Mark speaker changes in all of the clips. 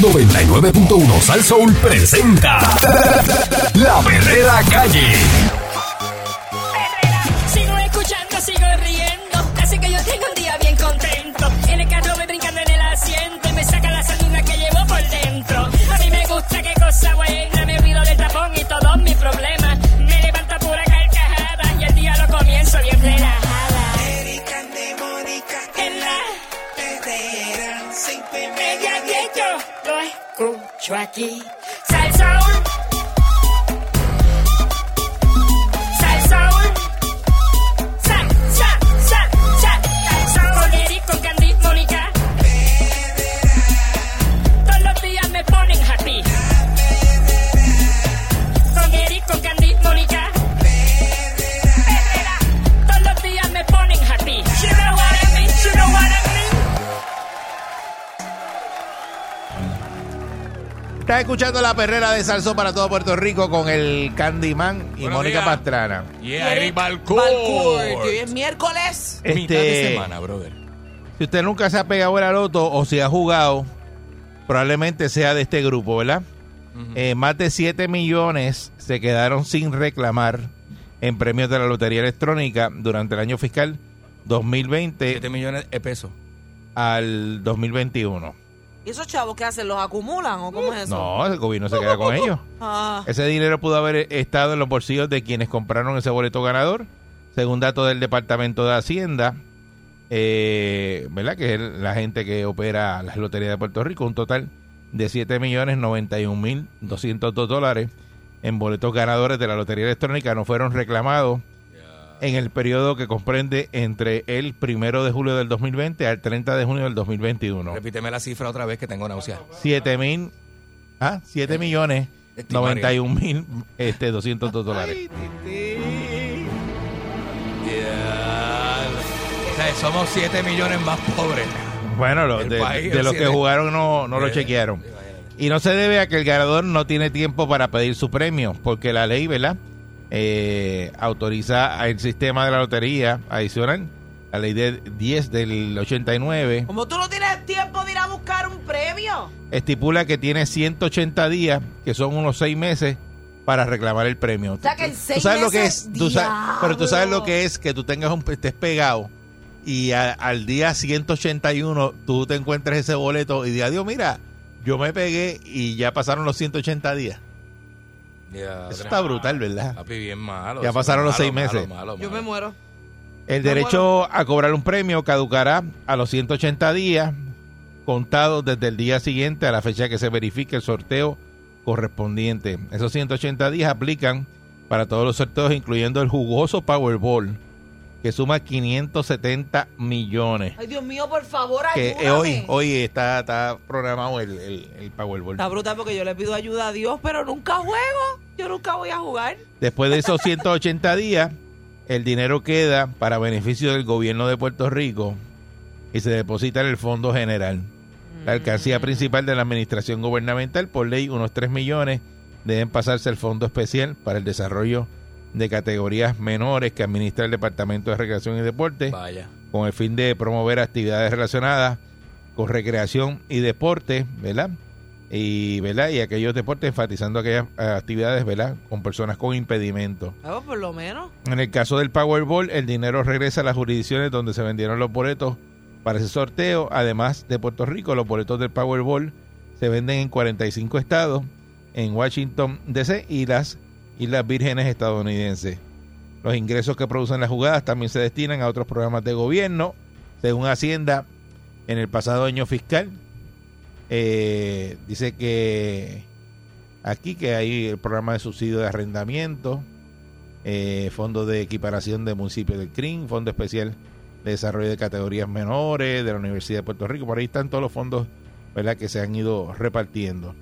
Speaker 1: 99.1 Sal Soul presenta La Verdadera Calle.
Speaker 2: perrera. Sigo escuchando, sigo riendo. Así que yo tengo un día bien contento. En el carro me brincando en el asiento y me saca la saliva que llevo por dentro. A mí me gusta qué cosa buena. Me olvido del tapón y todos mis problemas. Me levanta pura carcajada y el día lo comienzo bien relajada.
Speaker 3: Erika de Mónica
Speaker 2: En la
Speaker 3: Herrera, cinco y
Speaker 2: media
Speaker 3: media,
Speaker 2: que yo lo escucho aquí. Sal Soul. Sal Soul. Sal, sal, sal, sal. Sal Soul. Con Eric, con Candy, Mónica. Todos los días me ponen happy. Con Eric, con Candy, Mónica. Perrera. Todos los días me ponen happy. You know what I mean, you know what I mean.
Speaker 4: Estás escuchando la perrera de Salsó para todo Puerto Rico con el Candyman y
Speaker 5: Buenos
Speaker 4: Mónica
Speaker 5: días.
Speaker 4: Pastrana.
Speaker 5: Yeah, Eric Balcourt.
Speaker 6: Balcourt, que hoy es miércoles.
Speaker 5: Mitad de
Speaker 4: Este,
Speaker 5: semana, brother.
Speaker 4: si usted nunca se ha pegado el loto o si ha jugado, probablemente sea de este grupo, ¿verdad? Eh, más de 7 millones se quedaron sin reclamar en premios de la Lotería Electrónica durante el año fiscal 2020
Speaker 5: 7 millones de pesos.
Speaker 4: al 2021.
Speaker 6: ¿Y esos chavos qué hacen? ¿Los acumulan o cómo es eso?
Speaker 4: No, el gobierno se queda con ellos.
Speaker 6: Ah,
Speaker 4: Ese dinero pudo haber estado en los bolsillos de quienes compraron ese boleto ganador, según datos del Departamento de Hacienda, eh, ¿verdad? Que es la gente que opera las loterías de Puerto Rico, un total de 7.091.202 dólares en boletos ganadores de la lotería electrónica no fueron reclamados en el periodo que comprende entre el primero de julio del 2020 al 30 de junio del 2021.
Speaker 5: Repíteme la cifra otra vez que tengo náusea.
Speaker 4: 7 mil, ah,
Speaker 5: Eh,
Speaker 4: 7 millones,
Speaker 5: Este
Speaker 4: 91 mil, este, 202 dólares.
Speaker 5: Yeah. O sea, somos 7 millones más pobres.
Speaker 4: Bueno, lo-
Speaker 5: El
Speaker 4: de,
Speaker 5: país,
Speaker 4: de
Speaker 5: el
Speaker 4: los que
Speaker 5: siete.
Speaker 4: jugaron no, no lo
Speaker 5: Eh,
Speaker 4: chequearon. Y no se debe a que el ganador no tiene tiempo para pedir su premio, porque la ley, ¿verdad? Eh, autoriza al sistema de la lotería adicional, la ley de 10 del 89,
Speaker 6: Como tú no tienes tiempo de ir a buscar un premio.
Speaker 4: estipula que tiene 180 días, que son unos 6 meses, para reclamar el premio.
Speaker 6: sea, que en
Speaker 4: Tú- tú
Speaker 6: seis
Speaker 4: sabes lo que
Speaker 6: meses,
Speaker 4: es, tú sa- Pero tú sabes lo
Speaker 6: diablo.
Speaker 4: que es que tú tengas un, estés pegado y a- al día 181 tú te encuentres ese boleto y digas, Dios, mira, yo me pegué y ya pasaron los 180 días.
Speaker 5: Yeah,
Speaker 4: Eso
Speaker 5: otra-
Speaker 4: está brutal, ¿verdad?
Speaker 5: Papi, bien malo.
Speaker 4: Ya
Speaker 5: Eso
Speaker 4: pasaron los
Speaker 5: malo,
Speaker 4: seis meses.
Speaker 5: malo, malo,
Speaker 6: Yo me
Speaker 5: malo.
Speaker 6: muero.
Speaker 4: El derecho a cobrar un premio caducará a los 180 días contados desde el día siguiente a la fecha que se verifique el sorteo correspondiente. Esos 180 días aplican para todos los sorteos, incluyendo el jugoso Powerball, que suma 570 millones.
Speaker 6: Ay, Dios mío, por favor,
Speaker 4: Que
Speaker 6: ayúdame.
Speaker 4: eh, hoy, hoy está, está programado el, el- el Powerball.
Speaker 6: Está brutal porque yo le pido ayuda a Dios, pero nunca juego. Yo nunca voy a jugar.
Speaker 4: Después de esos 180 días, el dinero queda para beneficio del gobierno de Puerto Rico y se deposita en el Fondo General. La alcancía principal de la administración gubernamental, por ley, unos 3 millones deben pasarse al Fondo Especial para el Desarrollo de Categorías Menores que administra el Departamento de Recreación y Deporte
Speaker 5: Vaya.
Speaker 4: con el fin de promover actividades relacionadas con recreación y deporte, ¿verdad? Y, ¿verdad? y aquellos deportes enfatizando aquellas eh, actividades, ¿verdad? Con personas con impedimento.
Speaker 6: Ah, pues, por lo menos.
Speaker 4: En el caso del Powerball, el dinero regresa a las jurisdicciones donde se vendieron los boletos para ese sorteo. Además de Puerto Rico, los boletos del Powerball se venden en 45 estados, en Washington DC y las Islas Vírgenes estadounidenses. Los ingresos que producen las jugadas también se destinan a otros programas de gobierno. Según Hacienda, en el pasado año fiscal, eh, dice que aquí que hay el programa de subsidio de arrendamiento, eh, Fondo de Equiparación de Municipios del CRIM, Fondo Especial de Desarrollo de Categorías Menores de la Universidad de Puerto Rico. Por ahí están todos los fondos ¿verdad? que se han ido repartiendo.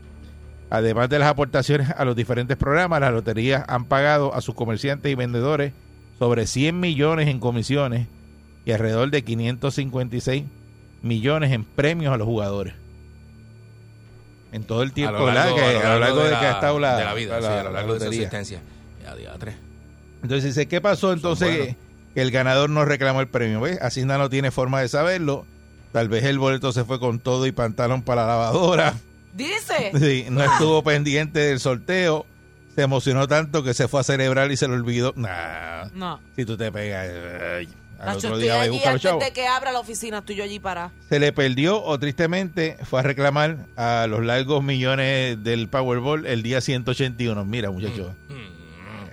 Speaker 4: Además de las aportaciones a los diferentes programas, las loterías han pagado a sus comerciantes y vendedores sobre 100 millones en comisiones y alrededor de 556 millones en premios a los jugadores. En todo el tiempo, ¿verdad? Que a lo largo de que ha estado la,
Speaker 5: de la vida,
Speaker 4: la-
Speaker 5: sí, a lo largo de su
Speaker 4: lotería.
Speaker 5: existencia. Ya, diatre.
Speaker 4: Entonces dice, ¿qué pasó entonces
Speaker 5: buenos.
Speaker 4: que el ganador no reclamó el premio? ¿Ves? Hacienda no tiene forma de saberlo. Tal vez el boleto se fue con todo y pantalón para la lavadora.
Speaker 6: Dice.
Speaker 4: Sí, no estuvo pendiente del sorteo. Se emocionó tanto que se fue a celebrar y se lo olvidó. Nah.
Speaker 6: No.
Speaker 4: Si tú te pegas. ay, al
Speaker 6: Nacho,
Speaker 4: otro
Speaker 6: estoy
Speaker 4: día vas a
Speaker 6: allí
Speaker 4: buscar los
Speaker 6: antes
Speaker 4: chavos.
Speaker 6: de que abra la oficina, estoy yo allí para.
Speaker 4: Se le perdió o tristemente fue a reclamar a los largos millones del Powerball el día 181. Mira, muchachos.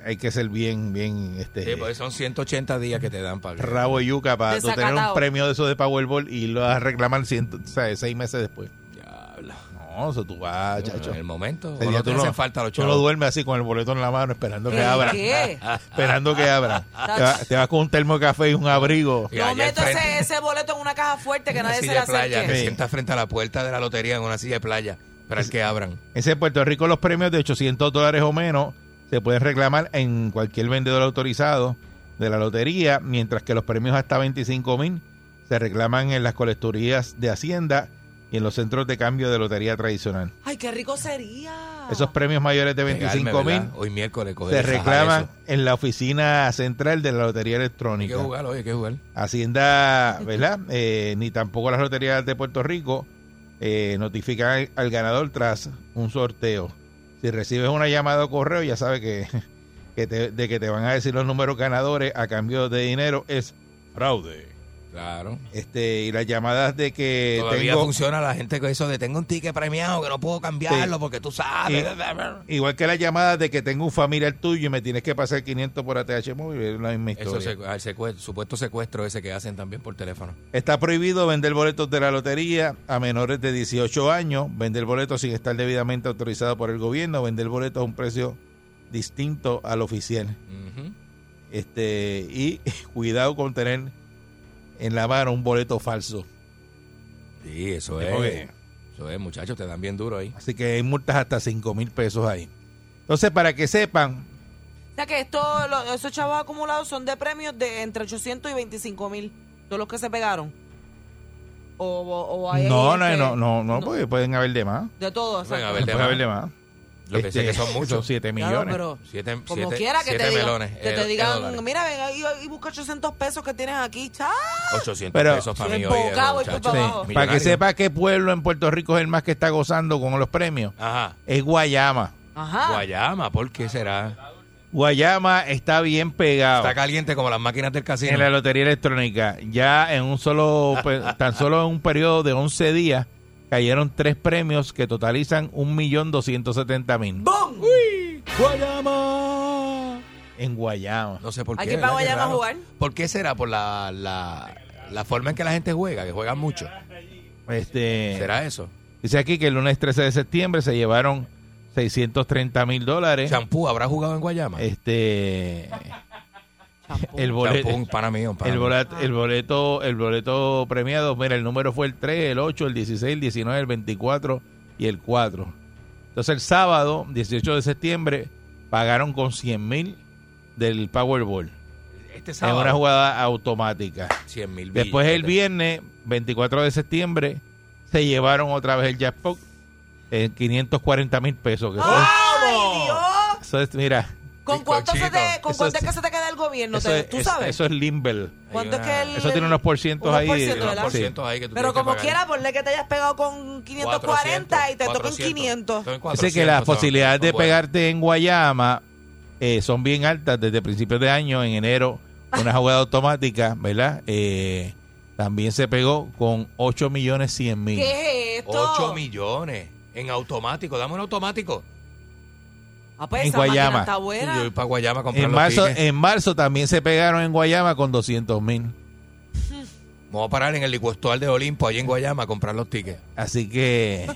Speaker 4: Hay que ser bien, bien. Este,
Speaker 5: Mm. Sí, pues, porque son 180 días que te dan para que-
Speaker 4: rabo y yuca para tú tener un
Speaker 6: Desacatado.
Speaker 4: premio de eso de Powerball y lo vas a reclamar ciento- o sea, seis meses después.
Speaker 5: Diablo.
Speaker 4: No, eso tú vas, chacho.
Speaker 5: En el momento.
Speaker 4: Ese
Speaker 5: o
Speaker 4: día
Speaker 5: no te
Speaker 4: tú
Speaker 5: hacen falta los
Speaker 4: tú no
Speaker 5: chavos.
Speaker 4: duermes así con el boleto en la mano esperando que
Speaker 6: ¿El
Speaker 4: abra.
Speaker 6: qué?
Speaker 4: Esperando que abra. Te va- te vas con un termo de café y un abrigo.
Speaker 5: Y
Speaker 6: No
Speaker 5: allá
Speaker 6: meto
Speaker 5: enfrente-
Speaker 6: ese, ese boleto en una caja fuerte que
Speaker 5: una
Speaker 6: nadie se
Speaker 5: silla
Speaker 6: le
Speaker 5: de playa, te
Speaker 4: Sí.
Speaker 6: acerque.
Speaker 5: sientas frente a la puerta de la lotería en una silla de playa. Para el que abran.
Speaker 4: Ese en Puerto Rico los premios de 800 dólares o menos se pueden reclamar en cualquier vendedor autorizado de la lotería, mientras que los premios hasta 25 mil se reclaman en las colecturías de Hacienda y en los centros de cambio de lotería tradicional.
Speaker 6: Ay, qué rico sería.
Speaker 4: Esos premios mayores de
Speaker 5: Pegarme,
Speaker 4: 25 mil
Speaker 5: ¿verdad? Hoy miércoles coger
Speaker 4: se
Speaker 5: esa jala,
Speaker 4: reclaman
Speaker 5: eso.
Speaker 4: en la oficina central de la lotería
Speaker 5: Hay que
Speaker 4: electrónica.
Speaker 5: jugar, oye, hay que jugar.
Speaker 4: Hacienda, ¿verdad? Eh, ni tampoco las loterías de Puerto Rico eh, notifican al, al ganador tras un sorteo. Si recibes una llamada o correo, ya sabes que, que te- de que te van a decir los números ganadores a cambio de dinero es fraude.
Speaker 5: Claro.
Speaker 4: Este, y las llamadas de que
Speaker 5: Todavía
Speaker 4: Eh, tengo,
Speaker 5: funciona la gente con eso de tengo un ticket premiado que no puedo cambiarlo
Speaker 4: Sí.
Speaker 5: porque tú sabes.
Speaker 4: igual que las llamadas de que tengo un familiar tuyo y me tienes que pasar 500 por ATH móvil, es la misma
Speaker 5: Eso
Speaker 4: historia.
Speaker 5: es el secue- supuesto secuestro ese que hacen también por teléfono.
Speaker 4: Está prohibido vender boletos de la lotería a menores de 18 años, vender boletos sin estar debidamente autorizado por el gobierno, vender boletos a un precio distinto al oficial.
Speaker 5: Ujú.
Speaker 4: Este, y cuidado con tener en la mano un boleto falso.
Speaker 5: Sí, eso
Speaker 4: Sí,
Speaker 5: es.
Speaker 4: porque-
Speaker 5: Eso es, muchachos, te dan bien duro ahí.
Speaker 4: Así que hay multas hasta 5 mil pesos ahí. Entonces, para que sepan,
Speaker 6: O sea que esto, lo- esos chavos acumulados son de premios de entre 800 y 25 mil. Todos los que se pegaron. O, o- o hay
Speaker 4: no, no,
Speaker 6: gente-
Speaker 4: no, no, no, pues. porque pueden haber de más.
Speaker 6: De todos.
Speaker 5: Pueden
Speaker 6: exacto.
Speaker 5: haber de
Speaker 4: Pueden
Speaker 5: más.
Speaker 4: haber de más.
Speaker 5: Lo que sé
Speaker 4: Este,
Speaker 5: que son muchos.
Speaker 4: 7
Speaker 6: Claro,
Speaker 4: millones.
Speaker 6: pero
Speaker 5: Siete,
Speaker 6: como
Speaker 5: siete-
Speaker 6: quiera que
Speaker 5: siete
Speaker 6: te, digan-
Speaker 5: melones.
Speaker 6: que
Speaker 5: eh,
Speaker 6: te
Speaker 5: eh, dólares.
Speaker 6: digan, mira, ven y, y busca 800 pesos que tienes aquí, chao.
Speaker 5: 800
Speaker 4: Pero-
Speaker 5: pesos para
Speaker 6: Sí,
Speaker 5: mí hoy.
Speaker 6: embocado
Speaker 5: eh,
Speaker 6: y
Speaker 5: muchacho.
Speaker 6: culpa abajo.
Speaker 5: Sí,
Speaker 4: Para que
Speaker 5: millonario.
Speaker 4: sepa qué pueblo en Puerto Rico es el más que está gozando con los premios,
Speaker 5: Ajá.
Speaker 4: es Guayama.
Speaker 6: Ajá.
Speaker 5: Guayama, ¿por qué será?
Speaker 4: Guayama está bien pegado
Speaker 5: Está caliente como las máquinas del
Speaker 4: en la
Speaker 5: casino.
Speaker 4: lotería electrónica. Ya en un solo, pe- tan solo en un periodo de 11 días, cayeron tres premios que totalizan 1.270.000
Speaker 6: ¡Bum!
Speaker 5: Guayama.
Speaker 4: en Guayama.
Speaker 5: No sé por qué.
Speaker 6: Hay que ir
Speaker 5: ¿verdad?
Speaker 6: para
Speaker 5: Qué
Speaker 6: Guayama a
Speaker 5: raro.
Speaker 6: jugar.
Speaker 5: ¿Por qué será? Por la, la, la forma en que la gente juega, que juega mucho.
Speaker 4: Este,
Speaker 5: ¿Será eso?
Speaker 4: Dice aquí que el lunes 13 de septiembre se llevaron 630 mil dólares.
Speaker 5: Champú, ¿habrá jugado en Guayama?
Speaker 4: Este, el
Speaker 5: Champú,
Speaker 4: boleto,
Speaker 5: un pana mío, un pana
Speaker 4: el
Speaker 5: mío.
Speaker 4: boleto, el boleto, el boleto premiado, mira, el número fue el 3, el 8, el 16, el 19, el 24 y el 4. Entonces el sábado, 18 de septiembre, pagaron con 100 mil del Powerball.
Speaker 5: Este
Speaker 4: En
Speaker 5: sábado,
Speaker 4: una jugada automática.
Speaker 5: 100 mil
Speaker 4: Después el viernes, 24 de septiembre, se llevaron otra vez el jackpot en 540 mil pesos. Que eso es-
Speaker 6: ¡Ah! ¡Ay, Dios!
Speaker 4: eso es, mira,
Speaker 6: ¿Con cuánto, se te,
Speaker 5: Bizcochito.
Speaker 6: con
Speaker 4: Eso
Speaker 6: cuánto es
Speaker 4: sí.
Speaker 6: que se te queda el gobierno?
Speaker 4: eso
Speaker 6: Te-
Speaker 4: es,
Speaker 6: ¿Tú
Speaker 4: eso-
Speaker 6: sabes?
Speaker 4: eso es Limber.
Speaker 6: ¿Cuánto
Speaker 5: Hay
Speaker 6: es que
Speaker 5: una-
Speaker 6: el,
Speaker 4: Eso tiene unos porcientos
Speaker 6: unos
Speaker 4: ahí.
Speaker 6: por ciento,
Speaker 4: unos
Speaker 6: ¿verdad?
Speaker 4: por ciento.
Speaker 5: ahí que tú
Speaker 6: Pero
Speaker 5: tienes que
Speaker 6: como
Speaker 5: pagar.
Speaker 6: quiera, ponle que te hayas pegado con 540 y te tocan
Speaker 5: 400,
Speaker 6: 500.
Speaker 5: son
Speaker 4: Dice
Speaker 5: 400,
Speaker 4: que las
Speaker 5: son-
Speaker 4: posibilidades
Speaker 5: son
Speaker 4: de
Speaker 5: buenas.
Speaker 4: pegarte en Guayama eh, son bien altas desde principios de año, en enero, una jugada automática, ¿verdad? Eh, también se pegó con 8 millones 100 mil.
Speaker 6: ¿Qué es esto?
Speaker 5: 8 millones en automático. Dame un automático.
Speaker 6: Ah, pues
Speaker 4: en
Speaker 6: esa máquina
Speaker 4: Guayama.
Speaker 6: Está
Speaker 5: Y
Speaker 6: buena.
Speaker 5: yo voy para Guayama a comprar
Speaker 4: En
Speaker 5: los
Speaker 4: marzo,
Speaker 5: tickets.
Speaker 4: en marzo también se pegaron en Guayama con 200 mil.
Speaker 5: Vamos a parar en el licuestual de Olimpo, allí en Guayama, a comprar los tickets.
Speaker 4: Así que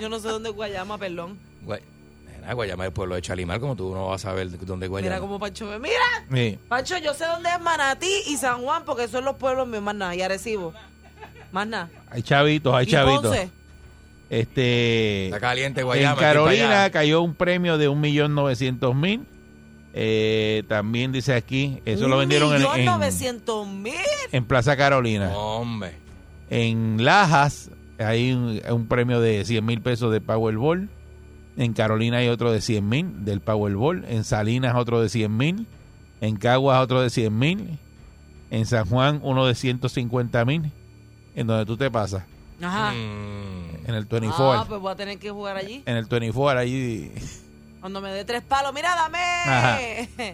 Speaker 6: Yo no sé dónde es Guayama, perdón.
Speaker 5: Guay- Nena, Guayama es el pueblo de Chalimar, como tú no vas a saber dónde es Guayama.
Speaker 6: Mira como Pancho me mira.
Speaker 4: eh,
Speaker 6: Pancho, yo sé dónde es Manatí y San Juan porque son los pueblos míos, más nada, y Arecibo. Más nada.
Speaker 4: hay chavitos, hay
Speaker 6: ¿Y
Speaker 4: chavitos.
Speaker 6: Ponce?
Speaker 4: Este,
Speaker 5: Está caliente Guayama.
Speaker 4: en
Speaker 5: estoy para
Speaker 4: Carolina
Speaker 5: allá.
Speaker 4: cayó un premio de 1.900.000. Eh, también dice aquí, eso lo
Speaker 6: Un
Speaker 4: vendieron en,
Speaker 6: millón
Speaker 4: en-
Speaker 6: novecientos mil.
Speaker 4: en Plaza Carolina.
Speaker 5: Hombre.
Speaker 4: En Lajas hay un, un premio de 100 mil pesos de Powerball. En Carolina hay otro de 100 mil del Powerball. En Salinas otro de 100 mil. En Caguas otro de 100 mil. En
Speaker 6: Ah.
Speaker 4: San Juan uno de 150 mil. En donde tú te pasas.
Speaker 6: Ajá.
Speaker 5: Mm.
Speaker 4: en Eh. el
Speaker 6: Ah,
Speaker 4: 24.
Speaker 6: pues voy a tener que jugar allí.
Speaker 4: En el 24, ahí.
Speaker 6: Cuando me dé tres palos, mira, dame.
Speaker 4: Ajá.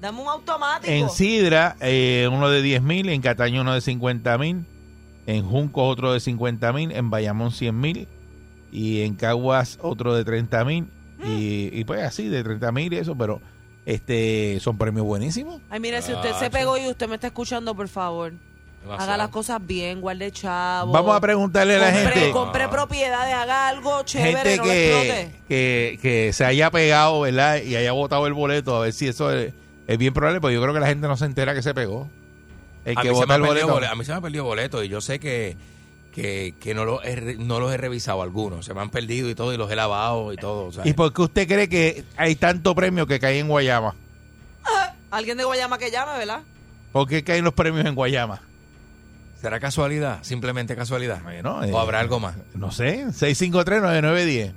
Speaker 6: Dame un automático.
Speaker 4: En Sidra, eh, uno de 10 mil, en Cataño uno de 50 mil, en Juncos otro de 50 mil, en Bayamón 100 mil y en Caguas otro de 30 mil.
Speaker 6: Mm.
Speaker 4: Y, y pues así, de 30 mil y eso, pero este son premios buenísimos.
Speaker 6: Ay, mira, si usted se
Speaker 5: Chacho.
Speaker 6: pegó y usted me está escuchando, por favor, haga las cosas bien, guarde chavo.
Speaker 4: Vamos a preguntarle a la
Speaker 6: Compre-
Speaker 4: gente,
Speaker 6: Compre propiedades, haga algo chévere,
Speaker 4: gente
Speaker 6: no lo
Speaker 4: que,
Speaker 6: explote.
Speaker 4: que, que se haya pegado, ¿verdad? Y haya votado el boleto, a ver si eso es, es bien probable, porque yo creo que la gente no se entera que se pegó. El
Speaker 5: a,
Speaker 4: que
Speaker 5: mí se me
Speaker 4: vota
Speaker 5: ha
Speaker 4: el
Speaker 5: perdido
Speaker 4: boleto.
Speaker 5: bole- a mí se me ha perdido boleto y yo sé que, que, que no, los he, re- no los he revisado algunos. Se me han perdido y todo y los he lavado y todo. o sea,
Speaker 4: ¿Y por qué usted cree que hay tanto premio que cae en Guayama?
Speaker 6: Alguien de Guayama que llame, ¿verdad?
Speaker 4: ¿Por qué caen los premios en Guayama?
Speaker 5: ¿Será casualidad? Simplemente casualidad.
Speaker 4: Bueno, eh,
Speaker 5: ¿O habrá algo más?
Speaker 4: No sé, 653-9910.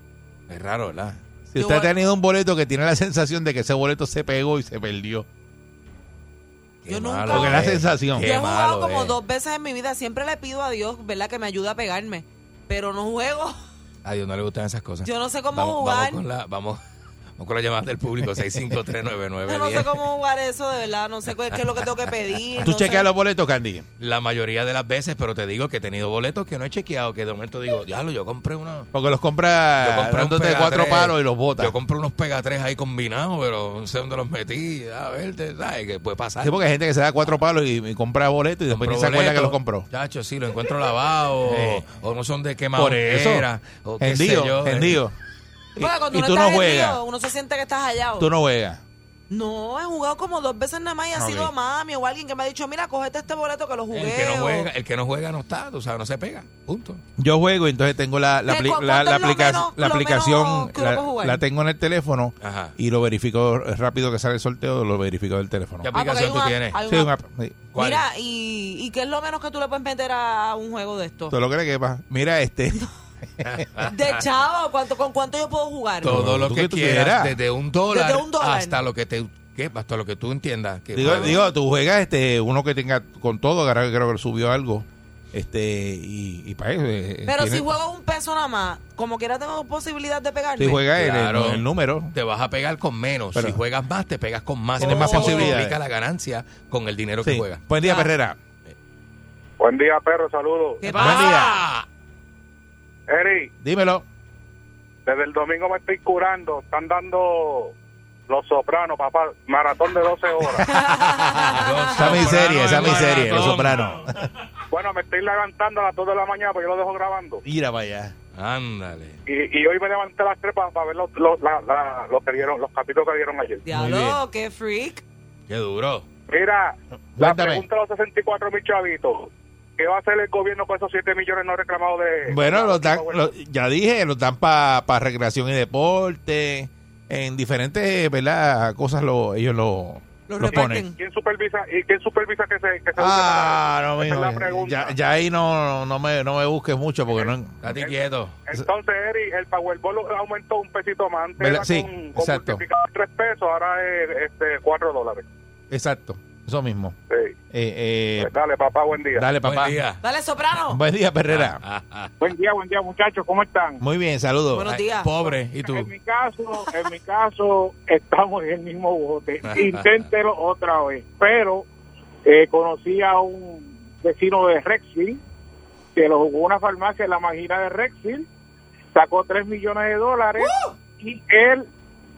Speaker 5: Es raro, ¿verdad?
Speaker 4: Si
Speaker 6: Yo
Speaker 4: usted ha
Speaker 6: voy-
Speaker 4: tenido un boleto que tiene la sensación de que ese boleto se pegó y se perdió.
Speaker 5: Qué
Speaker 6: Yo nunca-
Speaker 5: malo eh.
Speaker 4: Porque la
Speaker 5: es.
Speaker 4: sensación.
Speaker 5: Qué
Speaker 6: Yo he jugado
Speaker 5: malo
Speaker 6: como
Speaker 4: eh.
Speaker 5: es.
Speaker 6: dos veces en mi vida. Siempre le pido a Dios, ¿verdad?, que me ayude a pegarme. Pero no juego.
Speaker 5: A Dios no le gustan esas cosas.
Speaker 6: Yo no sé cómo
Speaker 5: vamos,
Speaker 6: jugar.
Speaker 5: Vamos con, la, vamos, vamos con las llamadas del público,
Speaker 6: Yo no sé
Speaker 5: 6539910.
Speaker 6: cómo jugar eso, de verdad. No sé qué qué es lo que tengo que pedir.
Speaker 4: Tú
Speaker 6: no
Speaker 4: chequeas
Speaker 6: sé.
Speaker 4: los boletos, Candy.
Speaker 5: La mayoría de las veces, pero te digo que he tenido boletos que no he chequeado, que de momento digo, diablo, yo compré uno.
Speaker 4: Porque los compra
Speaker 5: Yo compré un
Speaker 4: dándote
Speaker 5: pega
Speaker 4: Ah, cuatro
Speaker 5: tres.
Speaker 4: palos y los botas.
Speaker 5: Yo compré unos pegatres ahí combinados, pero no sé dónde los metí. A ver, te- ¿sabes? Que puede pasar.
Speaker 4: Sí, porque hay gente que se da cuatro palos y, y compra boletos y después
Speaker 5: Compró
Speaker 4: ni se acuerda
Speaker 5: boleto.
Speaker 4: que los compró.
Speaker 5: Chacho, sí, lo encuentro lavado.
Speaker 4: Sí.
Speaker 5: o, o no son de quema
Speaker 4: Por eso,
Speaker 5: O qué sé
Speaker 4: hendido,
Speaker 5: yo. eh.
Speaker 4: hendido.
Speaker 6: Bueno, cuando
Speaker 4: Y
Speaker 6: uno
Speaker 4: tú
Speaker 6: está
Speaker 4: no
Speaker 6: rendido,
Speaker 4: juegas.
Speaker 6: uno se siente que estás hallado.
Speaker 4: Tú no juegas.
Speaker 6: No, he jugado como dos veces nada más y ha
Speaker 4: Ok.
Speaker 6: sido a mami o alguien que me ha dicho, mira, cogete este boleto que lo
Speaker 5: El
Speaker 6: jugué.
Speaker 5: que, no
Speaker 6: o- Ah,
Speaker 5: juega, el que no juega no está, tú sabes, no se pega. Punto.
Speaker 4: Yo juego y entonces tengo la, la,
Speaker 6: ¿Qué,
Speaker 4: apli-
Speaker 6: cu-
Speaker 4: la,
Speaker 6: cuánto
Speaker 4: la
Speaker 6: es lo
Speaker 4: aplica-
Speaker 6: menos-
Speaker 4: la
Speaker 6: lo
Speaker 4: aplicación,
Speaker 6: menos que uno puede
Speaker 4: la,
Speaker 6: jugar?
Speaker 4: la tengo en el teléfono
Speaker 5: Ajá.
Speaker 4: y lo verifico rápido que sale el sorteo, lo verifico del teléfono.
Speaker 5: ¿Qué
Speaker 6: porque
Speaker 5: aplicación
Speaker 6: hay
Speaker 5: tú
Speaker 6: una-
Speaker 5: tienes?
Speaker 6: hay
Speaker 4: Sí,
Speaker 6: una-
Speaker 4: un app, sí.
Speaker 5: ¿Cuál?
Speaker 6: Mira, y, ¿y qué es lo menos que tú le puedes meter a un juego de esto?
Speaker 4: Todo lo que le quepa. Mira este.
Speaker 6: De chavo, ¿cuánto, ¿con cuánto yo puedo jugar?
Speaker 5: Todo lo
Speaker 4: Tú
Speaker 5: que
Speaker 4: que tú
Speaker 5: quieras,
Speaker 4: quieras.
Speaker 5: desde un dólar,
Speaker 6: Desde un dólar.
Speaker 5: hasta lo que te que- hasta lo que tú entiendas. Que
Speaker 4: digo,
Speaker 5: puedes.
Speaker 4: digo, tú juegas este, uno que tenga con todo, ahora creo que subió algo. Este, y, y para eso. eh,
Speaker 6: Pero
Speaker 4: tiene-
Speaker 6: si juego un peso nada más, como quiera tengo posibilidad de pegarme.
Speaker 4: si juegas el-
Speaker 5: Claro.
Speaker 4: el, el número.
Speaker 5: te vas a pegar con menos.
Speaker 4: Pero-
Speaker 5: si juegas más, te pegas con más.
Speaker 4: Tienes
Speaker 5: Y
Speaker 4: más
Speaker 5: se
Speaker 4: posibilidades.
Speaker 5: multiplica la ganancia con el dinero que
Speaker 4: Sí.
Speaker 5: juegas.
Speaker 4: Buen día,
Speaker 6: Ah.
Speaker 4: Perrera.
Speaker 7: Buen día, perro, saludos.
Speaker 6: ¿Qué
Speaker 4: Buen
Speaker 6: pasa?
Speaker 4: día.
Speaker 7: Eri,
Speaker 4: Dímelo.
Speaker 7: desde el domingo me estoy curando. Están dando los sopranos, papá. Maratón de 12 horas.
Speaker 4: Esa miseria, esa miseria, los
Speaker 5: Maratón.
Speaker 4: soprano.
Speaker 7: bueno, me estoy levantando a las 2 de la mañana porque yo lo dejo grabando.
Speaker 4: Mira para allá.
Speaker 5: Ándale.
Speaker 7: Y, y hoy me levanté a las 3 para, ver los, los, la- la- los que dieron, los capítulos que dieron ayer.
Speaker 6: Diablo, qué freak.
Speaker 5: Qué duro.
Speaker 7: Mira, la
Speaker 4: Cuéntame.
Speaker 7: pregunta de los 64 mil chavitos. ¿Qué va a hacer el gobierno con esos 7 millones no reclamados de...
Speaker 4: Bueno, los dan,
Speaker 7: Bueno,
Speaker 4: los- ya dije, los dan para recreación y deporte, en diferentes ¿verdad? cosas lo, ellos lo,
Speaker 6: Lo
Speaker 4: lo
Speaker 6: reparten.
Speaker 4: ponen.
Speaker 7: ¿Quién supervisa, ¿Y quién supervisa que se... Que se
Speaker 4: Ah, no,
Speaker 7: Esa es la
Speaker 4: mijo,
Speaker 7: pregunta.
Speaker 4: ya, ya ahí no, no, me, no me busques mucho porque no...
Speaker 5: Date quieto.
Speaker 7: Entonces, Eri, el Powerball aumentó un pesito más. Antes
Speaker 4: ¿Verdad?
Speaker 7: era
Speaker 4: Sí,
Speaker 7: con, con
Speaker 4: exacto.
Speaker 7: multiplicado de 3 pesos, ahora es este, 4 dólares.
Speaker 4: Exacto, eso mismo.
Speaker 7: Sí.
Speaker 4: Eh, eh,
Speaker 7: Pues dale, papá, buen día.
Speaker 4: dale, papá.
Speaker 5: Buen día.
Speaker 6: Dale, soprano.
Speaker 4: Buen día, Perrera.
Speaker 5: Ah, ah.
Speaker 7: Buen día, buen día, muchachos, ¿cómo están?
Speaker 4: Muy bien, saludos.
Speaker 6: Buenos
Speaker 5: Ay,
Speaker 6: días.
Speaker 5: Pobre. ¿Y tú?
Speaker 7: En mi caso, en mi caso, estamos en el mismo bote. Inténtelo otra vez. Pero eh, conocí a un vecino de Rexfield que lo jugó una farmacia en la máquina de Rexfield, sacó 3 millones de dólares y el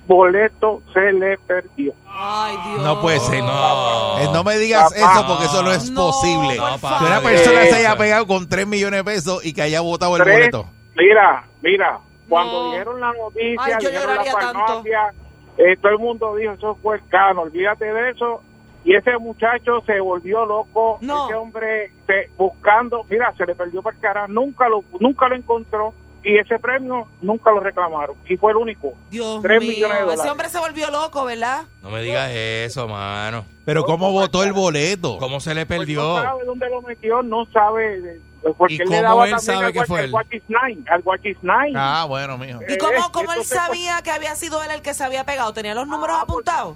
Speaker 7: boleto se le perdió.
Speaker 6: Ay, Dios.
Speaker 4: No puede ser.
Speaker 5: No.
Speaker 4: Eh, no me digas
Speaker 7: Papá.
Speaker 4: eso porque eso no es
Speaker 6: No,
Speaker 4: posible.
Speaker 6: por
Speaker 5: No, papá.
Speaker 4: que una
Speaker 5: Eso.
Speaker 4: persona se haya pegado con 3 millones de pesos y que haya votado el
Speaker 7: Tres.
Speaker 4: boleto.
Speaker 7: Mira, mira, cuando
Speaker 6: No.
Speaker 7: dijeron la noticia,
Speaker 6: Ay, yo
Speaker 7: dijeron la
Speaker 6: lloraría tanto.
Speaker 7: farmacia, eh, todo el mundo dijo, eso fue el cano, olvídate de eso. Y ese muchacho se volvió loco,
Speaker 6: No.
Speaker 7: ese hombre se- buscando, mira, se le perdió para el cara, nunca lo, nunca lo encontró y ese premio nunca lo reclamaron. Y fue el único.
Speaker 6: Dios
Speaker 7: Tres
Speaker 6: mío.
Speaker 7: millones de dólares.
Speaker 6: Ese hombre se volvió loco, ¿verdad?
Speaker 5: No me digas eso, mano.
Speaker 4: Pero ¿cómo votó el boleto?
Speaker 5: ¿Cómo se le
Speaker 7: Pues No
Speaker 5: perdió?
Speaker 7: sabe dónde lo metió, no sabe. de- Porque
Speaker 5: ¿Y
Speaker 7: él
Speaker 5: cómo
Speaker 7: le daba
Speaker 5: él
Speaker 7: también
Speaker 5: sabe
Speaker 7: al
Speaker 5: que
Speaker 7: Guachis-
Speaker 5: fue él?
Speaker 7: Al Guachis Nine, al Guachis Nine.
Speaker 4: Ah, bueno, mijo.
Speaker 6: ¿Y cómo,
Speaker 7: Eh,
Speaker 6: cómo él
Speaker 7: entonces, pues,
Speaker 6: sabía que había sido él el que se había pegado? ¿Tenía los números
Speaker 7: Ah,
Speaker 6: apuntados?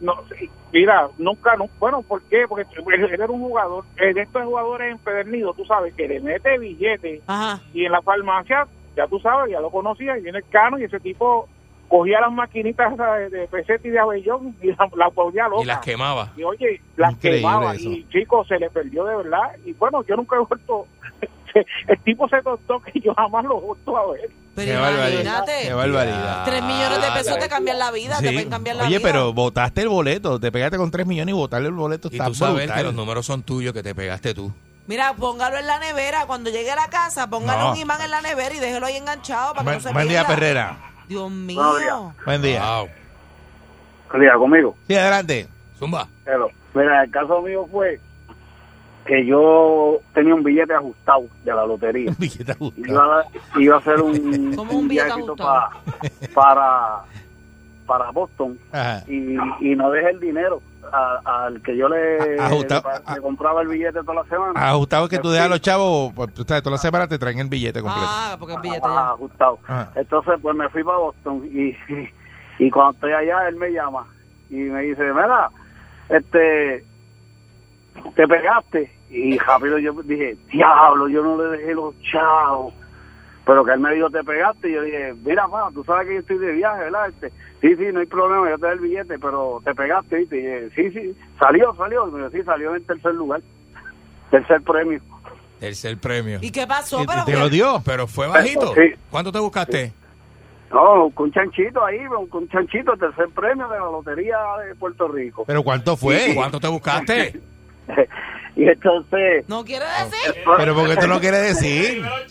Speaker 7: no, sí, mira, nunca, no, bueno, ¿por qué? Porque él era un jugador, eh, de estos jugadores empedernidos, tú sabes, que le mete billetes
Speaker 6: Ajá.
Speaker 7: y en la farmacia, ya tú sabes, ya lo conocía, y viene el cano y ese tipo cogía las maquinitas esas de, de peseta y de abellón y las la ponía loca.
Speaker 5: Y las quemaba.
Speaker 7: Y oye, las
Speaker 4: Increíble
Speaker 7: quemaba
Speaker 4: eso.
Speaker 7: y chico, se le perdió de verdad. Y bueno, yo nunca he vuelto, el tipo se tostó que yo jamás lo he vuelto a ver.
Speaker 6: Pero
Speaker 4: Qué barbaridad. Qué
Speaker 6: imagínate,
Speaker 4: barbaridad.
Speaker 6: tres millones de pesos
Speaker 7: Ah, ya,
Speaker 6: te
Speaker 7: ya.
Speaker 6: cambian la vida, te
Speaker 4: Sí.
Speaker 6: pueden cambiar la
Speaker 4: Oye,
Speaker 6: vida.
Speaker 4: pero votaste el boleto. Te pegaste con 3 millones y votarle el boleto
Speaker 5: Y
Speaker 4: está
Speaker 5: tú sabes
Speaker 4: brutal.
Speaker 5: que los números son tuyos que te pegaste tú.
Speaker 6: Mira, póngalo en la nevera. Cuando llegue a la casa, póngalo
Speaker 4: No.
Speaker 6: un imán en la nevera y déjelo ahí enganchado para que no se
Speaker 4: Buen, buen día,
Speaker 6: pierda.
Speaker 4: Perrera.
Speaker 6: Dios
Speaker 7: Buenos días.
Speaker 6: mío.
Speaker 4: Buen día.
Speaker 5: Wow.
Speaker 7: Mira, conmigo.
Speaker 4: Sí, adelante.
Speaker 5: Zumba.
Speaker 7: Pero, mira, el caso mío fue que yo tenía un billete ajustado de la lotería.
Speaker 4: Billete ajustado.
Speaker 7: Iba a, iba a hacer un,
Speaker 6: ¿Cómo un billete
Speaker 7: viajecito
Speaker 6: ajustado?
Speaker 7: pa- para, para Boston
Speaker 4: Ajá.
Speaker 7: y, y no dejé el dinero a- al que yo le,
Speaker 4: A- ajustado,
Speaker 7: le pa-
Speaker 4: a-
Speaker 7: le compraba el billete toda la semana.
Speaker 4: Ajustado que tú dejas a los
Speaker 7: Ajustado.
Speaker 4: chavos, pues, tú sabes, toda la semana te traen el billete completo.
Speaker 6: Ah, porque el billete
Speaker 7: Ajá,
Speaker 6: ya.
Speaker 7: ajustado.
Speaker 4: Ajá.
Speaker 7: Entonces, pues me fui para Boston y, y cuando estoy allá, él me llama y me dice, mira, este, te pegaste. Y rápido yo dije, diablo, yo no le dejé los chavos. Pero que él me dijo, te pegaste. Y yo dije, mira, mano, tú sabes que yo estoy de viaje, ¿verdad? Este, sí, sí, no hay problema, yo te doy el billete, pero te pegaste, ¿viste? Y dije, sí, sí, salió, salió. Y me dijo, sí, salió en el tercer lugar, tercer premio.
Speaker 5: Tercer premio.
Speaker 6: ¿Y qué pasó?
Speaker 4: Y te-
Speaker 6: Pero,
Speaker 4: te lo dio.
Speaker 5: Pero fue bajito.
Speaker 7: Sí.
Speaker 5: ¿Cuánto te buscaste?
Speaker 7: No, con chanchito ahí, con chanchito, el tercer premio de la Lotería de Puerto Rico.
Speaker 4: Pero ¿cuánto fue?
Speaker 5: ¿Cuánto te buscaste?
Speaker 7: Y entonces... eh,
Speaker 6: ¿No quiere
Speaker 4: Ah.
Speaker 6: decir?
Speaker 4: Pero porque tú no quieres decir.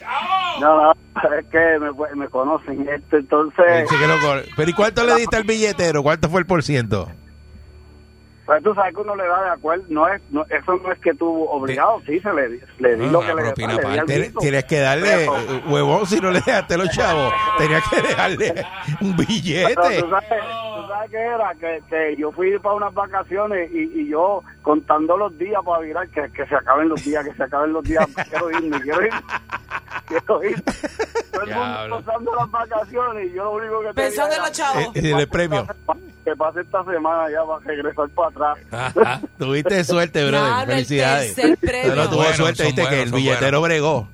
Speaker 7: No, no, es que me, me conocen. Este, entonces,
Speaker 4: Sí que lo cor- Pero ¿y cuánto le diste al billetero? ¿Cuánto fue el por ciento?
Speaker 7: pues tú sabes que uno le da de acuerdo. No es, no, eso no es que tú obligado, sí, se le, le di lo
Speaker 5: No, la
Speaker 7: que le
Speaker 5: propina
Speaker 7: le di al
Speaker 5: aparte.
Speaker 4: Tienes,
Speaker 7: gusto.
Speaker 4: tienes que darle
Speaker 7: Pero-
Speaker 4: eh, huevón si no le dejaste a los chavos. Tenías que dejarle un
Speaker 7: pero
Speaker 5: Este.
Speaker 4: billete.
Speaker 7: tú, sabes, tú sabes que era que, que yo fui para unas vacaciones y, y yo contando los días para virar que, que se acaben los días, que se acaben los días. pues Quiero irme, quiero irme. Quiero irme. Todo el mundo
Speaker 5: Diablo.
Speaker 7: contando las vacaciones y yo lo único que tenía
Speaker 6: Pensando en
Speaker 7: era
Speaker 6: los chavos.
Speaker 4: Eh, en el premio.
Speaker 7: Que pase esta semana ya para regresar para atrás.
Speaker 5: Ajá.
Speaker 4: Tuviste suerte,
Speaker 6: Claro,
Speaker 4: eh, brother.
Speaker 6: el
Speaker 4: Felicidades.
Speaker 6: tercer
Speaker 4: Pero
Speaker 6: premio.
Speaker 4: no tuvo
Speaker 5: Bueno,
Speaker 4: suerte,
Speaker 5: son
Speaker 4: viste, que
Speaker 5: buenos,
Speaker 4: el
Speaker 5: son
Speaker 4: billetero bregó.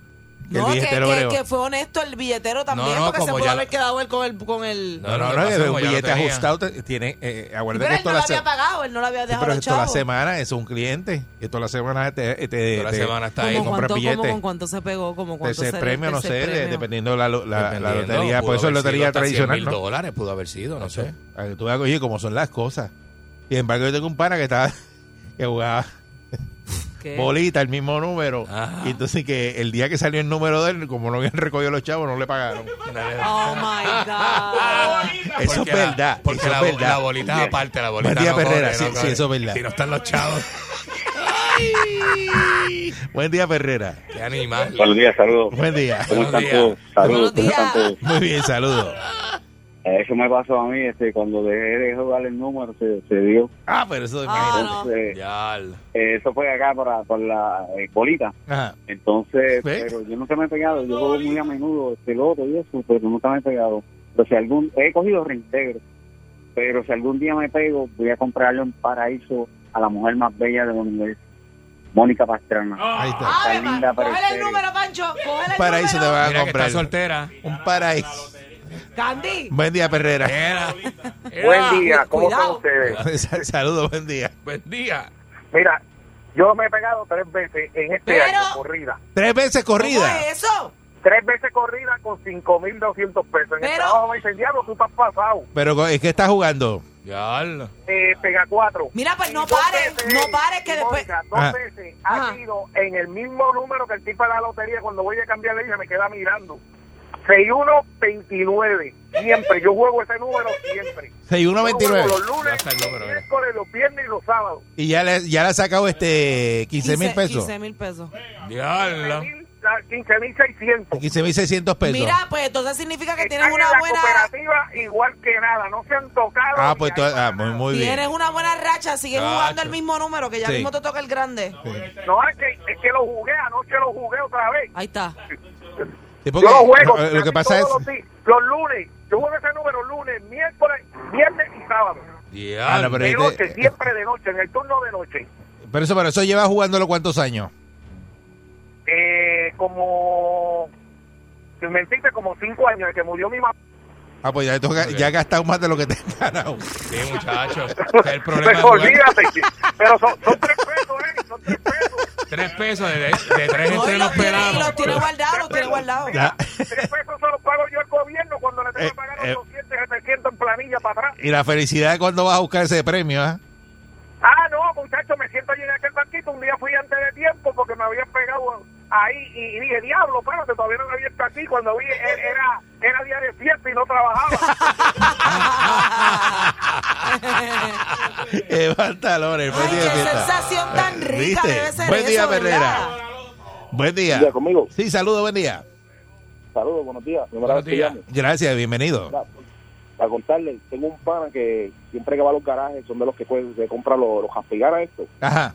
Speaker 4: Que
Speaker 6: No,
Speaker 4: el
Speaker 6: que,
Speaker 4: billetero
Speaker 6: que-
Speaker 4: bregó.
Speaker 6: que fue honesto el billetero también,
Speaker 5: No, no,
Speaker 6: porque se
Speaker 5: como
Speaker 6: pudo
Speaker 5: ya-
Speaker 6: haber quedado él con el... Con el...
Speaker 5: No,
Speaker 4: No, no,
Speaker 5: lo que
Speaker 4: no,
Speaker 5: pasa
Speaker 4: que
Speaker 5: es
Speaker 4: un
Speaker 5: como ya lo
Speaker 4: billete
Speaker 5: tenía.
Speaker 4: ajustado te- tiene, eh, acuérdate
Speaker 6: pero
Speaker 4: que
Speaker 6: él
Speaker 4: esto
Speaker 6: no lo
Speaker 4: la
Speaker 6: había
Speaker 4: se-
Speaker 6: pagado, él no lo había
Speaker 4: Sí,
Speaker 6: dejado
Speaker 4: pero
Speaker 6: los
Speaker 4: esto la
Speaker 6: chavos.
Speaker 4: semana es un cliente. Esto la semana te, te, te,
Speaker 5: Toda la semana está ahí.
Speaker 4: te
Speaker 6: ¿Cómo
Speaker 4: compras
Speaker 6: cuánto, cómo,
Speaker 4: billetes.
Speaker 6: con cuánto se pegó? ¿Cómo cuánto
Speaker 4: Tercer
Speaker 6: será el
Speaker 4: premio, no sé,
Speaker 6: tercer
Speaker 4: de-
Speaker 6: premio?
Speaker 4: dependiendo de la, lo- la- la
Speaker 5: Dependiendo,
Speaker 4: lotería.
Speaker 5: pudo
Speaker 4: Por eso es
Speaker 5: haber sido
Speaker 4: lotería
Speaker 5: hasta 100
Speaker 4: tradicional,
Speaker 5: mil
Speaker 4: ¿no?
Speaker 5: dólares pudo haber sido, no sé.
Speaker 4: Para que tú veas, oye, como son las cosas. Sin embargo, yo tengo un pana que estaba, que jugaba
Speaker 6: ¿Qué?
Speaker 4: bolita, el mismo número.
Speaker 5: Ah.
Speaker 4: Y entonces que el día que salió el número de él, como no habían recogido los chavos, no le pagaron.
Speaker 6: Oh, my God.
Speaker 4: Eso
Speaker 5: Porque
Speaker 4: es
Speaker 5: la-
Speaker 4: verdad.
Speaker 5: Porque
Speaker 4: eso
Speaker 5: la,
Speaker 4: es verdad.
Speaker 5: la bolita es aparte, la bolita.
Speaker 4: Matías
Speaker 5: no corre,
Speaker 4: Perrera,
Speaker 5: no
Speaker 4: sí,
Speaker 5: corre.
Speaker 4: sí, eso es verdad.
Speaker 5: Si no están los chavos,
Speaker 4: Buen día, Ferrera.
Speaker 5: qué animal.
Speaker 8: Buenos días, saludos.
Speaker 4: Buen día.
Speaker 8: ¿Cómo
Speaker 5: Buenos
Speaker 8: están
Speaker 5: días.
Speaker 8: todos? Saludos, ¿cómo
Speaker 6: Buenos
Speaker 8: están todos?
Speaker 4: Muy bien, saludos.
Speaker 8: Eh, Eso me pasó a mí, este, cuando dejé de jugar el número se, se dio.
Speaker 4: Ah, pero eso de
Speaker 6: Ah, no.
Speaker 8: Entonces,
Speaker 5: Ya.
Speaker 8: eh, eso fue acá para, para la eh, bolita.
Speaker 4: Ajá.
Speaker 8: Entonces,
Speaker 4: ¿Ves?
Speaker 8: pero yo nunca me he pegado. Yo juego muy a menudo este loto y eso, pero nunca me he pegado. Pero si algún, he cogido reintegro. Pero si algún día me pego, voy a comprarle un paraíso a la mujer más bella de Universo, Mónica Pastrana.
Speaker 4: Ahí está.
Speaker 6: Ave
Speaker 8: Está
Speaker 6: Ma-
Speaker 8: linda, pero
Speaker 6: cógele el
Speaker 8: serio.
Speaker 6: número, Pancho. Cógele el
Speaker 4: Paraíso te
Speaker 6: número.
Speaker 4: van a
Speaker 5: Mira que
Speaker 4: comprar.
Speaker 5: está soltera.
Speaker 4: Un paraíso.
Speaker 6: Candy.
Speaker 4: Buen día, Perrera.
Speaker 5: Era.
Speaker 7: Buen día, ¿cómo están
Speaker 6: Cuidado.
Speaker 7: ustedes?
Speaker 4: Sal- Saludos, buen día.
Speaker 5: Buen día.
Speaker 7: Mira, yo me he pegado tres veces en este
Speaker 6: Pero-
Speaker 7: año corrida.
Speaker 4: Tres veces
Speaker 6: ¿Cómo
Speaker 4: corrida.
Speaker 6: es eso?
Speaker 7: Tres veces corrida con 5.200 pesos. En
Speaker 6: Pero-
Speaker 7: el trabajo me dicen, diablo, tú estás pasado.
Speaker 4: Pero co- es que está jugando.
Speaker 5: Ya.
Speaker 7: Eh, pega cuatro.
Speaker 6: Mira, pues
Speaker 7: Y
Speaker 6: no
Speaker 7: dos
Speaker 6: pares,
Speaker 7: veces,
Speaker 6: no pares que
Speaker 7: y
Speaker 6: después...
Speaker 7: Mónica, dos
Speaker 4: Ajá.
Speaker 7: veces ha
Speaker 6: Ajá.
Speaker 7: sido en el mismo número que el tipo de la lotería. Cuando voy a cambiar de ella me queda mirando. 6129. Siempre. Yo juego ese número siempre. Yo
Speaker 4: 6129.
Speaker 7: juego Los
Speaker 5: Ya
Speaker 7: lunes,
Speaker 5: está el número,
Speaker 7: los
Speaker 5: mira.
Speaker 7: miércoles, los viernes y los sábados.
Speaker 4: Y ya le, ya le ha sacado este 15 mil pesos.
Speaker 6: 15 mil pesos.
Speaker 5: Ya.
Speaker 7: 15.600.
Speaker 4: 15 mil 600 pesos.
Speaker 6: Mira, pues entonces significa que tienes
Speaker 7: Están en
Speaker 6: una
Speaker 7: la
Speaker 6: buena...
Speaker 7: cooperativa igual que nada. No se han tocado.
Speaker 4: ah,
Speaker 7: ni
Speaker 4: pues
Speaker 7: hay
Speaker 4: to- ah,
Speaker 7: para
Speaker 4: muy,
Speaker 7: nada.
Speaker 4: muy bien.
Speaker 6: Tienes una buena racha, sigues
Speaker 5: Chacho.
Speaker 6: jugando el mismo número, que ya
Speaker 4: Sí.
Speaker 6: mismo te toca el grande.
Speaker 7: No, es que, es que lo jugué. Anoche lo jugué otra vez.
Speaker 6: Ahí está.
Speaker 4: Sí, porque,
Speaker 7: yo lo juego.
Speaker 4: no, lo que
Speaker 7: casi
Speaker 4: pasa es.
Speaker 7: todos Los, di- los lunes. Yo juego ese número lunes, miércoles, viernes y sábado.
Speaker 5: Ya.
Speaker 4: Ah, no, pero,
Speaker 7: De
Speaker 4: este-
Speaker 7: noche, siempre de noche, en el turno de noche.
Speaker 4: pero eso, pero eso lleva jugándolo cuántos años.
Speaker 7: Eh, como, si me mentiste, como cinco años, de que murió mi mamá.
Speaker 4: Ah, pues ya, tengo que-
Speaker 5: Ok.
Speaker 4: ya he gastado más de lo que te he ganado.
Speaker 5: Sí, muchachos. El problema es
Speaker 7: Pero
Speaker 5: jugar
Speaker 7: olvídate, pero son, son tres pesos, eh, son tres pesos.
Speaker 5: tres pesos de, de tres
Speaker 6: No, y
Speaker 5: entrenos
Speaker 6: los tiene, y
Speaker 5: pelados.
Speaker 6: los tiene guardados, los tiene guardados.
Speaker 7: Mira, tres pesos se los pago yo al gobierno cuando le tengo que pagar
Speaker 4: Eh, eh.
Speaker 7: 800, 700 en planilla para atrás.
Speaker 4: Y la felicidad cuando vas a buscar ese premio, ¿ah?
Speaker 7: Ah, no, muchachos, me siento allí en aquel banquito. Un día fui antes de tiempo porque me habían pegado ahí y, y dije, diablo, espérate, todavía no me había estado aquí. Cuando vi, e- era, era día de fiesta y no trabajaba.
Speaker 4: Eh, pantalones, buen
Speaker 6: Ay,
Speaker 4: día de
Speaker 6: qué
Speaker 4: fiesta.
Speaker 6: sensación tan rica
Speaker 4: ¿Viste?
Speaker 6: debe ser
Speaker 4: Buen
Speaker 6: eso,
Speaker 4: día,
Speaker 6: ¿verdad?
Speaker 4: Herrera. Buen día.
Speaker 9: Día conmigo.
Speaker 4: Sí, saludos, buen día.
Speaker 9: Saludos, buenos días. Primera
Speaker 5: Buenos
Speaker 9: vez que
Speaker 5: días.
Speaker 9: llamo.
Speaker 4: Gracias, bienvenido.
Speaker 9: Mira, Para contarle, tengo un pana que siempre que va a los garajes son de los que pues, se compra los, los jaspigana estos.
Speaker 4: Ajá.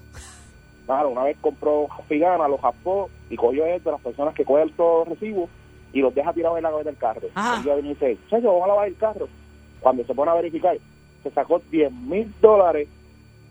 Speaker 9: Claro, una vez compró jaspigana, los jaspó y cogió él de las personas que coge todo recibo y los deja tirados en la cabeza del carro.
Speaker 6: Ajá.
Speaker 9: Un día viene y dice, chacho, vamos a lavar el carro. Cuando se pone a verificar, se sacó 10 mil dólares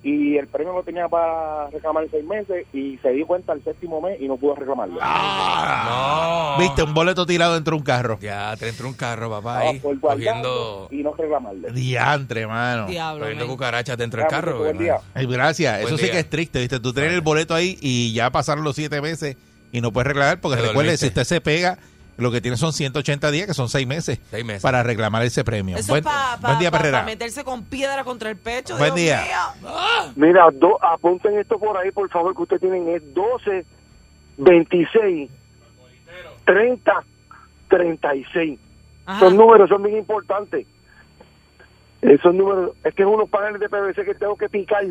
Speaker 9: y el premio lo tenía para reclamar en seis meses y se dio cuenta el séptimo mes y no pudo reclamarlo.
Speaker 5: No.
Speaker 4: Viste, un boleto tirado dentro de un carro.
Speaker 5: Ah. Ya, te entró un carro, papá,
Speaker 9: Estaba
Speaker 5: ahí,
Speaker 9: Ah, por guardarlo
Speaker 5: cogiendo,
Speaker 9: y no reclamarle.
Speaker 4: Diantre, mano.
Speaker 6: Diablo.
Speaker 5: cogiendo
Speaker 6: men.
Speaker 5: cucarachas dentro del
Speaker 9: Dame,
Speaker 5: carro.
Speaker 9: buen
Speaker 5: hermano.
Speaker 9: día.
Speaker 4: Ay, gracias,
Speaker 5: Buen
Speaker 4: eso sí
Speaker 5: día.
Speaker 4: que es triste, ¿viste? Tú tienes el boleto ahí y ya pasaron los siete meses y no puedes reclamar porque
Speaker 5: Te
Speaker 4: recuerde,
Speaker 5: dormiste.
Speaker 4: si usted se pega, lo que tiene son 180 días, que son seis meses,
Speaker 5: Seis meses.
Speaker 4: para reclamar ese premio.
Speaker 6: Eso
Speaker 4: buen,
Speaker 6: es para
Speaker 4: buen día, Perrera.
Speaker 6: meterse con piedra contra el pecho.
Speaker 4: Buen
Speaker 6: Dios
Speaker 4: día.
Speaker 6: mío.
Speaker 7: Mira, apunten esto por ahí, por favor, que ustedes tienen es 12, 26, 30, 36.
Speaker 6: Ajá.
Speaker 7: Son números, son bien importantes. Esos números, es que es unos paneles de PVC que tengo que picar.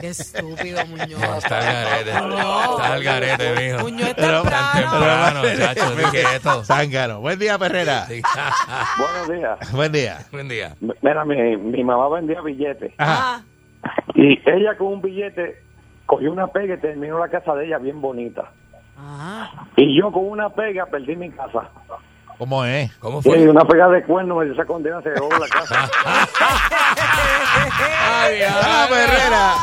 Speaker 6: Qué estúpido, Muñoz.
Speaker 5: No, está al garete. Está al garete, mijo.
Speaker 6: Muñoz es
Speaker 5: Pero-
Speaker 6: temprano.
Speaker 5: Tan temprano, chacho, estoy quieto.
Speaker 4: Zángano. Buen día, Perrera.
Speaker 5: Sí. ah,
Speaker 9: Buenos días.
Speaker 4: Buen día.
Speaker 5: Buen día.
Speaker 9: M- Mira, mi, mi mamá vendía billetes
Speaker 4: Ajá.
Speaker 6: Ajá.
Speaker 9: y ella con un billete cogió una pega y terminó la casa de ella bien bonita.
Speaker 6: Ajá.
Speaker 9: Y yo con una pega perdí mi casa.
Speaker 4: ¿Cómo es?
Speaker 5: ¿Cómo
Speaker 9: Y
Speaker 5: fue?
Speaker 9: una pega de cuerno, me dio esa condena, se llevó la casa.
Speaker 5: Ay, ay,
Speaker 4: ¡Ah, Perrera!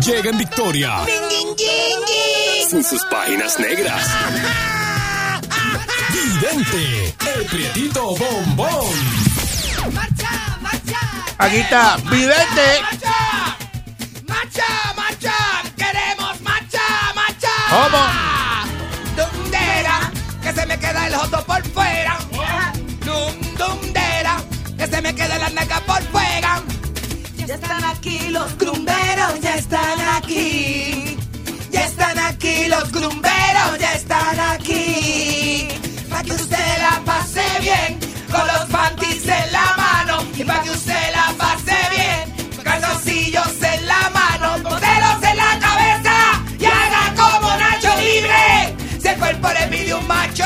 Speaker 3: Llega en victoria. Con sus páginas negras. Vidente, el prietito bombón.
Speaker 4: Aquí está, vidente.
Speaker 10: ¡Marcha, marcha! ¡Queremos marcha, marcha!
Speaker 4: ¿Cómo?
Speaker 10: ¡Dundera! ¡Que se me queda el joto por fuera! ¡Dum, dundera! ¡Que se me queda la naca por fuera!
Speaker 6: Ya están aquí los grumberos, ya están aquí.
Speaker 10: Ya están aquí los grumberos, ya están aquí. Para que usted la pase bien, con los panties en la mano. Y para que usted la pase bien, con calzoncillos en la mano, modelos en la cabeza. Y haga como Nacho Libre. Si el cuerpo le pide un macho,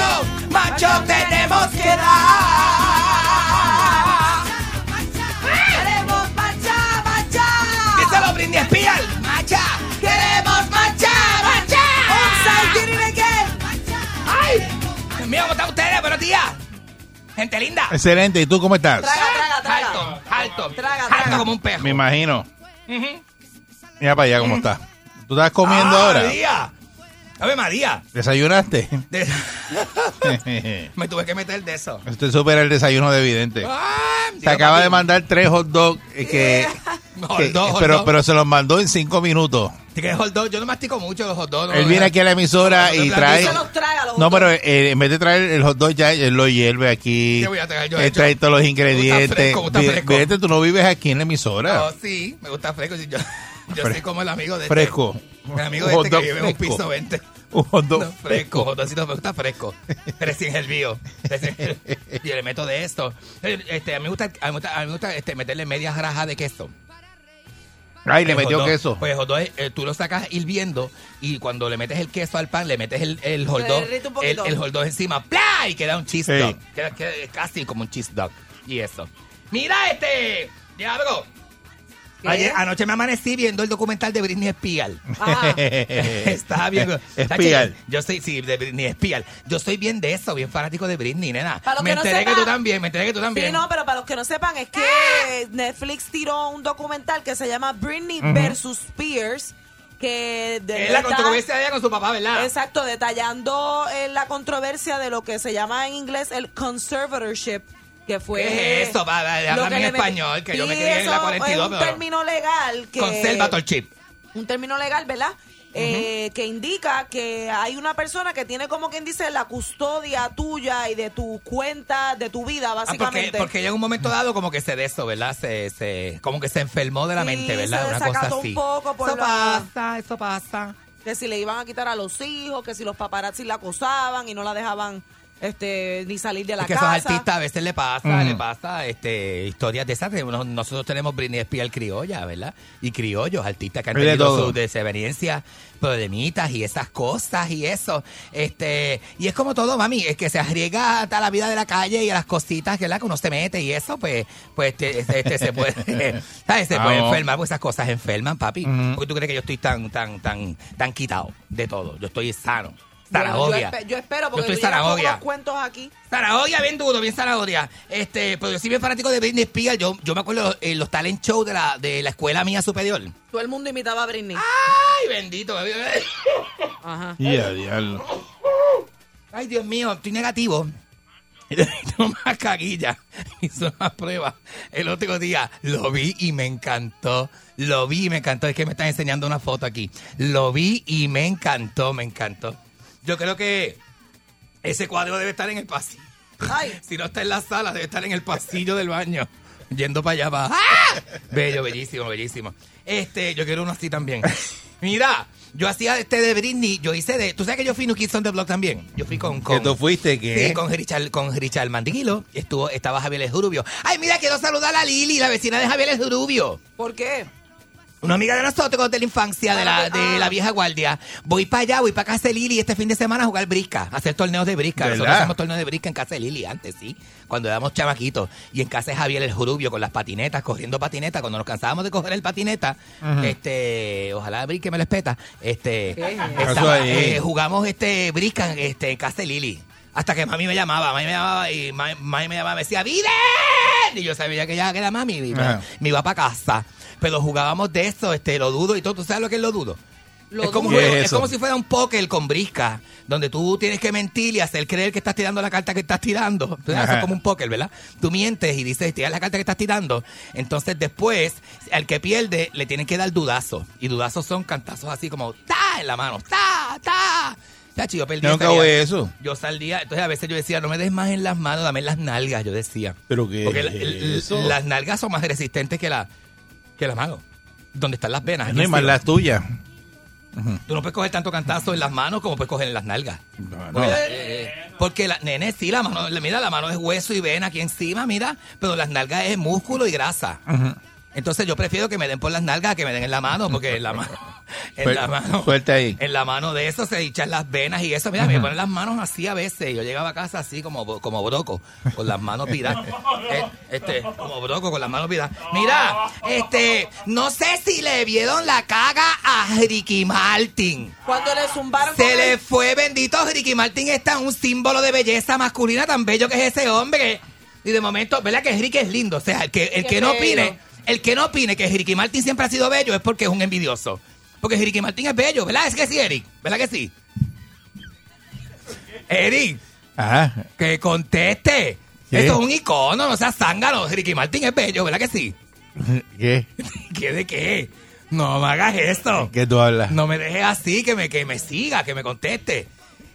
Speaker 10: macho tenemos que dar. Queremos macha, macha. Díselo, brindis, espial. Macha. Queremos macha, macha. Onside, did it again. Ay. Dios mío, ¿cómo están ustedes? Buenos días. Gente linda.
Speaker 4: Excelente, ¿y tú cómo estás?
Speaker 6: Traga, traga, traga.
Speaker 10: Alto, alto.
Speaker 6: Traga,
Speaker 10: Alto
Speaker 6: traga.
Speaker 10: como un perro.
Speaker 4: Me imagino. Mira para allá cómo estás. ¿Tú estás comiendo
Speaker 10: Ah,
Speaker 4: ahora?
Speaker 10: María. Ave María.
Speaker 4: ¿Desayunaste?
Speaker 10: De- Me tuve que meter de eso.
Speaker 4: Usted supera el desayuno de vidente.
Speaker 5: Ah,
Speaker 10: Ay,
Speaker 4: Se acaba de mandar tres hot dogs eh, que,
Speaker 10: Hot
Speaker 4: que-
Speaker 10: dog, hot
Speaker 4: pero,
Speaker 10: dog.
Speaker 4: pero se los mandó en cinco minutos.
Speaker 10: Que hot dog, Yo no mastico mucho los hot dogs. no,
Speaker 4: Él
Speaker 10: no,
Speaker 4: viene
Speaker 5: eh,
Speaker 10: no.
Speaker 4: aquí a la emisora
Speaker 10: No, no,
Speaker 4: y
Speaker 10: no,
Speaker 4: trae...
Speaker 6: Se los traga los
Speaker 4: No,
Speaker 6: otros.
Speaker 4: pero eh, en vez de traer el hot dog ya, él lo hierve aquí.
Speaker 10: ¿Qué voy a traer yo?
Speaker 4: él trae todos los
Speaker 10: Me gusta
Speaker 4: ingredientes.
Speaker 10: fresco, me gusta
Speaker 4: Vi-
Speaker 10: fresco.
Speaker 5: este,
Speaker 4: Vidente, tú no vives aquí en la emisora.
Speaker 10: No, sí, me gusta fresco. si yo-
Speaker 5: Yo soy como el amigo de este.
Speaker 4: Fresco.
Speaker 5: El amigo
Speaker 4: Un
Speaker 5: de
Speaker 4: hot
Speaker 5: este que
Speaker 4: dog
Speaker 5: vive en un
Speaker 4: fresco.
Speaker 5: piso 20.
Speaker 4: Un hot dog
Speaker 5: No, fresco, jodocito, me gusta fresco. Recién el mío. Yo le meto de esto. Este, a mí me gusta, a mí me gusta, a mí me gusta, este, meterle media raja de queso.
Speaker 4: Ay, le
Speaker 5: El
Speaker 4: metió
Speaker 5: hot dog.
Speaker 4: queso.
Speaker 5: Pues el hot dog, eh, tú lo sacas hirviendo y cuando le metes el queso al pan, le metes el, el hot
Speaker 6: Se
Speaker 5: dog,
Speaker 6: derrite un
Speaker 5: el,
Speaker 6: poquito.
Speaker 5: el hot dog encima, ¡plá! Y queda un cheese
Speaker 4: Sí.
Speaker 5: dog. Queda, queda casi como un cheese dog. Y eso. ¡Mira este! ¡Diablo!
Speaker 6: ¿Qué?
Speaker 5: Ayer,
Speaker 4: ah,
Speaker 5: anoche me amanecí viendo el documental de Britney Spears.
Speaker 6: Ajá.
Speaker 5: Estaba bien.
Speaker 4: Espial.
Speaker 5: Yo soy, sí, de Britney Spears. Yo soy bien de eso, bien fanático de Britney, nena.
Speaker 6: Para los
Speaker 5: Me
Speaker 6: que no
Speaker 5: enteré que
Speaker 6: sepan-
Speaker 5: tú también, me enteré que tú también.
Speaker 6: Sí, no, pero para los que no sepan, es que Netflix tiró un documental que se llama Britney versus Spears, que de
Speaker 5: es la
Speaker 6: verdad-
Speaker 5: controversia de ella con su papá, ¿verdad?
Speaker 6: Exacto, detallando eh, la controversia de lo que se llama en inglés el conservatorship, que fue...
Speaker 5: ¿Qué es eso? Va, va,
Speaker 6: lo
Speaker 5: háblame
Speaker 6: que
Speaker 5: en
Speaker 6: le
Speaker 5: español, que yo me
Speaker 6: Sí,
Speaker 5: crié en la
Speaker 6: eso
Speaker 5: 42,
Speaker 6: Es un
Speaker 5: pero-
Speaker 6: término legal que...
Speaker 5: Conservatorship.
Speaker 6: un término legal, ¿verdad? Eh, que indica que hay una persona que tiene como quien dice la custodia tuya y de tu cuenta, de tu vida,
Speaker 5: Ah, porque,
Speaker 6: básicamente.
Speaker 5: porque ella en un momento dado como que se de eso, ¿verdad? Se, se, como que se enfermó de la
Speaker 6: Sí,
Speaker 5: mente,
Speaker 6: se
Speaker 5: ¿verdad? Una cosa
Speaker 6: desacató un
Speaker 5: así.
Speaker 6: poco por
Speaker 5: eso
Speaker 6: la-
Speaker 5: pasa, eso pasa.
Speaker 6: Que si le iban a quitar a los hijos, que si los paparazzi la acosaban y no la dejaban este ni salir de la
Speaker 5: Es que
Speaker 6: casa.
Speaker 5: esos artistas a veces le pasa,
Speaker 4: Ujú.
Speaker 5: le pasa este, historias de esas. que uno- Nosotros tenemos Britney Spears criolla, ¿verdad? Y criollos, artistas que han
Speaker 4: Hay de
Speaker 5: tenido
Speaker 4: todo.
Speaker 5: sus desavenencias, problemitas y esas cosas y eso. este Y es como todo, mami, es que se arriesga a la vida de la calle y a las cositas ¿verdad? que uno se mete y eso, pues pues este, este- este se puede ¿sabes? se puede
Speaker 4: Vamos.
Speaker 5: enfermar, pues esas cosas enferman, papi.
Speaker 4: Ujú.
Speaker 5: porque tú crees que yo estoy tan, tan, tan, tan quitado de todo? Yo estoy sano.
Speaker 6: Bueno, yo,
Speaker 5: Zaragoza.
Speaker 6: espe- yo espero porque
Speaker 5: Yo
Speaker 6: tú
Speaker 5: estoy
Speaker 6: llegas con
Speaker 5: zaragogia.
Speaker 6: unos cuentos aquí.
Speaker 5: Zaragoza, bien duro, bien Zaragoza. Este, pero yo soy bien fanático de Britney Spears. Yo, yo me acuerdo eh, los talent shows de la, de la escuela mía superior.
Speaker 6: Todo el mundo imitaba a Britney.
Speaker 5: Ay, bendito.
Speaker 6: Ajá.
Speaker 4: Y a diablo.
Speaker 5: Ay, Dios mío, estoy negativo. Toma caguilla. Hizo una prueba. El otro día lo vi y me encantó. Lo vi y me encantó. Es que me están enseñando una foto aquí. Lo vi y me encantó, me encantó. Yo creo que ese cuadro debe estar en el pasillo.
Speaker 6: Ay,
Speaker 5: Si no está en la sala, debe estar en el pasillo del baño. Yendo para allá para. ¡Ah! Bello, bellísimo, bellísimo. Este, yo quiero uno así también. Mira, yo hacía este de Britney, yo hice de. ¿Tú sabes que yo fui Nuki Son de Block también? Yo fui con. con
Speaker 4: Que tú fuiste, que
Speaker 5: Sí, con Richard, con Richard Mandiquilo. Estuvo, estaba Javier El Jurubio. Ay, mira, quiero saludar a Lili, la vecina de Javier El Jurubio.
Speaker 6: ¿por qué? Ah,
Speaker 5: Una amiga de nosotros de la infancia, de la, de la vieja guardia. Voy para allá, voy para casa de Lili este fin de semana a jugar brisca, a hacer torneos de brisca. Nosotros
Speaker 4: ¿Verdad?
Speaker 5: hacíamos torneos de brisca en casa de Lili antes, sí. Cuando éramos chamaquitos. Y en casa de Javier el Jurubio con las patinetas, corriendo patineta. Cuando nos cansábamos de coger el patineta, este, ojalá brisque me lo espeta. Este, estaba-
Speaker 4: Eso ahí.
Speaker 5: eh, jugamos este brisca este, en casa de Lili. Hasta que mami me llamaba, mami me llamaba y ma- mami, me llamaba y me decía, ¡Viden! Y yo sabía que ya que era mami, y me-
Speaker 4: Ajá.
Speaker 5: me iba para casa. Pero jugábamos de eso, este, lo dudo y todo. ¿Tú sabes lo que es lo dudo?
Speaker 6: Lo
Speaker 5: es, como
Speaker 4: dudo.
Speaker 5: un juego-
Speaker 4: ¿Qué es
Speaker 5: es
Speaker 4: eso?
Speaker 5: como si fuera un póker con brisca, donde tú tienes que mentir y hacer creer que estás tirando la carta que estás tirando. Tú sabes, Eso
Speaker 4: Ajá.
Speaker 5: es como un póker, ¿verdad? Tú mientes y dices, tiras la carta que estás tirando. Entonces después, al que pierde, le tienen que dar dudazos. Y dudazos son cantazos así como, ¡ta! en la mano, ¡ta! ¡ta! Chacho, yo perdí
Speaker 4: Yo nunca
Speaker 5: ese día.
Speaker 4: voy a eso.
Speaker 5: Yo salía, entonces a veces yo decía, no me des más en las manos, dame en las nalgas, yo decía.
Speaker 4: ¿Pero qué
Speaker 5: Porque
Speaker 4: es
Speaker 5: la- el-
Speaker 4: eso?
Speaker 5: las nalgas son más resistentes que la que las manos. Donde están las venas.
Speaker 4: Ah, No, y
Speaker 5: aquí
Speaker 4: más
Speaker 5: encima.
Speaker 4: las tuyas.
Speaker 5: Tú no puedes coger tanto cantazo en las manos como puedes coger en las nalgas.
Speaker 4: No,
Speaker 5: Porque,
Speaker 4: no.
Speaker 5: la- eh, porque la nene, sí, la mano, la- mira, la mano es hueso y vena aquí encima, mira, pero las nalgas es músculo y grasa. Entonces yo prefiero que me den por las nalgas a que me den en la mano, porque en la mano, en la
Speaker 4: Suel-
Speaker 5: mano,
Speaker 4: suelta ahí.
Speaker 5: en la mano de eso se hinchan las venas y eso, mira, me ponen las manos así a veces. Yo llegaba a casa así como, bo- como broco, con las manos piratas. Eh, este, como broco con las manos piratas. Mira, este, no sé si le vieron la caga a Ricky Martin.
Speaker 6: Cuando le zumbaron con
Speaker 5: Se le
Speaker 6: el-
Speaker 5: fue, bendito Ricky Martin está un símbolo de belleza masculina tan bello que es ese hombre. Y de momento, ¿verdad que Ricky es lindo? O sea, el que, el
Speaker 6: Qué
Speaker 5: que no
Speaker 6: bello.
Speaker 5: opine, el que no opine que Ricky Martin siempre ha sido bello es porque es un envidioso. Porque Ricky Martin es bello, ¿verdad? Es que sí, Eric, ¿verdad que sí? Eric,
Speaker 4: Ajá.
Speaker 5: que conteste.
Speaker 4: Sí.
Speaker 5: Esto es un icono, no seas zángano. Ricky Martin es bello, ¿verdad que sí?
Speaker 4: ¿Qué?
Speaker 5: ¿Qué de qué? No me hagas esto.
Speaker 4: ¿Qué tú hablas?
Speaker 5: No me dejes así, que me, que me siga, que me conteste.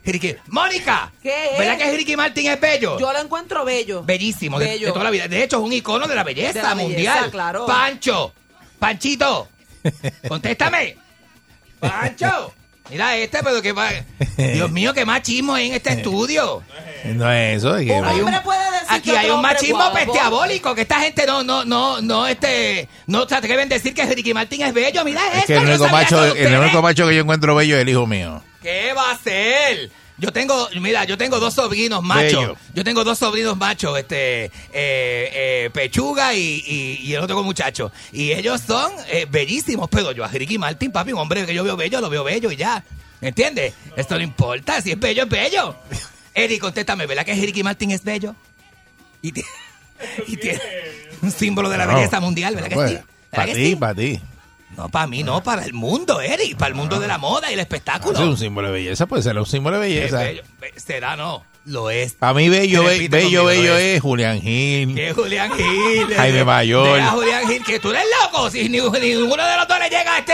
Speaker 5: Ricky- ¡Mónica!
Speaker 6: ¿Qué es?
Speaker 5: ¿Verdad que Ricky Martin es bello?
Speaker 6: Yo lo encuentro bello.
Speaker 5: Bellísimo, de- De,
Speaker 6: Bello.
Speaker 5: toda la vida. De hecho, es un icono de la belleza
Speaker 6: De la belleza,
Speaker 5: mundial.
Speaker 6: claro.
Speaker 5: Pancho, Panchito, ¡Contéstame! ¡Pancho! Mira este, pero que va. Dios mío, qué machismo hay en este estudio.
Speaker 4: No es eso. es que-
Speaker 5: Oh, Hay un-
Speaker 6: hombre puede decir
Speaker 5: Aquí
Speaker 6: que
Speaker 5: hay
Speaker 6: otro
Speaker 5: un
Speaker 6: hombre
Speaker 5: machismo
Speaker 6: guapo.
Speaker 5: bestiabólico, que esta gente no, no, no, no, este, no se atreven a decir que Ricky Martín es bello. Mira
Speaker 4: es
Speaker 5: esto,
Speaker 4: que el
Speaker 5: yo
Speaker 4: único,
Speaker 5: sabía
Speaker 4: macho,
Speaker 5: todo
Speaker 4: el
Speaker 5: ustedes.
Speaker 4: único macho que yo encuentro bello es el hijo mío.
Speaker 5: ¿Qué va a hacer? Yo tengo, mira, yo tengo dos sobrinos machos.
Speaker 4: Bello.
Speaker 5: Yo tengo dos sobrinos machos, este, eh, eh, Pechuga y, y- y el otro muchacho. Y ellos son eh, bellísimos, pero yo a Ricky Martin, papi, un hombre que yo veo bello, lo veo bello y ya. ¿Entiendes? Esto no importa, si es bello, es bello. Eric, contéstame, ¿verdad que Ricky Martin es bello? Y, ti- y tiene un símbolo de la
Speaker 4: No,
Speaker 5: belleza mundial, ¿verdad
Speaker 4: no
Speaker 5: que sí?
Speaker 4: puede. Para
Speaker 5: ¿Verdad que
Speaker 4: Pues, ti, Ah.
Speaker 5: sí?
Speaker 4: para ti.
Speaker 5: No, para mí, no, para el mundo, Eric, para el
Speaker 4: Ah.
Speaker 5: mundo de la moda y el espectáculo.
Speaker 4: Es un símbolo de belleza, puede ser un símbolo de
Speaker 5: Es
Speaker 4: belleza.
Speaker 5: bello. Be- Será no, lo es.
Speaker 4: A mí bello,
Speaker 5: Te
Speaker 4: be-
Speaker 5: repito
Speaker 4: bello,
Speaker 5: conmigo,
Speaker 4: bello
Speaker 5: es.
Speaker 4: es Julián Gil.
Speaker 5: Que Julián Gil. eh,
Speaker 4: Jaime Mayor.
Speaker 5: Deja A Julián Gil, que tú eres loco. Si ni- ninguno de los dos le llega a este,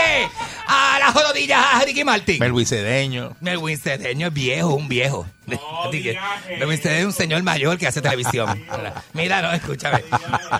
Speaker 5: a las rodillas a Ricky Martin.
Speaker 4: Melvin Cedeño.
Speaker 5: Melwin Cedeño es viejo, un viejo. Así que, Melwin Cedeño es un señor mayor que hace televisión. Mira, no, escúchame.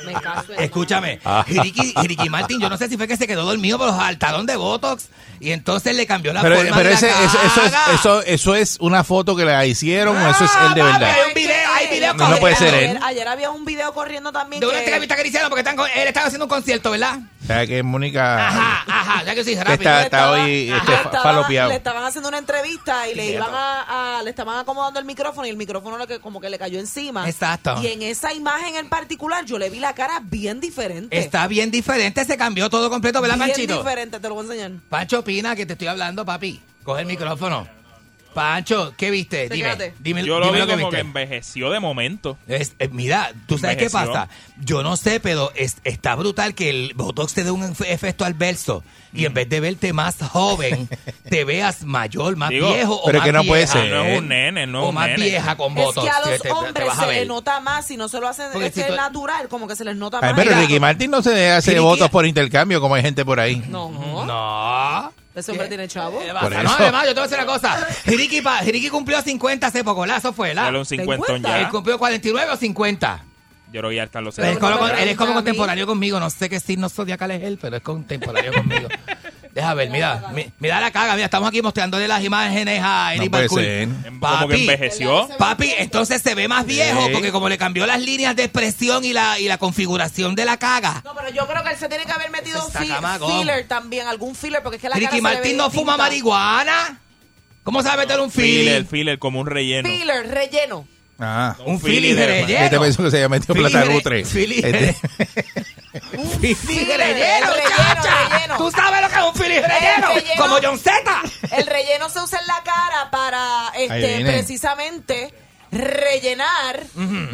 Speaker 6: Me caso en-
Speaker 5: Escúchame,
Speaker 4: Ah.
Speaker 5: Ricky, Ricky Martin, yo no sé si fue que se quedó dormido por los talón de Botox y entonces le cambió la
Speaker 4: Pero,
Speaker 5: forma
Speaker 4: pero
Speaker 5: de
Speaker 4: ese,
Speaker 5: la
Speaker 4: eso, eso es,
Speaker 5: cara.
Speaker 4: eso, eso es una foto que la hicieron o eso es él de
Speaker 5: Ah,
Speaker 4: verdad.
Speaker 5: papi, Hay un video, hay video
Speaker 4: No, no puede ser
Speaker 6: ayer,
Speaker 4: él.
Speaker 6: Ayer había un video corriendo también
Speaker 5: De una
Speaker 6: que-
Speaker 5: entrevista que le hicieron porque están con- él estaba haciendo un concierto, ¿verdad?
Speaker 4: O sea, que Mónica...
Speaker 5: Ajá, ajá, ya que sí,
Speaker 4: Que
Speaker 5: rápido.
Speaker 4: está-
Speaker 6: le estaban-
Speaker 4: hoy,
Speaker 6: ajá,
Speaker 4: este,
Speaker 6: le
Speaker 4: fa-
Speaker 6: estaban-
Speaker 4: falopeado.
Speaker 6: Le estaban haciendo una entrevista y le
Speaker 5: Quieto.
Speaker 6: iban a, a- le estaban acomodando el micrófono y el micrófono le que, como que le cayó encima.
Speaker 5: Exacto.
Speaker 6: Y en esa imagen en particular yo le vi la cara bien diferente.
Speaker 5: Está bien diferente, se cambió todo completo, ¿verdad,
Speaker 6: bien
Speaker 5: Panchito?
Speaker 6: diferente, te lo voy a enseñar.
Speaker 5: Pancho opina que te estoy hablando, papi. Coge el micrófono. Pancho, ¿qué viste?
Speaker 6: Sí,
Speaker 5: Dime,
Speaker 6: quédate.
Speaker 5: dime,
Speaker 11: Yo lo
Speaker 5: dime
Speaker 11: vi
Speaker 5: lo que
Speaker 11: como que
Speaker 5: viste.
Speaker 11: envejeció de momento.
Speaker 5: Es- eh, mira, tú sabes qué
Speaker 11: Envejeció.
Speaker 5: pasa. Yo no sé, pero es- está brutal que el Botox te dé un ef- efecto adverso. Y
Speaker 6: Mm.
Speaker 5: en vez de verte más joven, te veas mayor, más
Speaker 11: Digo, Ah,
Speaker 5: viejo o
Speaker 4: pero
Speaker 5: más
Speaker 4: que no puede
Speaker 5: vieja.
Speaker 4: ser.
Speaker 11: No es un nene, no es
Speaker 5: o
Speaker 11: un
Speaker 5: más
Speaker 11: nene.
Speaker 5: vieja con
Speaker 6: Es
Speaker 5: Botox.
Speaker 6: que a
Speaker 5: te-
Speaker 6: los
Speaker 5: este, te- te
Speaker 6: hombres
Speaker 5: vas a
Speaker 6: se
Speaker 5: ver.
Speaker 6: les nota más si no se lo hacen
Speaker 5: Porque
Speaker 6: este
Speaker 5: si tú-
Speaker 6: natural, como que se les nota
Speaker 4: Ay,
Speaker 6: más.
Speaker 4: pero
Speaker 5: Mira.
Speaker 4: Ricky Martin no se hace
Speaker 5: Ricky-
Speaker 4: votos por intercambio como hay gente por ahí.
Speaker 6: No,
Speaker 5: No.
Speaker 6: ese hombre tiene chavo.
Speaker 5: Eh,
Speaker 4: Por
Speaker 5: basta. No,
Speaker 4: eso.
Speaker 5: además, yo te voy a decir una cosa. Hiriki, pa- Hiriki cumplió 50 hace poco, ¿la? Eso fue, ¿la?
Speaker 11: Era un cincuentón
Speaker 6: cuenta?
Speaker 5: Él
Speaker 11: ya.
Speaker 5: cumplió 49 o 50.
Speaker 11: Yo lo vi al Carlos
Speaker 5: Él es,
Speaker 11: César.
Speaker 6: Pero no
Speaker 5: como,
Speaker 6: me
Speaker 5: él es como
Speaker 6: pregunta a mí.
Speaker 5: contemporáneo conmigo. No sé qué signo zodiacal es él, pero es contemporáneo conmigo. Deja ver, mira, mi- mira la caga. Mira, estamos aquí mostrándole las imágenes a Eric
Speaker 4: No puede
Speaker 5: Balcour.
Speaker 4: ser.
Speaker 11: Como que
Speaker 5: Papi,
Speaker 11: envejeció.
Speaker 5: Papi, entonces se ve más viejo
Speaker 4: Sí.
Speaker 5: porque como le cambió las líneas de expresión y la, y la configuración de la caga.
Speaker 6: No, pero yo creo que él se tiene que haber metido
Speaker 5: Ese está
Speaker 6: fi-
Speaker 5: camagón.
Speaker 6: filler también, algún filler, porque es que la
Speaker 5: Ricky
Speaker 6: cara se le ve
Speaker 5: Martín no
Speaker 6: distinta.
Speaker 5: fuma marihuana. ¿Cómo sabe meter un
Speaker 11: Filler,
Speaker 5: feeling?
Speaker 11: filler, como un relleno.
Speaker 6: Filler, relleno.
Speaker 4: Ah.
Speaker 5: Un feeling de
Speaker 11: Filler, hermano.
Speaker 5: relleno.
Speaker 4: Este pensó que se había metido
Speaker 5: Fili-
Speaker 4: plata butre.
Speaker 5: Fili-
Speaker 4: Este-
Speaker 5: Un fili
Speaker 6: fili
Speaker 5: relleno,
Speaker 6: relleno,
Speaker 5: chacha.
Speaker 6: relleno.
Speaker 5: Tú sabes lo que es un fili relleno.
Speaker 6: relleno.
Speaker 5: Como John Z.
Speaker 6: El relleno se usa en la cara para
Speaker 4: Ahí
Speaker 6: este
Speaker 4: viene.
Speaker 6: precisamente rellenar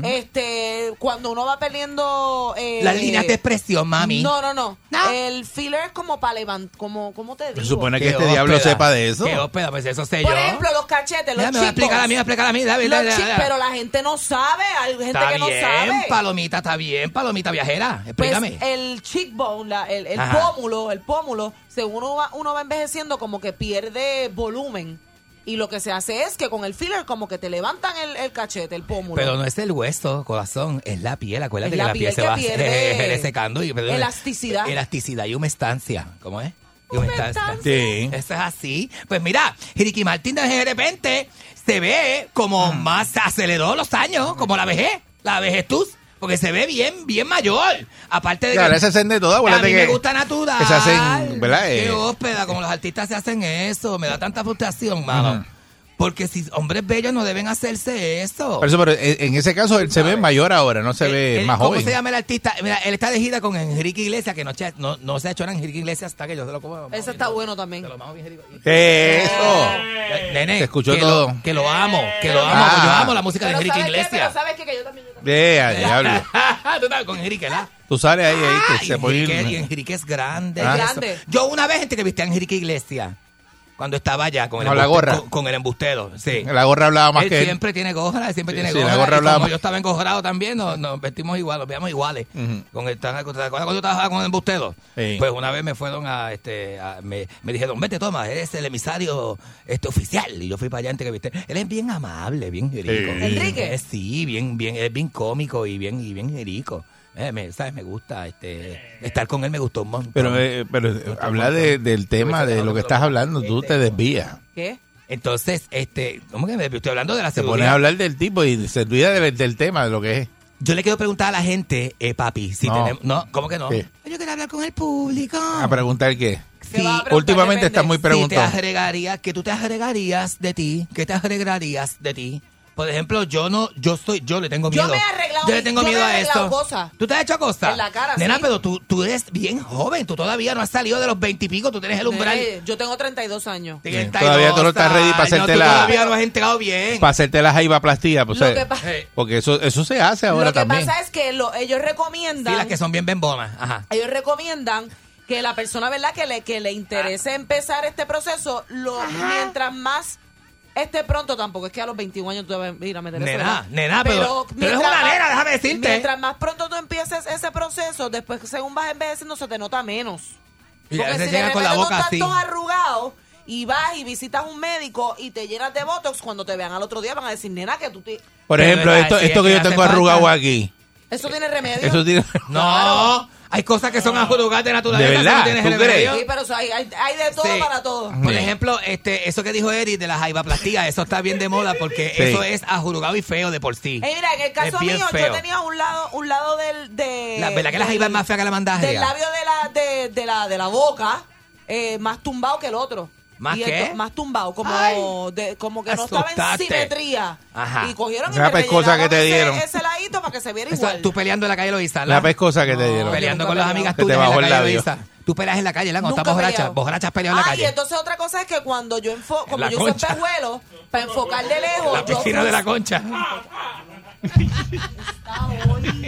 Speaker 6: este cuando uno va perdiendo eh,
Speaker 5: Las líneas de expresión, mami.
Speaker 6: No, no, no.
Speaker 5: No.
Speaker 6: El filler es como para levantar, como cómo te digo.
Speaker 4: Se supone que
Speaker 5: Qué
Speaker 4: este
Speaker 5: hóspeda.
Speaker 4: diablo sepa de eso.
Speaker 5: Qué hóspeda, pues eso sé
Speaker 6: Por
Speaker 5: yo.
Speaker 6: ejemplo, los cachetes, los
Speaker 5: Mira, me va a
Speaker 6: chicos.
Speaker 5: explicar a mí, me va a explicar a mí. Dale,
Speaker 6: Los
Speaker 5: dale,
Speaker 6: chi-
Speaker 5: dale.
Speaker 6: pero la gente no sabe, hay gente
Speaker 5: Está
Speaker 6: que no
Speaker 5: bien,
Speaker 6: sabe.
Speaker 5: palomita, está bien, palomita viajera.
Speaker 6: Pues
Speaker 5: Explícame.
Speaker 6: el cheekbone, la- el, el
Speaker 5: Ajá.
Speaker 6: pómulo, el pómulo, según uno va, uno va envejeciendo, como que pierde volumen. Y lo que se hace es que con el filler como que te levantan el, el cachete, el pómulo.
Speaker 5: pero no es el hueso, corazón, es la piel. Acuérdate
Speaker 6: Es
Speaker 5: que
Speaker 6: la
Speaker 5: la piel,
Speaker 6: piel
Speaker 5: se
Speaker 6: que
Speaker 5: va
Speaker 6: pierde
Speaker 5: secando. Y, perdón,
Speaker 6: elasticidad.
Speaker 5: Elasticidad y humestancia. ¿Cómo es? Y humestancia.
Speaker 6: Humestancia.
Speaker 4: Sí.
Speaker 5: Eso es así. Pues mira, Ricky Martín de repente se ve
Speaker 4: Ah.
Speaker 5: como más aceleró los años, como la vejez, la vejetud, porque se ve bien, bien mayor. Aparte de
Speaker 4: Claro,
Speaker 5: que.
Speaker 4: ese hacen de todo,
Speaker 5: a
Speaker 4: acuérdate
Speaker 5: mí
Speaker 4: que-
Speaker 5: me gusta natural.
Speaker 4: que se hacen, ¿verdad?
Speaker 5: Qué
Speaker 4: Eh,
Speaker 5: hóspeda, como los artistas se hacen eso. Me da tanta frustración, mano.
Speaker 4: Ajá.
Speaker 5: Porque si hombres bellos no deben hacerse eso.
Speaker 4: Por eso, pero eh, en ese caso él se ve mayor ahora, no se
Speaker 5: Él-
Speaker 4: ve
Speaker 5: Eh, él-
Speaker 4: más
Speaker 5: ¿cómo
Speaker 4: joven.
Speaker 5: se llama el artista? Mira, él está de gira con Enrique Iglesias, que no, che- no, no se ha hecho nada Enrique Iglesias hasta que yo se lo como.
Speaker 6: Ese está bueno también.
Speaker 5: Se lo mamo bien, Enrique.
Speaker 4: Eso.
Speaker 5: Nene,
Speaker 4: Te escuchó
Speaker 5: que
Speaker 4: todo.
Speaker 5: Lo, que lo amo, que lo amo.
Speaker 4: Ah.
Speaker 5: Yo amo la música de
Speaker 6: Pero
Speaker 5: Enrique
Speaker 6: ¿sabes qué? Pero
Speaker 5: Iglesias.
Speaker 6: ¿sabes qué? Que yo también... yo también.
Speaker 4: Vea, diablo.
Speaker 5: Tú estás con Enrique, ¿la?
Speaker 4: Tú sales ahí, ahí,
Speaker 5: Ah,
Speaker 4: te-
Speaker 5: y
Speaker 4: se puede ir-
Speaker 5: Enrique, y Enrique es grande.
Speaker 4: Ah.
Speaker 5: y eso.
Speaker 6: Grande.
Speaker 5: Yo una vez entrevisté a Enrique Iglesias cuando estaba allá con el,
Speaker 4: Con la
Speaker 5: embuste-
Speaker 4: gorra.
Speaker 5: Con, con el embustero. Sí.
Speaker 4: La gorra hablaba más
Speaker 5: él
Speaker 4: que él.
Speaker 5: siempre tiene gorra, siempre
Speaker 4: Sí,
Speaker 5: tiene
Speaker 4: sí, la
Speaker 5: gorra.
Speaker 4: gorra
Speaker 5: y
Speaker 4: hablaba
Speaker 5: como
Speaker 4: más.
Speaker 5: yo estaba engorrado también, nos, nos vestimos igual, nos veíamos iguales. con el, tan- ¿Te acuerdas cuando yo trabajaba con el embustero?
Speaker 4: Sí.
Speaker 5: Pues una vez me fueron a, este, a- me, me dijeron, vete, toma, eres el emisario este, oficial. Y yo fui para allá antes que viste. Él es bien amable, bien rico.
Speaker 4: Sí.
Speaker 6: ¿Enrique?
Speaker 5: Eh, sí, bien, bien, es bien cómico y bien, y bien rico. Eh, me, ¿sabes? me gusta. Este, estar con él me gustó un montón.
Speaker 4: Pero, eh, pero eh, habla de- del tema, de lo que estás hablando, tú te desvías.
Speaker 6: ¿Qué?
Speaker 5: Entonces, este, ¿cómo que me estoy hablando de la
Speaker 4: Te
Speaker 5: seguridad?
Speaker 4: pones a hablar del tipo y se olvida de- del tema, de lo que es.
Speaker 5: Yo le quiero preguntar a la gente, eh, papi, si
Speaker 4: No.
Speaker 5: tenemos... No, ¿cómo que no?
Speaker 4: Sí. Ah,
Speaker 5: Yo quiero hablar con el público.
Speaker 4: A preguntar qué.
Speaker 5: Sí,
Speaker 4: Últimamente estás muy
Speaker 5: Ah, Si te
Speaker 4: preguntón.
Speaker 5: agregarías, que tú te agregarías de ti, que te agregarías de ti. Por ejemplo, yo no, yo soy, yo le tengo
Speaker 6: Yo
Speaker 5: miedo.
Speaker 6: me he arreglado-
Speaker 5: Yo le tengo
Speaker 6: yo me
Speaker 5: miedo
Speaker 6: he
Speaker 5: a
Speaker 6: arreglado
Speaker 5: esto.
Speaker 6: cosas.
Speaker 5: ¿Tú te has hecho cosas?
Speaker 6: En la cara,
Speaker 5: Nena,
Speaker 6: sí.
Speaker 5: pero tú, tú eres bien joven, tú todavía no has salido de los veintipico, tú tienes el umbral.
Speaker 6: Eh, yo tengo 32 años.
Speaker 4: Todavía tú no estás ready para
Speaker 5: Ay, no,
Speaker 4: hacerte
Speaker 5: tú
Speaker 4: la-
Speaker 5: Todavía no has entrado bien.
Speaker 4: Para hacerte la jaibaplastía, pues,
Speaker 6: Lo
Speaker 4: ¿sabes?
Speaker 6: que pasa-
Speaker 4: porque eso, eso se hace ahora
Speaker 6: Lo que
Speaker 4: también.
Speaker 6: pasa es que lo- ellos recomiendan...
Speaker 5: Sí, las que son bien bembonas. Ajá.
Speaker 6: ellos recomiendan que la persona, ¿verdad? Que le, que le
Speaker 5: Ah.
Speaker 6: interese empezar este proceso, lo, mientras más esté pronto, tampoco es que a los 21 años tú vas a ir a meter eso,
Speaker 5: Nena,
Speaker 6: ¿verdad?
Speaker 5: nena, pero- tú eres
Speaker 6: mientras
Speaker 5: una
Speaker 6: más-
Speaker 5: nena, déjame decirte.
Speaker 6: Mientras más pronto tú empieces ese proceso, después según vas envejeciendo se te nota menos.
Speaker 5: Y a
Speaker 6: Porque
Speaker 5: veces
Speaker 6: si de
Speaker 5: llegan
Speaker 6: repente
Speaker 5: con la boca
Speaker 6: tú estás
Speaker 5: así.
Speaker 6: todo arrugado y vas y visitas un médico y te llenas de botox, cuando te vean al otro día van a decir, nena, que tú... te-
Speaker 4: Por
Speaker 5: Pero
Speaker 4: ejemplo,
Speaker 5: es
Speaker 4: esto,
Speaker 5: así,
Speaker 4: esto
Speaker 5: es
Speaker 4: que
Speaker 5: que
Speaker 4: yo
Speaker 5: hace
Speaker 4: tengo
Speaker 5: falta.
Speaker 4: arrugado aquí.
Speaker 5: Eh,
Speaker 6: Eso tiene remedio.
Speaker 4: Eso tiene.
Speaker 5: No, hay cosas que son arrugadas de naturaleza.
Speaker 4: ¿De
Speaker 5: eso no
Speaker 4: verdad?
Speaker 5: tienes
Speaker 4: ¿Tú
Speaker 5: remedio.
Speaker 4: crees?
Speaker 6: Sí, pero eso hay, hay- hay de todo
Speaker 5: Sí.
Speaker 6: para todo.
Speaker 5: Por
Speaker 4: Sí.
Speaker 5: ejemplo, este, eso que dijo Eric de la jaibaplastia, eso está bien de moda porque
Speaker 4: Sí.
Speaker 5: eso es ajurugado y feo de por sí.
Speaker 6: Eh, mira, en el caso
Speaker 5: Es bien
Speaker 6: mío,
Speaker 5: feo.
Speaker 6: yo tenía un lado, un lado del, de,
Speaker 5: La verdad que la jaiba es más fea que la
Speaker 6: del
Speaker 5: mandajea.
Speaker 6: labio de la, de, de la, de la boca, eh, más tumbado que el otro.
Speaker 5: ¿Más
Speaker 6: Y
Speaker 5: qué?
Speaker 6: esto- más tumbado, como, de- como que no estaba en
Speaker 5: Asustaste.
Speaker 6: simetría.
Speaker 5: Ajá.
Speaker 6: Y cogieron
Speaker 4: Una
Speaker 6: y me
Speaker 4: pescosa que
Speaker 6: rellenaron
Speaker 4: te
Speaker 6: ese-
Speaker 4: dieron.
Speaker 6: Ese ladito para que se viera
Speaker 5: Eso,
Speaker 6: igual.
Speaker 5: tú peleando en la calle Loíza, ¿la?
Speaker 4: La pescosa que te dieron.
Speaker 5: peleando
Speaker 6: yo
Speaker 5: con
Speaker 6: nunca
Speaker 5: las
Speaker 6: he
Speaker 5: amigas
Speaker 4: peleado.
Speaker 5: tuyas
Speaker 4: Que te bajó
Speaker 5: en la
Speaker 4: el
Speaker 5: calle
Speaker 4: labio.
Speaker 5: Loíza. Tú peleas en la calle, ¿la? Cuando
Speaker 6: Nunca
Speaker 5: estás borracha,
Speaker 6: peleado.
Speaker 5: borracha has peleado en la
Speaker 6: Ah,
Speaker 5: calle.
Speaker 6: y entonces otra cosa es que cuando yo enfo como
Speaker 5: La
Speaker 6: yo
Speaker 5: concha.
Speaker 6: soy pejuelo, para enfocar de lejos,
Speaker 5: la
Speaker 6: yo
Speaker 5: piscina
Speaker 6: fui-
Speaker 5: de la concha.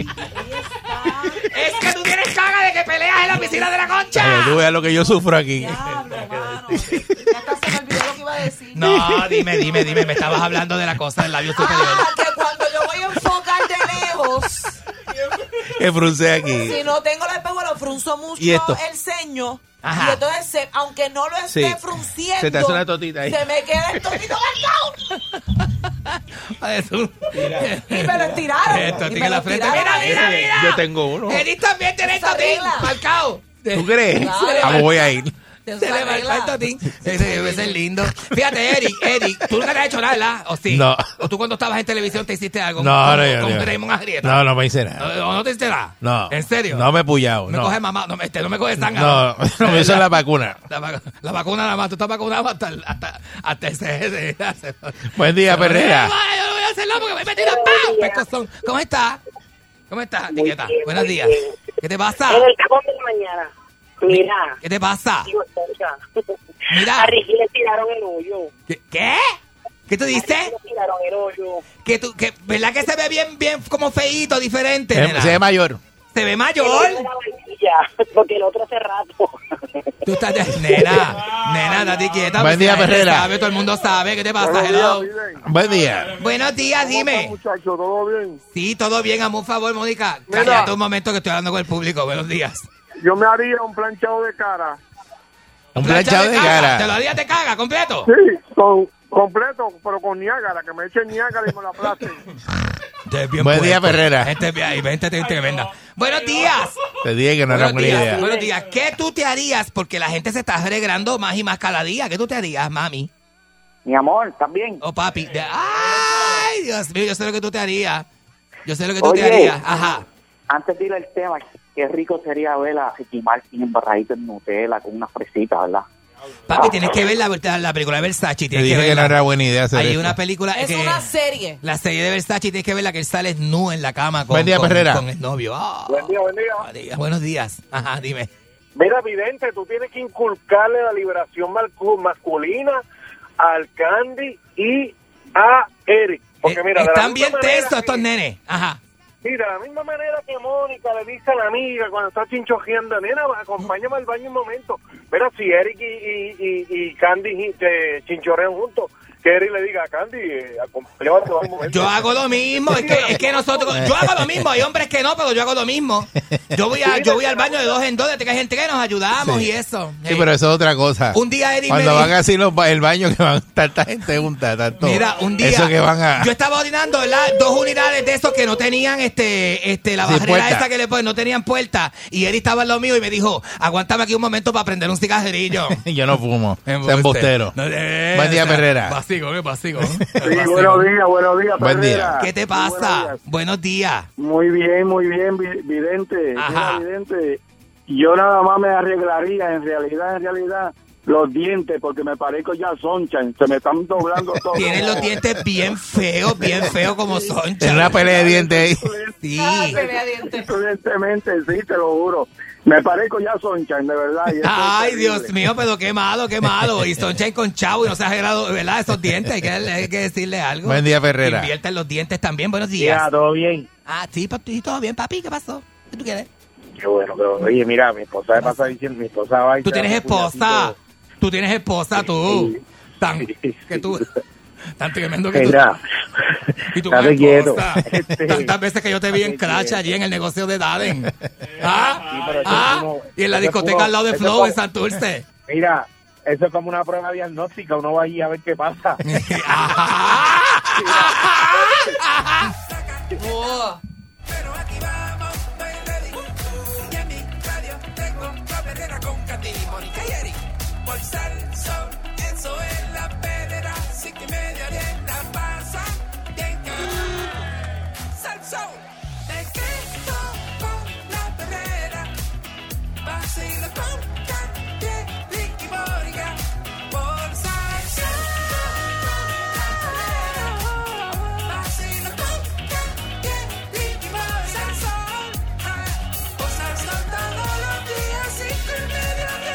Speaker 5: es que tú tienes caga de que peleas en la piscina de la
Speaker 4: Para que tú
Speaker 5: concha.
Speaker 4: veas lo que yo sufro aquí.
Speaker 6: Diablo, mano. Ya hasta se me olvidó lo que iba a decir.
Speaker 5: No, Ah, dime, dime, dime. Me estabas hablando de la cosa del labio superior.
Speaker 6: Ah, que cuando yo voy a enfocar de lejos,
Speaker 4: Que frunce aquí.
Speaker 6: si no tengo la espejo, lo frunzo mucho
Speaker 4: ¿Y esto?
Speaker 6: el ceño.
Speaker 5: Ajá.
Speaker 6: Y entonces, se- aunque no lo esté
Speaker 4: Sí.
Speaker 6: frunciendo,
Speaker 4: Se te hace una totita ahí.
Speaker 6: se me queda el totito del lado.
Speaker 5: Eh,
Speaker 6: Y me lo estiraron.
Speaker 5: Esto,
Speaker 6: y
Speaker 5: tiene
Speaker 6: me
Speaker 5: la
Speaker 6: lo
Speaker 5: frente.
Speaker 6: estiraron.
Speaker 5: Mira, mira, mira.
Speaker 4: Yo tengo uno.
Speaker 5: Eric también tiene
Speaker 6: Esa
Speaker 5: totín
Speaker 6: regla.
Speaker 5: marcado.
Speaker 4: ¿Tú crees?
Speaker 6: Claro.
Speaker 4: Vamos, voy a ir.
Speaker 6: Te
Speaker 5: Se le
Speaker 6: usa
Speaker 5: marcó el
Speaker 6: regla.
Speaker 5: totín. Ese debe ser lindo. Fíjate, Eric, Eric, tú nunca te has hecho nada, ¿verdad? ¿O sí?
Speaker 4: No.
Speaker 5: ¿O tú cuando estabas en televisión te hiciste algo?
Speaker 4: No,
Speaker 5: con,
Speaker 4: no, yo
Speaker 5: con
Speaker 4: no.
Speaker 5: Raymond Arrieta.
Speaker 4: No, no me hice nada.
Speaker 5: ¿O no te hiciste nada?
Speaker 4: No.
Speaker 5: ¿En serio?
Speaker 4: No me he pullado.
Speaker 5: Me
Speaker 4: no.
Speaker 5: coge mamá, no me, este, no me coge sangre.
Speaker 4: No, no me hizo la vacuna.
Speaker 5: La, vac- la vacuna nada más, tú estás vacunado hasta, el- hasta, hasta ese... ese-
Speaker 4: Buen día, Perrera.
Speaker 5: Ay, Yo no voy a hacerlo porque me he metido en pescozón. ¿Cómo está? ¿Cómo está, etiqueta? Buenos días. ¿Qué te pasa?
Speaker 10: En el cajón de la mañana. Mira,
Speaker 5: ¿Qué te pasa?
Speaker 10: digo, concha.
Speaker 5: Mira.
Speaker 10: A Ricky le tiraron el hoyo.
Speaker 5: ¿Qué? ¿Qué, ¿Qué tú dices?
Speaker 10: Le tiraron el hoyo.
Speaker 5: Que tú, que, ¿Verdad que se ve bien, bien como feíto, diferente? nena?
Speaker 4: Se ve mayor.
Speaker 5: Se ve
Speaker 10: El
Speaker 5: mayor.
Speaker 10: hoyo de la vainilla, porque el otro hace rato.
Speaker 5: Tú estás de- Nena, nena, date quieta.
Speaker 4: Buen
Speaker 5: pues,
Speaker 4: día,
Speaker 5: la gente
Speaker 4: Perrera.
Speaker 5: sabe, todo el mundo sabe. ¿Qué te pasa,
Speaker 12: Buenos
Speaker 5: hello?
Speaker 12: días, Milen.
Speaker 4: Buen día.
Speaker 5: Buenos días,
Speaker 12: ¿Cómo está,
Speaker 5: dime.
Speaker 12: muchacho? ¿Todo bien?
Speaker 5: Sí, todo bien, hazme un favor, Mónica.
Speaker 12: Mira.
Speaker 5: Cállate un momento que estoy hablando con el público. Buenos días.
Speaker 12: Yo me haría un planchado de cara.
Speaker 4: Un planchado de cara.
Speaker 5: Te lo haría, te caga, completo.
Speaker 12: Sí, con, completo, pero con Niágara, que me echen Niágara y me la aplasten.
Speaker 5: Este es bien
Speaker 4: Buen día,
Speaker 5: puerco.
Speaker 4: Perrera.
Speaker 5: Gente es bien- ay, vente, te- te venda. Buenos días.
Speaker 4: Te dije que no era
Speaker 5: Buenos
Speaker 4: buena
Speaker 5: días,
Speaker 4: idea.
Speaker 5: buenos días. ¿Qué tú te harías? Porque la gente se está agregando más y más cada día. ¿Qué tú te harías, mami?
Speaker 8: Mi amor, también.
Speaker 5: O papi. De- Ay, Dios mío, yo sé lo que tú te harías. Yo sé lo que tú
Speaker 8: Oye.
Speaker 5: te harías. Ajá.
Speaker 8: Antes de ir al tema, qué rico sería ver a Ricky Martin embarradito en Nutella con una fresita, ¿verdad?
Speaker 5: Papi, tienes que ver la, la película de Versace.
Speaker 4: Te
Speaker 5: Tienes que
Speaker 4: dije que no
Speaker 5: verla.
Speaker 4: era buena idea hacer
Speaker 5: Hay
Speaker 4: esto.
Speaker 5: una película
Speaker 6: Es
Speaker 5: que...
Speaker 6: una serie.
Speaker 5: La serie de Versace, tienes que verla que él sale nu en la cama con,
Speaker 4: Buen día,
Speaker 5: con-
Speaker 4: Perrera.
Speaker 5: con el novio. Ah,
Speaker 12: buen día, buen día.
Speaker 5: María, Buenos días. Ajá, dime.
Speaker 12: Mira, vidente, tú tienes que inculcarle la liberación malcu- masculina al Candy y a Eric. Porque
Speaker 5: Eh,
Speaker 12: mira, de la
Speaker 5: están
Speaker 12: misma
Speaker 5: bien
Speaker 12: manera
Speaker 5: textos
Speaker 12: que-
Speaker 5: estos nenes. Ajá.
Speaker 12: Sí, de la misma manera que Mónica le dice a la amiga cuando está chinchojeando, nena, acompáñame al baño un momento.
Speaker 13: Mira, si Eric y, y, y, y Candy se chinchorean juntos, que Eric le diga a Candy, eh, acompáñame a un momento.
Speaker 5: Yo hago lo mismo, es que, es que nosotros, yo hago lo mismo, hay hombres que no, pero yo hago lo mismo. Yo voy, a, yo voy al baño de dos en dos, de tres en tres, nos ayudamos
Speaker 4: Sí.
Speaker 5: y eso. Eh,
Speaker 4: Sí, pero eso es otra cosa.
Speaker 5: Un día Eddie
Speaker 4: Cuando
Speaker 5: me
Speaker 4: van
Speaker 5: dijo-
Speaker 4: así los, ba- el baño que van tanta gente junta, tanto.
Speaker 5: Mira, un día
Speaker 4: Eso que van a.
Speaker 5: yo estaba orinando, ¿verdad? Dos unidades de esos que no tenían este, este, la
Speaker 4: Sí,
Speaker 5: barrera
Speaker 4: puerta.
Speaker 5: esa que le ponen, no tenían puerta. Y Eric estaba en lo mío y me dijo, aguántame aquí un momento para prender un cigarrillo.
Speaker 4: Yo no fumo.
Speaker 5: Embuste.
Speaker 4: Sea embustero.
Speaker 5: No, eh,
Speaker 4: Buen día,
Speaker 5: o sea,
Speaker 4: Perrera.
Speaker 5: Pasigo, eh, pasigo.
Speaker 14: buenos días, buenos días.
Speaker 4: Buen
Speaker 14: Perrera.
Speaker 5: ¿Qué te pasa? Buenos días.
Speaker 14: Muy bien, muy bien, vi- vidente.
Speaker 5: Ajá.
Speaker 14: Mira, vidente. Yo nada más me arreglaría, en realidad, en realidad, los dientes, porque me parezco ya soncha, se me están doblando todos.
Speaker 5: Tienes los dientes bien feos, bien feos como son.
Speaker 4: Es una pelea de dientes ahí.
Speaker 5: Sí.
Speaker 6: Ah,
Speaker 14: Evidentemente, sí, te lo juro. Me parezco ya Sonchan, de verdad. y eso es
Speaker 5: Ay,
Speaker 14: terrible.
Speaker 5: Dios mío, pero qué malo, qué malo. Y Sonchen con Chavo y no se ha arreglado, ¿verdad? Esos dientes, hay que, hay que decirle algo.
Speaker 4: Buen día, Ferrera.
Speaker 5: Invierte en los dientes también, buenos días.
Speaker 9: Ya, todo bien.
Speaker 5: Ah, sí, papi, todo bien, papi, ¿qué pasó? ¿Qué tú quieres?
Speaker 9: Qué bueno, pero oye, mira, mi esposa me pasa diciendo, mi esposa va y
Speaker 5: Tú
Speaker 9: se da
Speaker 5: tienes
Speaker 9: un
Speaker 5: esposa. Tú tienes esposa, tú. Tan, que tú, tan tremendo que tú.
Speaker 9: Mira,
Speaker 5: Y tú
Speaker 9: estate
Speaker 5: con
Speaker 9: quieto.
Speaker 5: esposa. Tantas veces que yo te vi en Cracha allí en el negocio de Daden.
Speaker 9: puñetito.
Speaker 5: Ah, y en la
Speaker 9: Eso es
Speaker 5: discoteca
Speaker 9: como-
Speaker 5: al lado de
Speaker 9: eso es
Speaker 5: Flow
Speaker 9: como-
Speaker 5: en Santurce.
Speaker 9: Mira, eso es como una prueba diagnóstica, uno va allí a ver qué pasa.
Speaker 3: Por sal, sol, eso es la perrera. Cinco y media bien la pasa. Bien cabrón. Sal, sol. Me quedo con la perrera. Vacilo con Candy, Ricky Morgan. Por sal, sol. La perrera. Vacilo con Candy, Ricky Morgan. Sal, sol. Ah, por sal, sol todos los días. Cinco y media bien.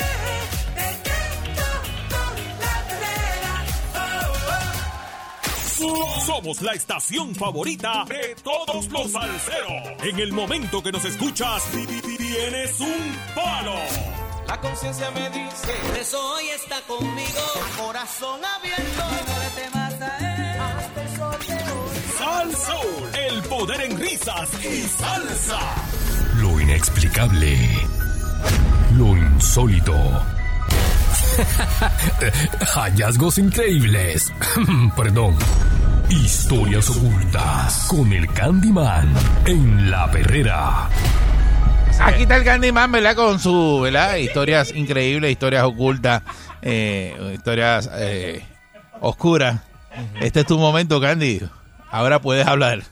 Speaker 15: So- Somos la estación favorita de todos los salseros. En el momento que nos escuchas, ti- ti- ti- tienes un palo.
Speaker 3: La conciencia me dice que soy está conmigo, corazón abierto. Ah, No le temas a él, hasta el sol de hoy.
Speaker 15: Sal Soul, el poder en risas y salsa.
Speaker 1: Lo inexplicable. Lo insólito. Hallazgos increíbles. Perdón. Historias ocultas con el Candyman en la perrera.
Speaker 4: Aquí está el Candyman, ¿verdad? Con su, ¿verdad? Historias increíbles, historias ocultas, eh, historias eh, oscuras. Este es tu momento, Candy. Ahora puedes hablar.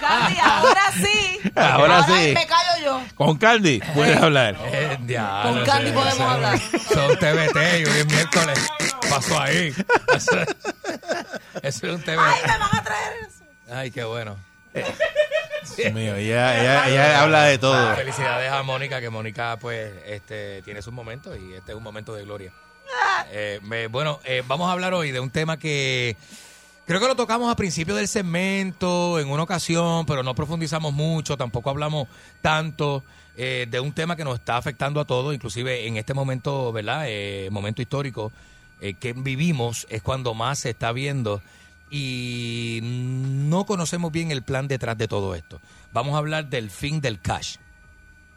Speaker 6: Candy, ahora sí.
Speaker 4: Ahora sí.
Speaker 6: Me callo yo.
Speaker 4: Con Candy puedes hablar.
Speaker 5: Eh, Con
Speaker 6: no Candy sé, podemos no sé. hablar.
Speaker 5: Son TBT y hoy es miércoles. Pasó ahí. Eso, eso es un TBT. Ay, me van a traer eso. Ay, qué bueno.
Speaker 4: Dios mío, ella, ella- ella habla de todo.
Speaker 5: Felicidades a Mónica, que Mónica pues este, tiene sus momentos y este es un momento de gloria.
Speaker 6: Ah.
Speaker 5: Eh, me- bueno, eh, vamos a hablar hoy de un tema que creo que lo tocamos a principio del segmento, en una ocasión, pero no profundizamos mucho, tampoco hablamos tanto eh, de un tema que nos está afectando a todos, inclusive en este momento, ¿verdad? Eh, momento histórico eh, que vivimos es cuando más se está viendo y no conocemos bien el plan detrás de todo esto. Vamos a hablar del fin del cash.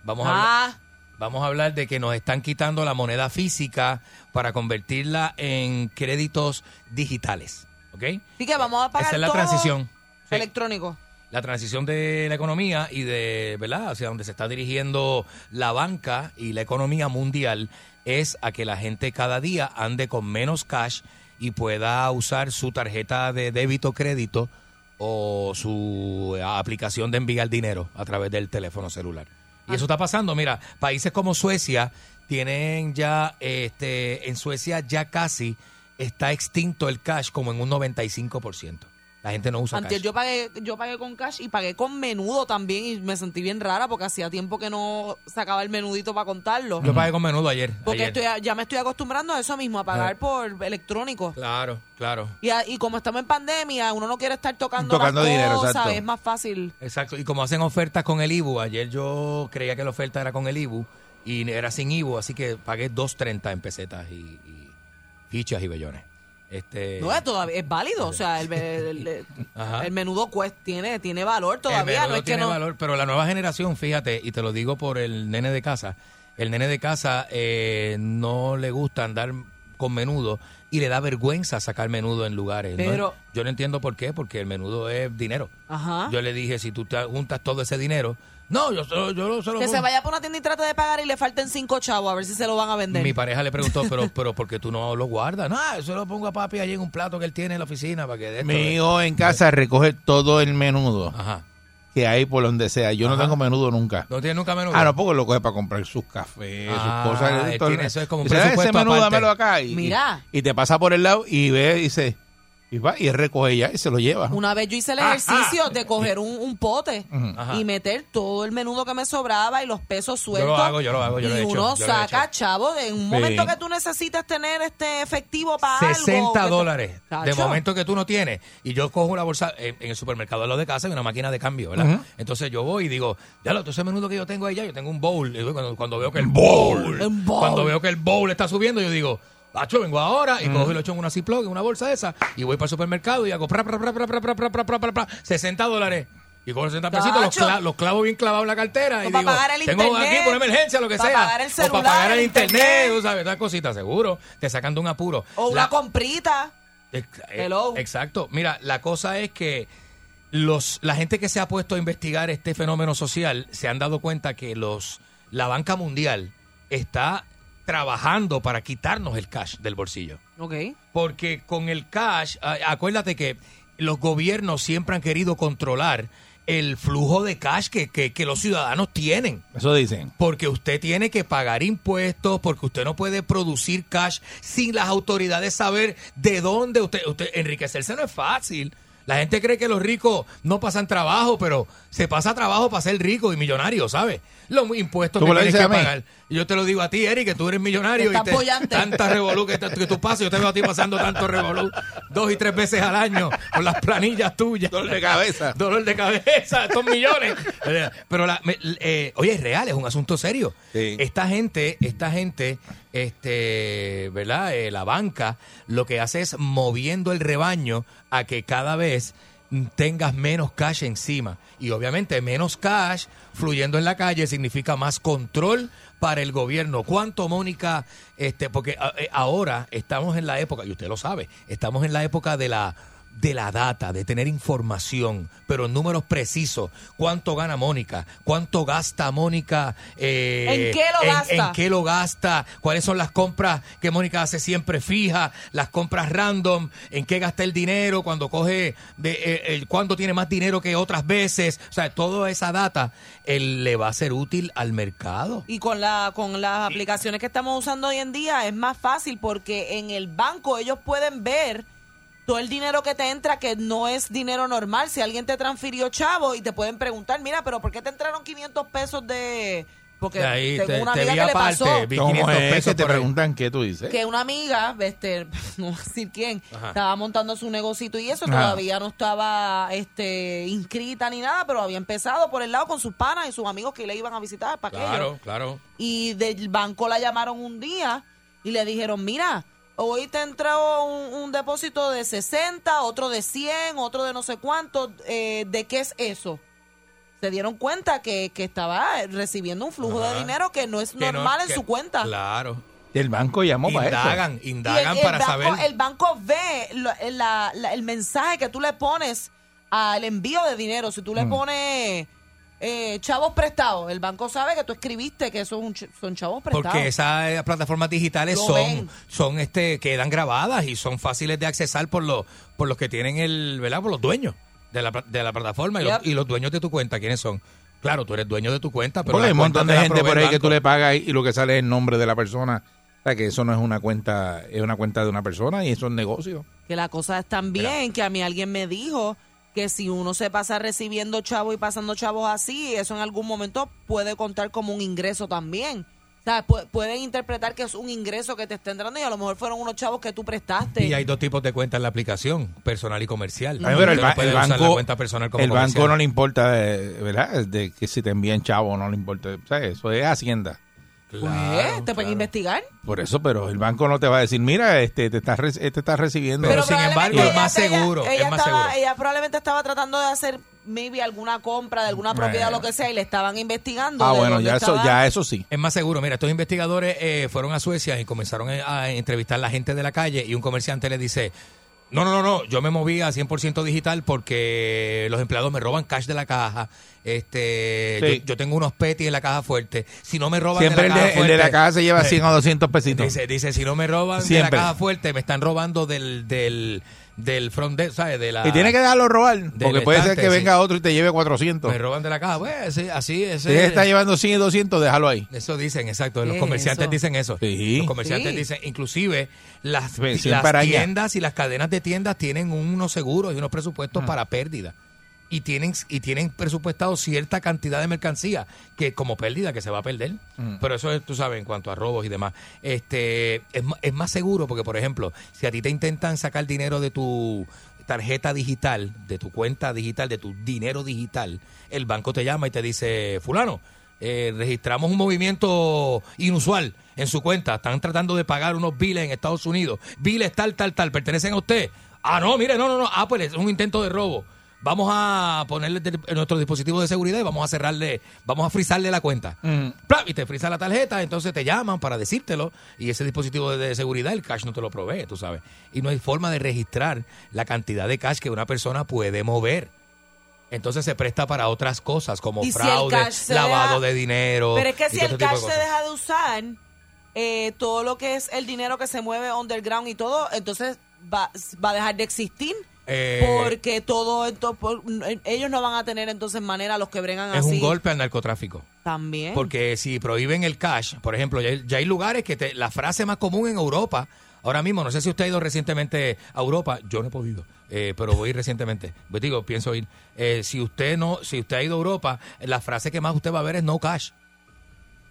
Speaker 5: Vamos a
Speaker 6: Ah,
Speaker 5: hablar- Vamos a hablar de que nos están quitando la moneda física para convertirla en créditos digitales. ¿Ok?
Speaker 6: Así que vamos a pagar
Speaker 5: Esa es la
Speaker 6: todo
Speaker 5: transición. Sí.
Speaker 6: electrónico.
Speaker 5: La transición de la economía y de, ¿verdad? Hacia donde se está dirigiendo la banca y la economía mundial es a que la gente cada día ande con menos cash y pueda usar su tarjeta de débito crédito o su eh, aplicación de enviar dinero a través del teléfono celular. Y eso está pasando. Mira, países como Suecia tienen ya, este, en Suecia ya casi está extinto el cash como en un 95%. La gente no usa
Speaker 6: Antes
Speaker 5: cash.
Speaker 6: yo pagué, yo pagué con cash y pagué con menudo también y me sentí bien rara porque hacía tiempo que no sacaba el menudito para contarlo.
Speaker 5: Yo pagué con menudo ayer.
Speaker 6: Porque
Speaker 5: ayer. Ah.
Speaker 6: estoy, a- ya me estoy acostumbrando a eso mismo, a pagar por electrónico.
Speaker 5: Claro, claro.
Speaker 6: Y, a- y como estamos en pandemia, uno no quiere estar tocando,
Speaker 5: Tocando
Speaker 6: las
Speaker 5: dinero,
Speaker 6: cosas,
Speaker 5: exacto.
Speaker 6: es más fácil.
Speaker 5: Exacto, y como hacen ofertas con el IBU, ayer yo creía que la oferta era con el IBU y era sin IBU, así que pagué 2.30 en pesetas y, y fichas y bellones. Este,
Speaker 6: No, es, todavía, es válido, o sea, el, el- el-
Speaker 5: Ajá.
Speaker 6: el menudo pues tiene, tiene valor
Speaker 5: El
Speaker 6: todavía,
Speaker 5: menudo
Speaker 6: no es que
Speaker 5: tiene
Speaker 6: no...
Speaker 5: valor, pero la nueva generación, fíjate, y te lo digo por el nene de casa, el nene de casa eh, no le gusta andar con menudo y le da vergüenza sacar menudo en lugares. ¿no?
Speaker 6: Pero-
Speaker 5: yo no entiendo por qué, porque el menudo es dinero.
Speaker 6: Ajá.
Speaker 5: Yo le dije, si tú te juntas todo ese dinero, no, yo, solo- yo, lo- solo
Speaker 6: Que se
Speaker 5: junto".
Speaker 6: vaya por una tienda y trate de pagar y le falten cinco chavos a ver si se lo van a vender.
Speaker 5: Mi pareja le preguntó, pero, pero ¿por qué tú no lo guardas? No, eso lo pongo a papi allí en un plato que él tiene en la oficina para que de esto-
Speaker 4: Mi hijo en casa recoge todo el menudo
Speaker 5: Ajá.
Speaker 4: que hay por donde sea. Yo no
Speaker 5: Ajá.
Speaker 4: tengo menudo nunca.
Speaker 5: No tiene nunca menudo.
Speaker 4: Ah, no, porque lo coge para comprar sus cafés,
Speaker 5: Ah,
Speaker 4: sus cosas. eh,
Speaker 5: él
Speaker 4: todo
Speaker 5: tiene- eso es como un
Speaker 4: Dice, "Ah, ese
Speaker 5: presupuesto
Speaker 4: menudo,
Speaker 5: aparte".
Speaker 4: dámelo acá. Y,
Speaker 6: Mira.
Speaker 4: Y te pasa por el lado y ve y dice, y va, y él recoge ya y se lo lleva.
Speaker 6: Una vez yo hice
Speaker 5: Ah,
Speaker 6: el ejercicio de coger un, un pote
Speaker 4: Ujú. Ajá.
Speaker 6: y meter todo el menudo que me sobraba y los pesos sueltos.
Speaker 5: hago, yo lo hago, yo
Speaker 6: y
Speaker 5: lo he hecho,
Speaker 6: uno
Speaker 5: yo lo he
Speaker 6: saca, chavo, de- en un
Speaker 5: Sí.
Speaker 6: momento que tú necesitas tener este efectivo para algo.
Speaker 5: 60
Speaker 6: que te-
Speaker 5: dólares de
Speaker 6: Chacho.
Speaker 5: momento que tú no tienes. Y yo cojo la bolsa eh, en, el supermercado al lado de casa, hay una máquina de cambio, ¿verdad?
Speaker 4: Ujú.
Speaker 5: Entonces yo voy y digo, ya lo, todo ese menudo que yo tengo ahí ya, yo tengo un bowl. Y cuando, cuando veo que el bowl, cuando veo que el bowl está subiendo, yo digo, Pacho, vengo ahora y
Speaker 4: Ujú.
Speaker 5: cojo y lo echo en una Ziploc, en una bolsa esa, y voy para el supermercado y hago pra, pra, pra, pra, pra, pra, pra, pra, pra, pra, pra, 60 dólares. Y con los 60 pesitos los,
Speaker 6: Chacho.
Speaker 5: cla- los clavo bien clavados en la cartera y
Speaker 6: O pa'
Speaker 5: digo,
Speaker 6: pagar el
Speaker 5: tengo aquí
Speaker 6: internet,
Speaker 5: por emergencia, lo que
Speaker 6: pa'
Speaker 5: sea.
Speaker 6: pagar el
Speaker 5: o
Speaker 6: celular,
Speaker 5: para pagar el
Speaker 6: el
Speaker 5: internet,
Speaker 6: internet.
Speaker 5: tú sabes, esas cositas, seguro, te sacan de un apuro.
Speaker 6: O
Speaker 5: La-
Speaker 6: una comprita.
Speaker 5: Ex- eh,
Speaker 6: Hello.
Speaker 5: Exacto. Mira, la cosa es que los, la gente que se ha puesto a investigar este fenómeno social se han dado cuenta que los, la banca mundial está trabajando para quitarnos el cash del bolsillo.
Speaker 6: Ok.
Speaker 5: Porque con el cash, a- acuérdate que los gobiernos siempre han querido controlar el flujo de cash que, que- que los ciudadanos tienen.
Speaker 4: Eso dicen.
Speaker 5: Porque usted tiene que pagar impuestos, porque usted no puede producir cash sin las autoridades saber de dónde usted, usted enriquecerse no es fácil. La gente cree que los ricos no pasan trabajo, pero se pasa trabajo para ser rico y millonario, ¿sabes? Los impuestos
Speaker 4: ¿Tú
Speaker 5: que
Speaker 4: me lo
Speaker 5: tienes
Speaker 4: dices
Speaker 5: que
Speaker 4: a mí?
Speaker 5: pagar. Yo te lo digo a ti, Eric, que tú eres millonario
Speaker 6: Está
Speaker 5: y te,
Speaker 6: apoyante.
Speaker 5: tanta revolú que, te- que tú pasas. Yo te veo a ti pasando tanto revolú dos y tres veces al año con las planillas tuyas. Dolor
Speaker 4: de cabeza.
Speaker 5: Dolor de cabeza, estos millones. Eh, Pero, la, me- eh, oye, es real, es un asunto serio. Esta gente, esta gente, este, ¿verdad? Eh, la banca lo que hace es moviendo el rebaño a que cada vez tengas menos cash encima. Y obviamente menos cash fluyendo en la calle significa más control para el gobierno. ¿Cuánto, Mónica? Este, porque a- eh, ahora estamos en la época, y usted lo sabe, estamos en la época de la de la data, de tener información, pero en números precisos. ¿Cuánto gana Mónica? ¿Cuánto gasta Mónica? eh,
Speaker 6: ¿En qué lo gasta?
Speaker 5: en qué lo gasta? ¿Cuáles son las compras que Mónica hace siempre fija? ¿Las compras random? ¿En qué gasta el dinero? ¿Cuándo coge? De, eh, el- ¿Cuándo tiene más dinero que otras veces? O sea, toda esa data él le va a ser útil al mercado.
Speaker 6: Y con, la, con las aplicaciones que estamos usando hoy en día es más fácil porque en el banco ellos pueden ver todo el dinero que te entra que no es dinero normal. Si alguien te transfirió chavo y te pueden preguntar, mira, pero ¿por qué te entraron 500 pesos de...? Porque
Speaker 4: De ahí
Speaker 6: tengo
Speaker 4: te-
Speaker 6: una
Speaker 4: te
Speaker 6: amiga
Speaker 4: vi
Speaker 6: que le
Speaker 4: aparte,
Speaker 6: pasó
Speaker 4: vi
Speaker 5: ¿Cómo
Speaker 4: 500
Speaker 5: es
Speaker 4: pesos
Speaker 5: que te
Speaker 4: te preguntan qué tú dices.
Speaker 6: que una amiga, este, no voy a decir quién,
Speaker 4: Ajá.
Speaker 6: estaba montando su negocito y eso
Speaker 4: Ajá.
Speaker 6: todavía no estaba este, inscrita ni nada, pero había empezado por el lado con sus panas y sus amigos que le iban a visitar para aquello.
Speaker 5: Claro, claro.
Speaker 6: Y del banco la llamaron un día y le dijeron, mira, hoy te entró un, un depósito de 60, otro de 100, otro de no sé cuánto, eh, ¿de qué es eso? Se dieron cuenta que, que estaba recibiendo un flujo
Speaker 5: Ajá.
Speaker 6: de dinero que no es
Speaker 5: Que no-
Speaker 6: normal en
Speaker 5: que-
Speaker 6: su cuenta.
Speaker 5: Claro.
Speaker 4: El banco llamó para eso.
Speaker 5: Indagan, indagan
Speaker 6: Y el- el
Speaker 5: para
Speaker 6: banco-
Speaker 5: saber.
Speaker 6: El banco ve lo- la- la- el mensaje que tú le pones al envío de dinero. Si tú le
Speaker 5: Mm.
Speaker 6: pones eh, chavos prestados, el banco sabe que tú escribiste que eso es un ch- son chavos prestados.
Speaker 5: Porque esas eh, plataformas digitales
Speaker 6: Lo
Speaker 5: son,
Speaker 6: ven.
Speaker 5: son este, quedan grabadas y son fáciles de accesar por los, por los que tienen el, ¿verdad? Por los dueños de la, pla- de la plataforma y, los,
Speaker 4: Yep.
Speaker 5: y los dueños de tu cuenta, ¿quiénes son? Claro, tú eres dueño de tu cuenta, pero
Speaker 4: Porque hay
Speaker 5: la
Speaker 4: un
Speaker 5: cuenta
Speaker 4: montón de
Speaker 5: te la
Speaker 4: gente
Speaker 5: provee
Speaker 4: por ahí
Speaker 5: el
Speaker 4: que tú
Speaker 5: banco.
Speaker 4: le pagas y y lo que sale es el nombre de la persona sea, que eso no es una cuenta, es una cuenta de una persona y eso es negocio.
Speaker 6: Que la cosa es tan bien que a mí alguien me dijo que si uno se pasa recibiendo chavos y pasando chavos así, eso en algún momento puede contar como un ingreso también. O sea, pu- pueden interpretar que es un ingreso que te está entrando y a lo mejor fueron unos chavos que tú prestaste.
Speaker 5: Y hay dos tipos de cuentas en la aplicación, personal y comercial.
Speaker 4: A mí, pero el,
Speaker 5: Usted
Speaker 4: ba-
Speaker 5: no puede
Speaker 4: el
Speaker 5: usar la
Speaker 4: banco,
Speaker 5: cuenta personal como
Speaker 4: el banco
Speaker 5: comercial.
Speaker 4: no le importa, eh, ¿verdad? De que si te envían chavo no le importa. O sea, eso es Hacienda.
Speaker 6: Pues, te pueden investigar.
Speaker 4: Por eso, pero el banco no te va a decir, mira, este te estás, re- te estás recibiendo.
Speaker 5: Pero Pero sin probablemente embargo, es ella- más ella- seguro,
Speaker 6: Ella, estaba- ella probablemente estaba tratando de hacer maybe alguna compra de alguna propiedad o lo que sea y le estaban investigando.
Speaker 5: Ah,
Speaker 6: de dónde estaba-
Speaker 4: Ah, eso sí.
Speaker 5: Es más seguro. Mira, estos investigadores eh, fueron a Suecia y comenzaron eh, a entrevistar a la gente de la calle y un comerciante le dice, no, no, no, no, yo me moví a 100% digital porque los empleados me roban cash de la caja. Este,
Speaker 4: Sí.
Speaker 5: yo, yo tengo unos petis en la caja fuerte. Si no me roban
Speaker 4: Siempre
Speaker 5: de
Speaker 4: el
Speaker 5: la
Speaker 4: de,
Speaker 5: caja
Speaker 4: el de
Speaker 5: fuerte,
Speaker 4: la casa se lleva
Speaker 5: eh,
Speaker 4: 100 o 200 pesitos.
Speaker 5: Dice, dice, si no me roban de
Speaker 4: Siempre.
Speaker 5: la caja fuerte, me están robando del, del, del front desk, ¿sabes? De la,
Speaker 4: y tiene que dejarlo robar, porque
Speaker 5: del
Speaker 4: puede ser
Speaker 5: estante,
Speaker 4: que
Speaker 5: ah, sí.
Speaker 4: venga otro y te lleve 400.
Speaker 5: Me roban de la caja. Pues, sí, así es.
Speaker 4: Si él está llevando 100 y 200, déjalo ahí.
Speaker 5: Eso dicen, exacto. Los
Speaker 4: ¿Qué
Speaker 5: comerciantes
Speaker 4: es eso?
Speaker 5: dicen eso. Los comerciantes
Speaker 4: Sí.
Speaker 5: dicen, inclusive las,
Speaker 4: Ven, siempre
Speaker 5: las
Speaker 4: araña.
Speaker 5: tiendas y las cadenas de tiendas tienen unos seguros y unos presupuestos para pérdida. Y tienen, y tienen presupuestado cierta cantidad de mercancía que como pérdida que se va a perder.
Speaker 11: Mm.
Speaker 5: Pero eso es, tú sabes, en cuanto a robos y demás. este es, ma- es más seguro porque, por ejemplo, si a ti te intentan sacar dinero de tu tarjeta digital, de tu cuenta digital, de tu dinero digital, el banco te llama y te dice, fulano, eh, registramos un movimiento inusual en su cuenta. Están tratando de pagar unos biles en Estados Unidos. Biles tal, tal, tal, pertenecen a usted. Ah, no, mire, no, no, no. Ah, pues es un intento de robo. Vamos a ponerle de- nuestro dispositivo de seguridad y vamos a cerrarle, vamos a frizarle la cuenta. ¡Plap! Y te frisa la tarjeta, entonces te llaman para decírtelo y ese dispositivo de, de seguridad, el cash no te lo provee, tú sabes. Y no hay forma de registrar la cantidad de cash que una persona puede mover. Entonces se presta para otras cosas como
Speaker 6: Y si el
Speaker 5: fraude,
Speaker 6: cash se
Speaker 5: lavado
Speaker 6: deja-
Speaker 5: de dinero.
Speaker 6: Pero es que
Speaker 5: y
Speaker 6: si
Speaker 5: todo
Speaker 6: el
Speaker 5: ese tipo de
Speaker 6: cash se
Speaker 5: cosas.
Speaker 6: deja de usar, eh, todo lo que es el dinero que se mueve underground y todo, entonces va, va a dejar de existir.
Speaker 5: Eh,
Speaker 6: porque todo esto, por- n- ellos no van a tener entonces manera los que bregan
Speaker 5: es
Speaker 6: así.
Speaker 5: un golpe al narcotráfico.
Speaker 6: También.
Speaker 5: Porque si prohíben el cash, por ejemplo, ya hay, ya hay lugares que te- la frase más común en Europa, ahora mismo, no sé si usted ha ido recientemente a Europa, yo no he podido, eh, pero voy recientemente, pues digo, pienso ir. Eh, si usted no, si usted ha ido a Europa, la frase que más usted va a ver es no cash.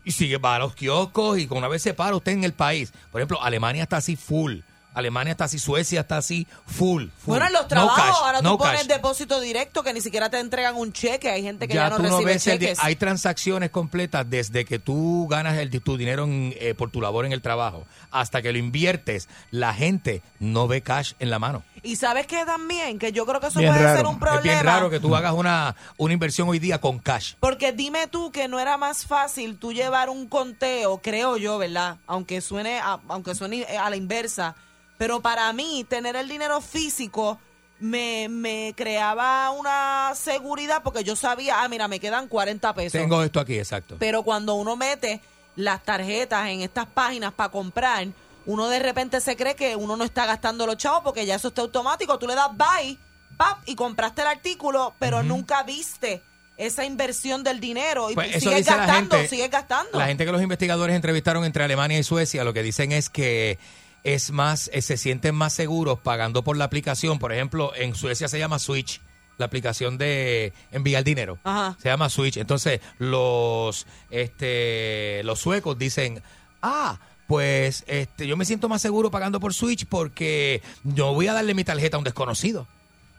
Speaker 5: Y sigue para los kioscos y con una vez se para usted en el país. Por ejemplo, Alemania está así full. Alemania está así, Suecia está así full. full.
Speaker 6: Bueno, en los
Speaker 5: No
Speaker 6: trabajos
Speaker 5: cash,
Speaker 6: ahora
Speaker 5: no
Speaker 6: tú pones
Speaker 5: cash.
Speaker 6: depósito directo que ni siquiera te entregan un cheque. Hay gente que ya,
Speaker 5: ya,
Speaker 6: no
Speaker 5: tú no
Speaker 6: recibe
Speaker 5: ves el di-
Speaker 6: cheques.
Speaker 5: hay transacciones completas desde que tú ganas el, di- tu dinero en, eh, por tu labor en el trabajo hasta que lo inviertes la gente no ve cash en la mano
Speaker 6: Y sabes que también, que yo creo que eso
Speaker 5: Bien
Speaker 6: puede ser
Speaker 5: raro.
Speaker 6: un problema.
Speaker 5: es bien raro que tú hagas una, una inversión hoy día con cash
Speaker 6: Porque dime tú que no era más fácil tú llevar un conteo, creo yo, ¿verdad? Aunque suene a, aunque suene a la inversa, pero para mí tener el dinero físico me, me creaba una seguridad porque yo sabía, ah, mira, me quedan 40 pesos.
Speaker 5: tengo esto aquí exacto
Speaker 6: Pero cuando uno mete las tarjetas en estas páginas para comprar, uno de repente se cree que uno no está gastando los chavos porque ya eso está automático. Tú le das buy, pap, y compraste el artículo, pero nunca viste esa inversión del dinero y tú
Speaker 5: Pues eso
Speaker 6: sigues
Speaker 5: dice la
Speaker 6: gastando,
Speaker 5: gente.
Speaker 6: sigues gastando.
Speaker 5: la gente que los investigadores entrevistaron entre Alemania y Suecia lo que dicen es que es más eh, se sienten más seguros pagando por la aplicación por ejemplo en Suecia se llama Switch la aplicación de enviar dinero
Speaker 6: Ajá.
Speaker 5: Se llama Switch. Entonces, los este los suecos dicen, ah, pues este, yo me siento más seguro pagando por Switch porque yo voy a darle mi tarjeta a un desconocido.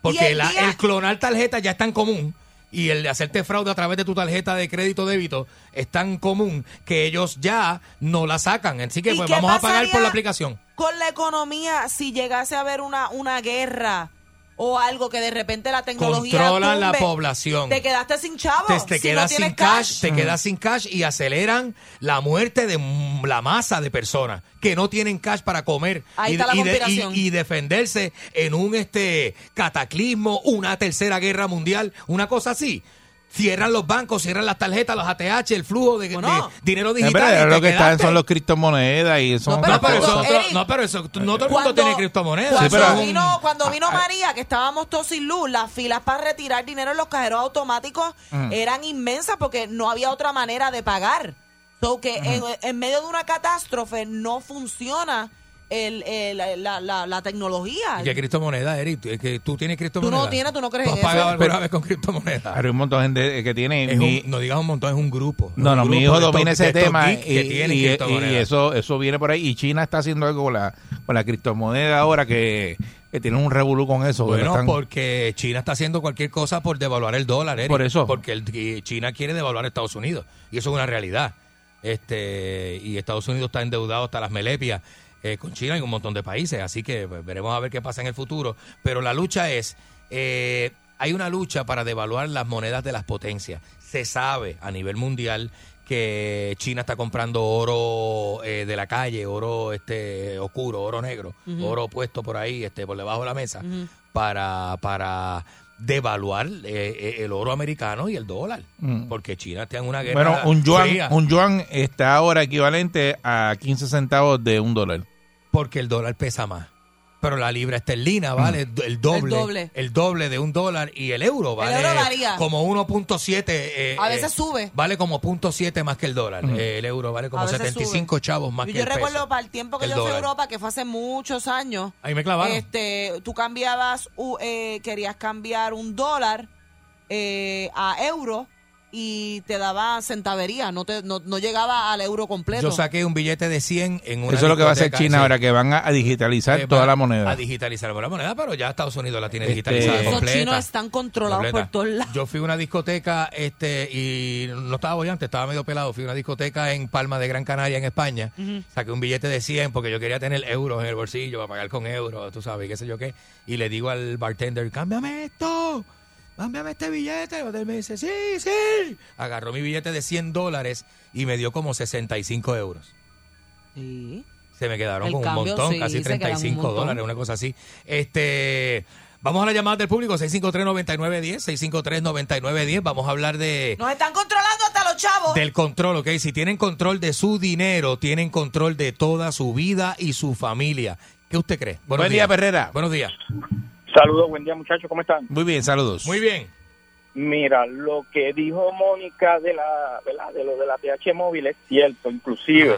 Speaker 5: Porque
Speaker 6: Y el
Speaker 5: la-
Speaker 6: día-
Speaker 5: el clonar tarjetas ya es tan común y el de hacerte fraude a través de tu tarjeta de crédito o débito es tan común que ellos ya no la sacan. Así que
Speaker 6: ¿Y
Speaker 5: pues,
Speaker 6: qué
Speaker 5: vamos a pagar por
Speaker 6: pasaría?
Speaker 5: la aplicación.
Speaker 6: Con la economía, si llegase a haber una, una guerra o algo que de repente la tecnología
Speaker 5: Controlan la
Speaker 6: tumbe,
Speaker 5: población.
Speaker 6: Te quedaste sin chavos. Oh,
Speaker 5: te, te
Speaker 6: si no
Speaker 5: quedas
Speaker 6: tienes
Speaker 5: sin cash, te quedas sin cash y aceleran la muerte de m- la masa de personas que no tienen cash para comer
Speaker 6: Ahí
Speaker 5: y,
Speaker 6: está la
Speaker 5: y de- y-
Speaker 6: conspiración.
Speaker 5: y defenderse en un este cataclismo, una tercera guerra mundial, una cosa así. Cierran los bancos, cierran las tarjetas, los ATH, el flujo de, de dinero
Speaker 4: Eh,
Speaker 5: digital.
Speaker 4: pero
Speaker 5: y
Speaker 4: ahora
Speaker 5: te
Speaker 4: lo que están
Speaker 5: quedaste.
Speaker 4: son los criptomonedas y son
Speaker 5: no, pero,
Speaker 4: otras
Speaker 5: eso,
Speaker 4: cosas.
Speaker 5: no, pero eso, no todo el mundo tiene criptomonedas.
Speaker 4: Sí,
Speaker 5: Eso
Speaker 4: pero-
Speaker 5: es un- Ah,
Speaker 6: vino- cuando vino María, que estábamos todos sin luz, las filas para retirar dinero en los cajeros automáticos
Speaker 5: Mm.
Speaker 6: eran inmensas porque no había otra manera de pagar. O So que en,
Speaker 5: Ujú.
Speaker 6: en medio de una catástrofe no funciona el- el- la, la- la- la tecnología.
Speaker 5: ¿Y qué criptomoneda, Eric? ¿Tú- es que ¿Tú tienes
Speaker 6: Tú
Speaker 5: criptomoneda?
Speaker 6: no tienes, tú no crees
Speaker 5: ¿Tú has
Speaker 6: en eso.
Speaker 5: pagado alguna vez con criptomoneda?
Speaker 4: Hay un montón de gente que tiene...
Speaker 5: Es
Speaker 4: mi-
Speaker 5: un- no digas un montón, es un grupo.
Speaker 4: No,
Speaker 5: Un
Speaker 4: no, mi
Speaker 5: grupo
Speaker 4: hijo
Speaker 5: de estos-
Speaker 4: domina
Speaker 5: de
Speaker 4: ese
Speaker 5: estos
Speaker 4: tema
Speaker 5: geeks que
Speaker 4: y,
Speaker 5: tienen
Speaker 4: y-
Speaker 5: criptomonedas.
Speaker 4: y eso eso viene por ahí. Y China está haciendo algo con la, con la criptomoneda ahora que, que tienen un revolú con eso. que lo
Speaker 5: Bueno,
Speaker 4: están-
Speaker 5: porque China está haciendo cualquier cosa por devaluar el dólar, Eric.
Speaker 4: Por eso.
Speaker 5: Porque el- y China quiere devaluar a Estados Unidos. Y eso es una realidad. Este, y Estados Unidos está endeudado hasta las melepias eh, con China y un montón de países. Así que pues, veremos a ver qué pasa en el futuro. Pero la lucha es, eh, hay una lucha para devaluar las monedas de las potencias. Se sabe a nivel mundial que China está comprando oro eh, de la calle, oro este oscuro, oro negro,
Speaker 11: Ujú.
Speaker 5: oro puesto por ahí, este, por debajo de la mesa para, para devaluar eh, eh, el oro americano y el dólar.
Speaker 4: Mm.
Speaker 5: Porque China está en una
Speaker 4: Bueno,
Speaker 5: guerra.
Speaker 4: un yuan,
Speaker 5: fría,
Speaker 4: un yuan está ahora equivalente a 15 centavos de un dólar.
Speaker 5: Porque el dólar pesa más. Pero la libra esterlina
Speaker 4: Mm.
Speaker 5: vale do- el doble,
Speaker 6: doble.
Speaker 5: el doble. de un dólar y el euro vale
Speaker 6: euro varía.
Speaker 5: como 1.7. eh,
Speaker 6: A
Speaker 5: eh,
Speaker 6: veces sube.
Speaker 5: Vale como 0.7 más que el dólar.
Speaker 4: Mm.
Speaker 5: Eh, El euro vale
Speaker 6: A
Speaker 5: como
Speaker 6: veces
Speaker 5: 75 chavos más que
Speaker 6: yo
Speaker 5: el peso.
Speaker 6: recuerdo para el tiempo que
Speaker 5: el
Speaker 6: yo fui a
Speaker 5: dólar.
Speaker 6: Europa, que fue hace muchos años.
Speaker 5: Ahí me clavaron.
Speaker 6: Este, tú cambiabas, u- eh, querías cambiar un dólar eh, a euro y te daba centavería, no, te, no, no llegaba al euro completo.
Speaker 5: Yo saqué un billete de 100 en una
Speaker 4: Eso es lo que va a hacer
Speaker 5: discoteca,
Speaker 4: China
Speaker 5: sí.
Speaker 4: ahora, que van a, a digitalizar
Speaker 5: Eh,
Speaker 4: toda
Speaker 5: va
Speaker 4: la moneda.
Speaker 5: A digitalizar la moneda, pero ya Estados Unidos la tiene
Speaker 4: Este,
Speaker 5: digitalizada
Speaker 4: Esos
Speaker 5: completa.
Speaker 6: chinos están controlados
Speaker 5: completa.
Speaker 6: por todos lados.
Speaker 5: Yo fui a una discoteca este y no estaba bollante, estaba medio pelado. Fui a una discoteca en Palma de Gran Canaria, en España.
Speaker 6: Ujú.
Speaker 5: Saqué un billete de 100 porque yo quería tener euros en el bolsillo para pagar con euros, tú sabes, qué sé yo qué. Y le digo al bartender, cámbiame esto, cámbiame este billete. Y él me dice, sí, sí. Agarró mi billete de 100 dólares y me dio como 65 euros.
Speaker 6: Sí.
Speaker 5: Se me quedaron
Speaker 6: El
Speaker 5: con
Speaker 6: cambio,
Speaker 5: un montón,
Speaker 6: sí,
Speaker 5: casi
Speaker 6: se quedan un
Speaker 5: 35
Speaker 6: montón.
Speaker 5: dólares, una cosa así. Este, vamos a la llamada del público, 653-9910, 653-9910. Vamos a hablar de,
Speaker 6: Nos están controlando hasta los chavos.
Speaker 5: del control, ¿ok? Si tienen control de su dinero, tienen control de toda su vida y su familia. ¿Qué usted cree?
Speaker 4: Buen día, Perrera.
Speaker 5: Buenos días.
Speaker 12: Saludos, buen día muchachos, ¿cómo están?
Speaker 4: Muy bien, saludos.
Speaker 5: Muy bien.
Speaker 12: Mira, lo que dijo Mónica de la, ¿verdad? de lo de la TH móvil es cierto, inclusive.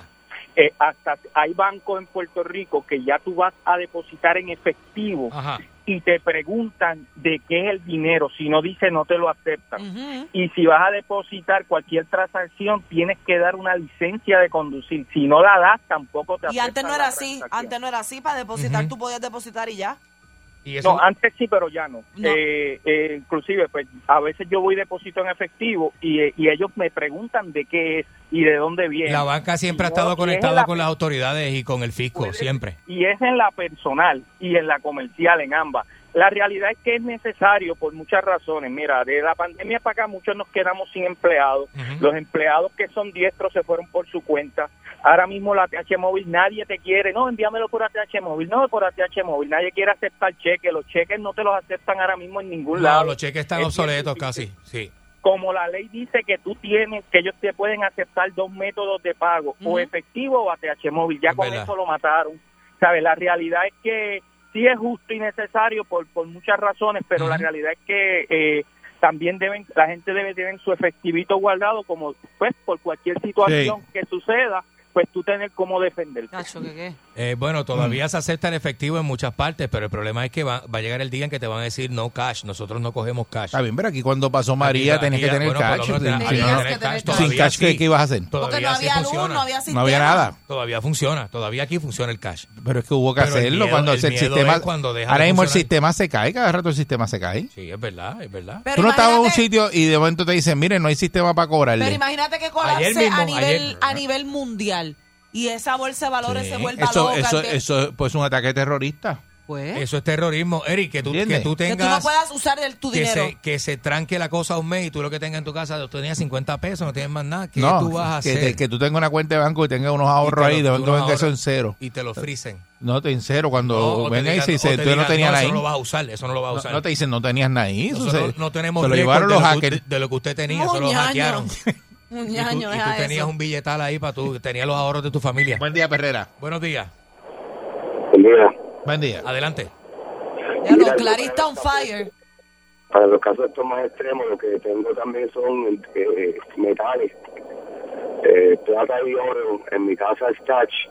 Speaker 12: Eh, hasta hay bancos en Puerto Rico que ya tú vas a depositar en efectivo
Speaker 6: Ah.
Speaker 12: y te preguntan de qué es el dinero, si no dice no te lo aceptan.
Speaker 6: Mm.
Speaker 12: Y si vas a depositar cualquier transacción, tienes que dar una licencia de conducir. Si no la das, tampoco te
Speaker 6: Y antes
Speaker 12: aceptan
Speaker 6: no
Speaker 12: la
Speaker 6: era así,
Speaker 12: transacción.
Speaker 6: antes no era así, para depositar tú podías depositar y ya.
Speaker 12: No, ah, antes sí, pero ya no. Eh, eh, inclusive, pues a veces yo voy y deposito en efectivo y, eh, y ellos me preguntan de qué es y de dónde viene.
Speaker 5: La banca siempre ha
Speaker 12: Y no, y
Speaker 5: estado
Speaker 12: es
Speaker 5: conectada
Speaker 12: la-
Speaker 5: con las autoridades y con el fisco, siempre.
Speaker 12: y es en la personal y en la comercial, en ambas. La realidad es que es necesario por muchas razones. Mira, de la pandemia para acá muchos nos quedamos sin empleados. Los empleados que son diestros se fueron por su cuenta. Ahora mismo la ATH móvil nadie te quiere. No, envíamelo por ATH móvil. No, por ATH móvil. Nadie quiere aceptar cheques. Los cheques no te los aceptan ahora mismo en ningún
Speaker 5: No,
Speaker 12: lado.
Speaker 5: los cheques están
Speaker 12: Es
Speaker 5: obsoletos casi, sí.
Speaker 12: como la ley dice que tú tienes, que ellos te pueden aceptar dos métodos de pago, o efectivo o ATH móvil. Ya con
Speaker 5: verdad.
Speaker 12: eso lo mataron. ¿Sabes? La realidad es que sí es justo y necesario por, por muchas razones, pero la realidad es que eh, también deben, la gente debe tener su efectivito guardado, como pues por cualquier situación que suceda, pues tú tener cómo defenderte.
Speaker 5: Eh, bueno, todavía se acepta el efectivo en muchas partes, pero el problema es que va, va a llegar el día en que te van a decir no cash, nosotros no cogemos cash.
Speaker 4: Está bien, pero aquí cuando pasó María
Speaker 5: Aquí-
Speaker 4: tenías
Speaker 5: aquí
Speaker 4: que
Speaker 5: ya,
Speaker 4: tener
Speaker 5: bueno, por lo
Speaker 4: cash.
Speaker 5: menos
Speaker 4: si
Speaker 5: tenías que
Speaker 4: no-
Speaker 5: tener cash,
Speaker 4: sin
Speaker 5: todavía
Speaker 4: cash, ¿qué,
Speaker 5: sí.
Speaker 4: qué ibas a hacer? Ah.
Speaker 6: Porque no
Speaker 5: Todavía sí
Speaker 6: había luz,
Speaker 5: funciona.
Speaker 6: no había sistema.
Speaker 4: No había nada.
Speaker 5: Todavía funciona, todavía aquí funciona el cash.
Speaker 4: Pero es que hubo que
Speaker 5: Pero el
Speaker 4: hacerlo
Speaker 5: miedo-
Speaker 4: cuando
Speaker 5: el
Speaker 4: el,
Speaker 5: miedo
Speaker 4: sistema.
Speaker 5: es cuando deja de
Speaker 4: ahora mismo el
Speaker 5: funcionar.
Speaker 4: sistema se cae, cada rato el sistema se cae.
Speaker 5: Sí, es verdad, es verdad.
Speaker 6: Pero
Speaker 4: Tú no estabas en un
Speaker 6: imagínate-
Speaker 4: sitio y de momento te dicen, mire, no hay sistema para
Speaker 6: Pero
Speaker 4: cobrarle.
Speaker 6: imagínate que colapse
Speaker 4: mismo,
Speaker 6: a
Speaker 4: ayer,
Speaker 6: nivel a nivel mundial y esa bolsa de valores se vuelva
Speaker 4: Eso,
Speaker 6: loca. Pues,
Speaker 4: eso,
Speaker 6: que-
Speaker 4: eso pues un ataque terrorista.
Speaker 5: Eso es terrorismo, Eric, que tú, que tú
Speaker 6: ¿eh? que tú
Speaker 5: tengas...
Speaker 6: no puedas usar el- tu
Speaker 5: que
Speaker 6: dinero.
Speaker 5: se, que se tranque la cosa un mes y tú lo que tengas en tu casa, tú tenías 50 pesos, no tienes más nada. ¿Qué
Speaker 4: no,
Speaker 5: tú vas a
Speaker 4: que,
Speaker 5: hacer?
Speaker 4: te- que tú tengas una cuenta de banco y tengas unos ahorros
Speaker 5: Y te
Speaker 4: ahí, de
Speaker 5: lo-
Speaker 4: momento
Speaker 5: unos
Speaker 4: venga eso en
Speaker 5: ahorros.
Speaker 4: cero.
Speaker 5: Y te lo frisen.
Speaker 4: No, te en cero.
Speaker 5: No,
Speaker 4: Cuando
Speaker 5: o te
Speaker 4: venga y
Speaker 5: digan-
Speaker 4: se
Speaker 5: o
Speaker 4: dice,
Speaker 5: te
Speaker 4: tú no
Speaker 5: digan,
Speaker 4: tenías
Speaker 5: eso
Speaker 4: ahí.
Speaker 5: no lo vas a usar, eso no lo vas a usar.
Speaker 4: No, no te dicen, no tenías nada. Eso
Speaker 5: Nosotros
Speaker 4: se-
Speaker 5: no tenemos
Speaker 4: se lo
Speaker 5: récord
Speaker 4: llevaron
Speaker 5: de
Speaker 4: los
Speaker 5: lo que usted-
Speaker 4: hackers.
Speaker 5: de lo que usted tenía, eso lo
Speaker 6: Muñaño.
Speaker 5: hackearon.
Speaker 6: Un
Speaker 5: Y tú,
Speaker 6: ñaño,
Speaker 5: y tú
Speaker 6: deja
Speaker 5: tenías
Speaker 6: eso.
Speaker 5: un billetal ahí para tú, tenías los ahorros de tu familia. Buen
Speaker 4: día, Perrera.
Speaker 5: Buenos días.
Speaker 16: Buen día.
Speaker 4: Buen día.
Speaker 5: Adelante.
Speaker 6: Ya lo,
Speaker 16: Mira,
Speaker 6: Clarista on fire.
Speaker 16: Para los casos estos más extremos, lo que tengo también son eh, metales. Eh, de plata y oro en mi casa es cash,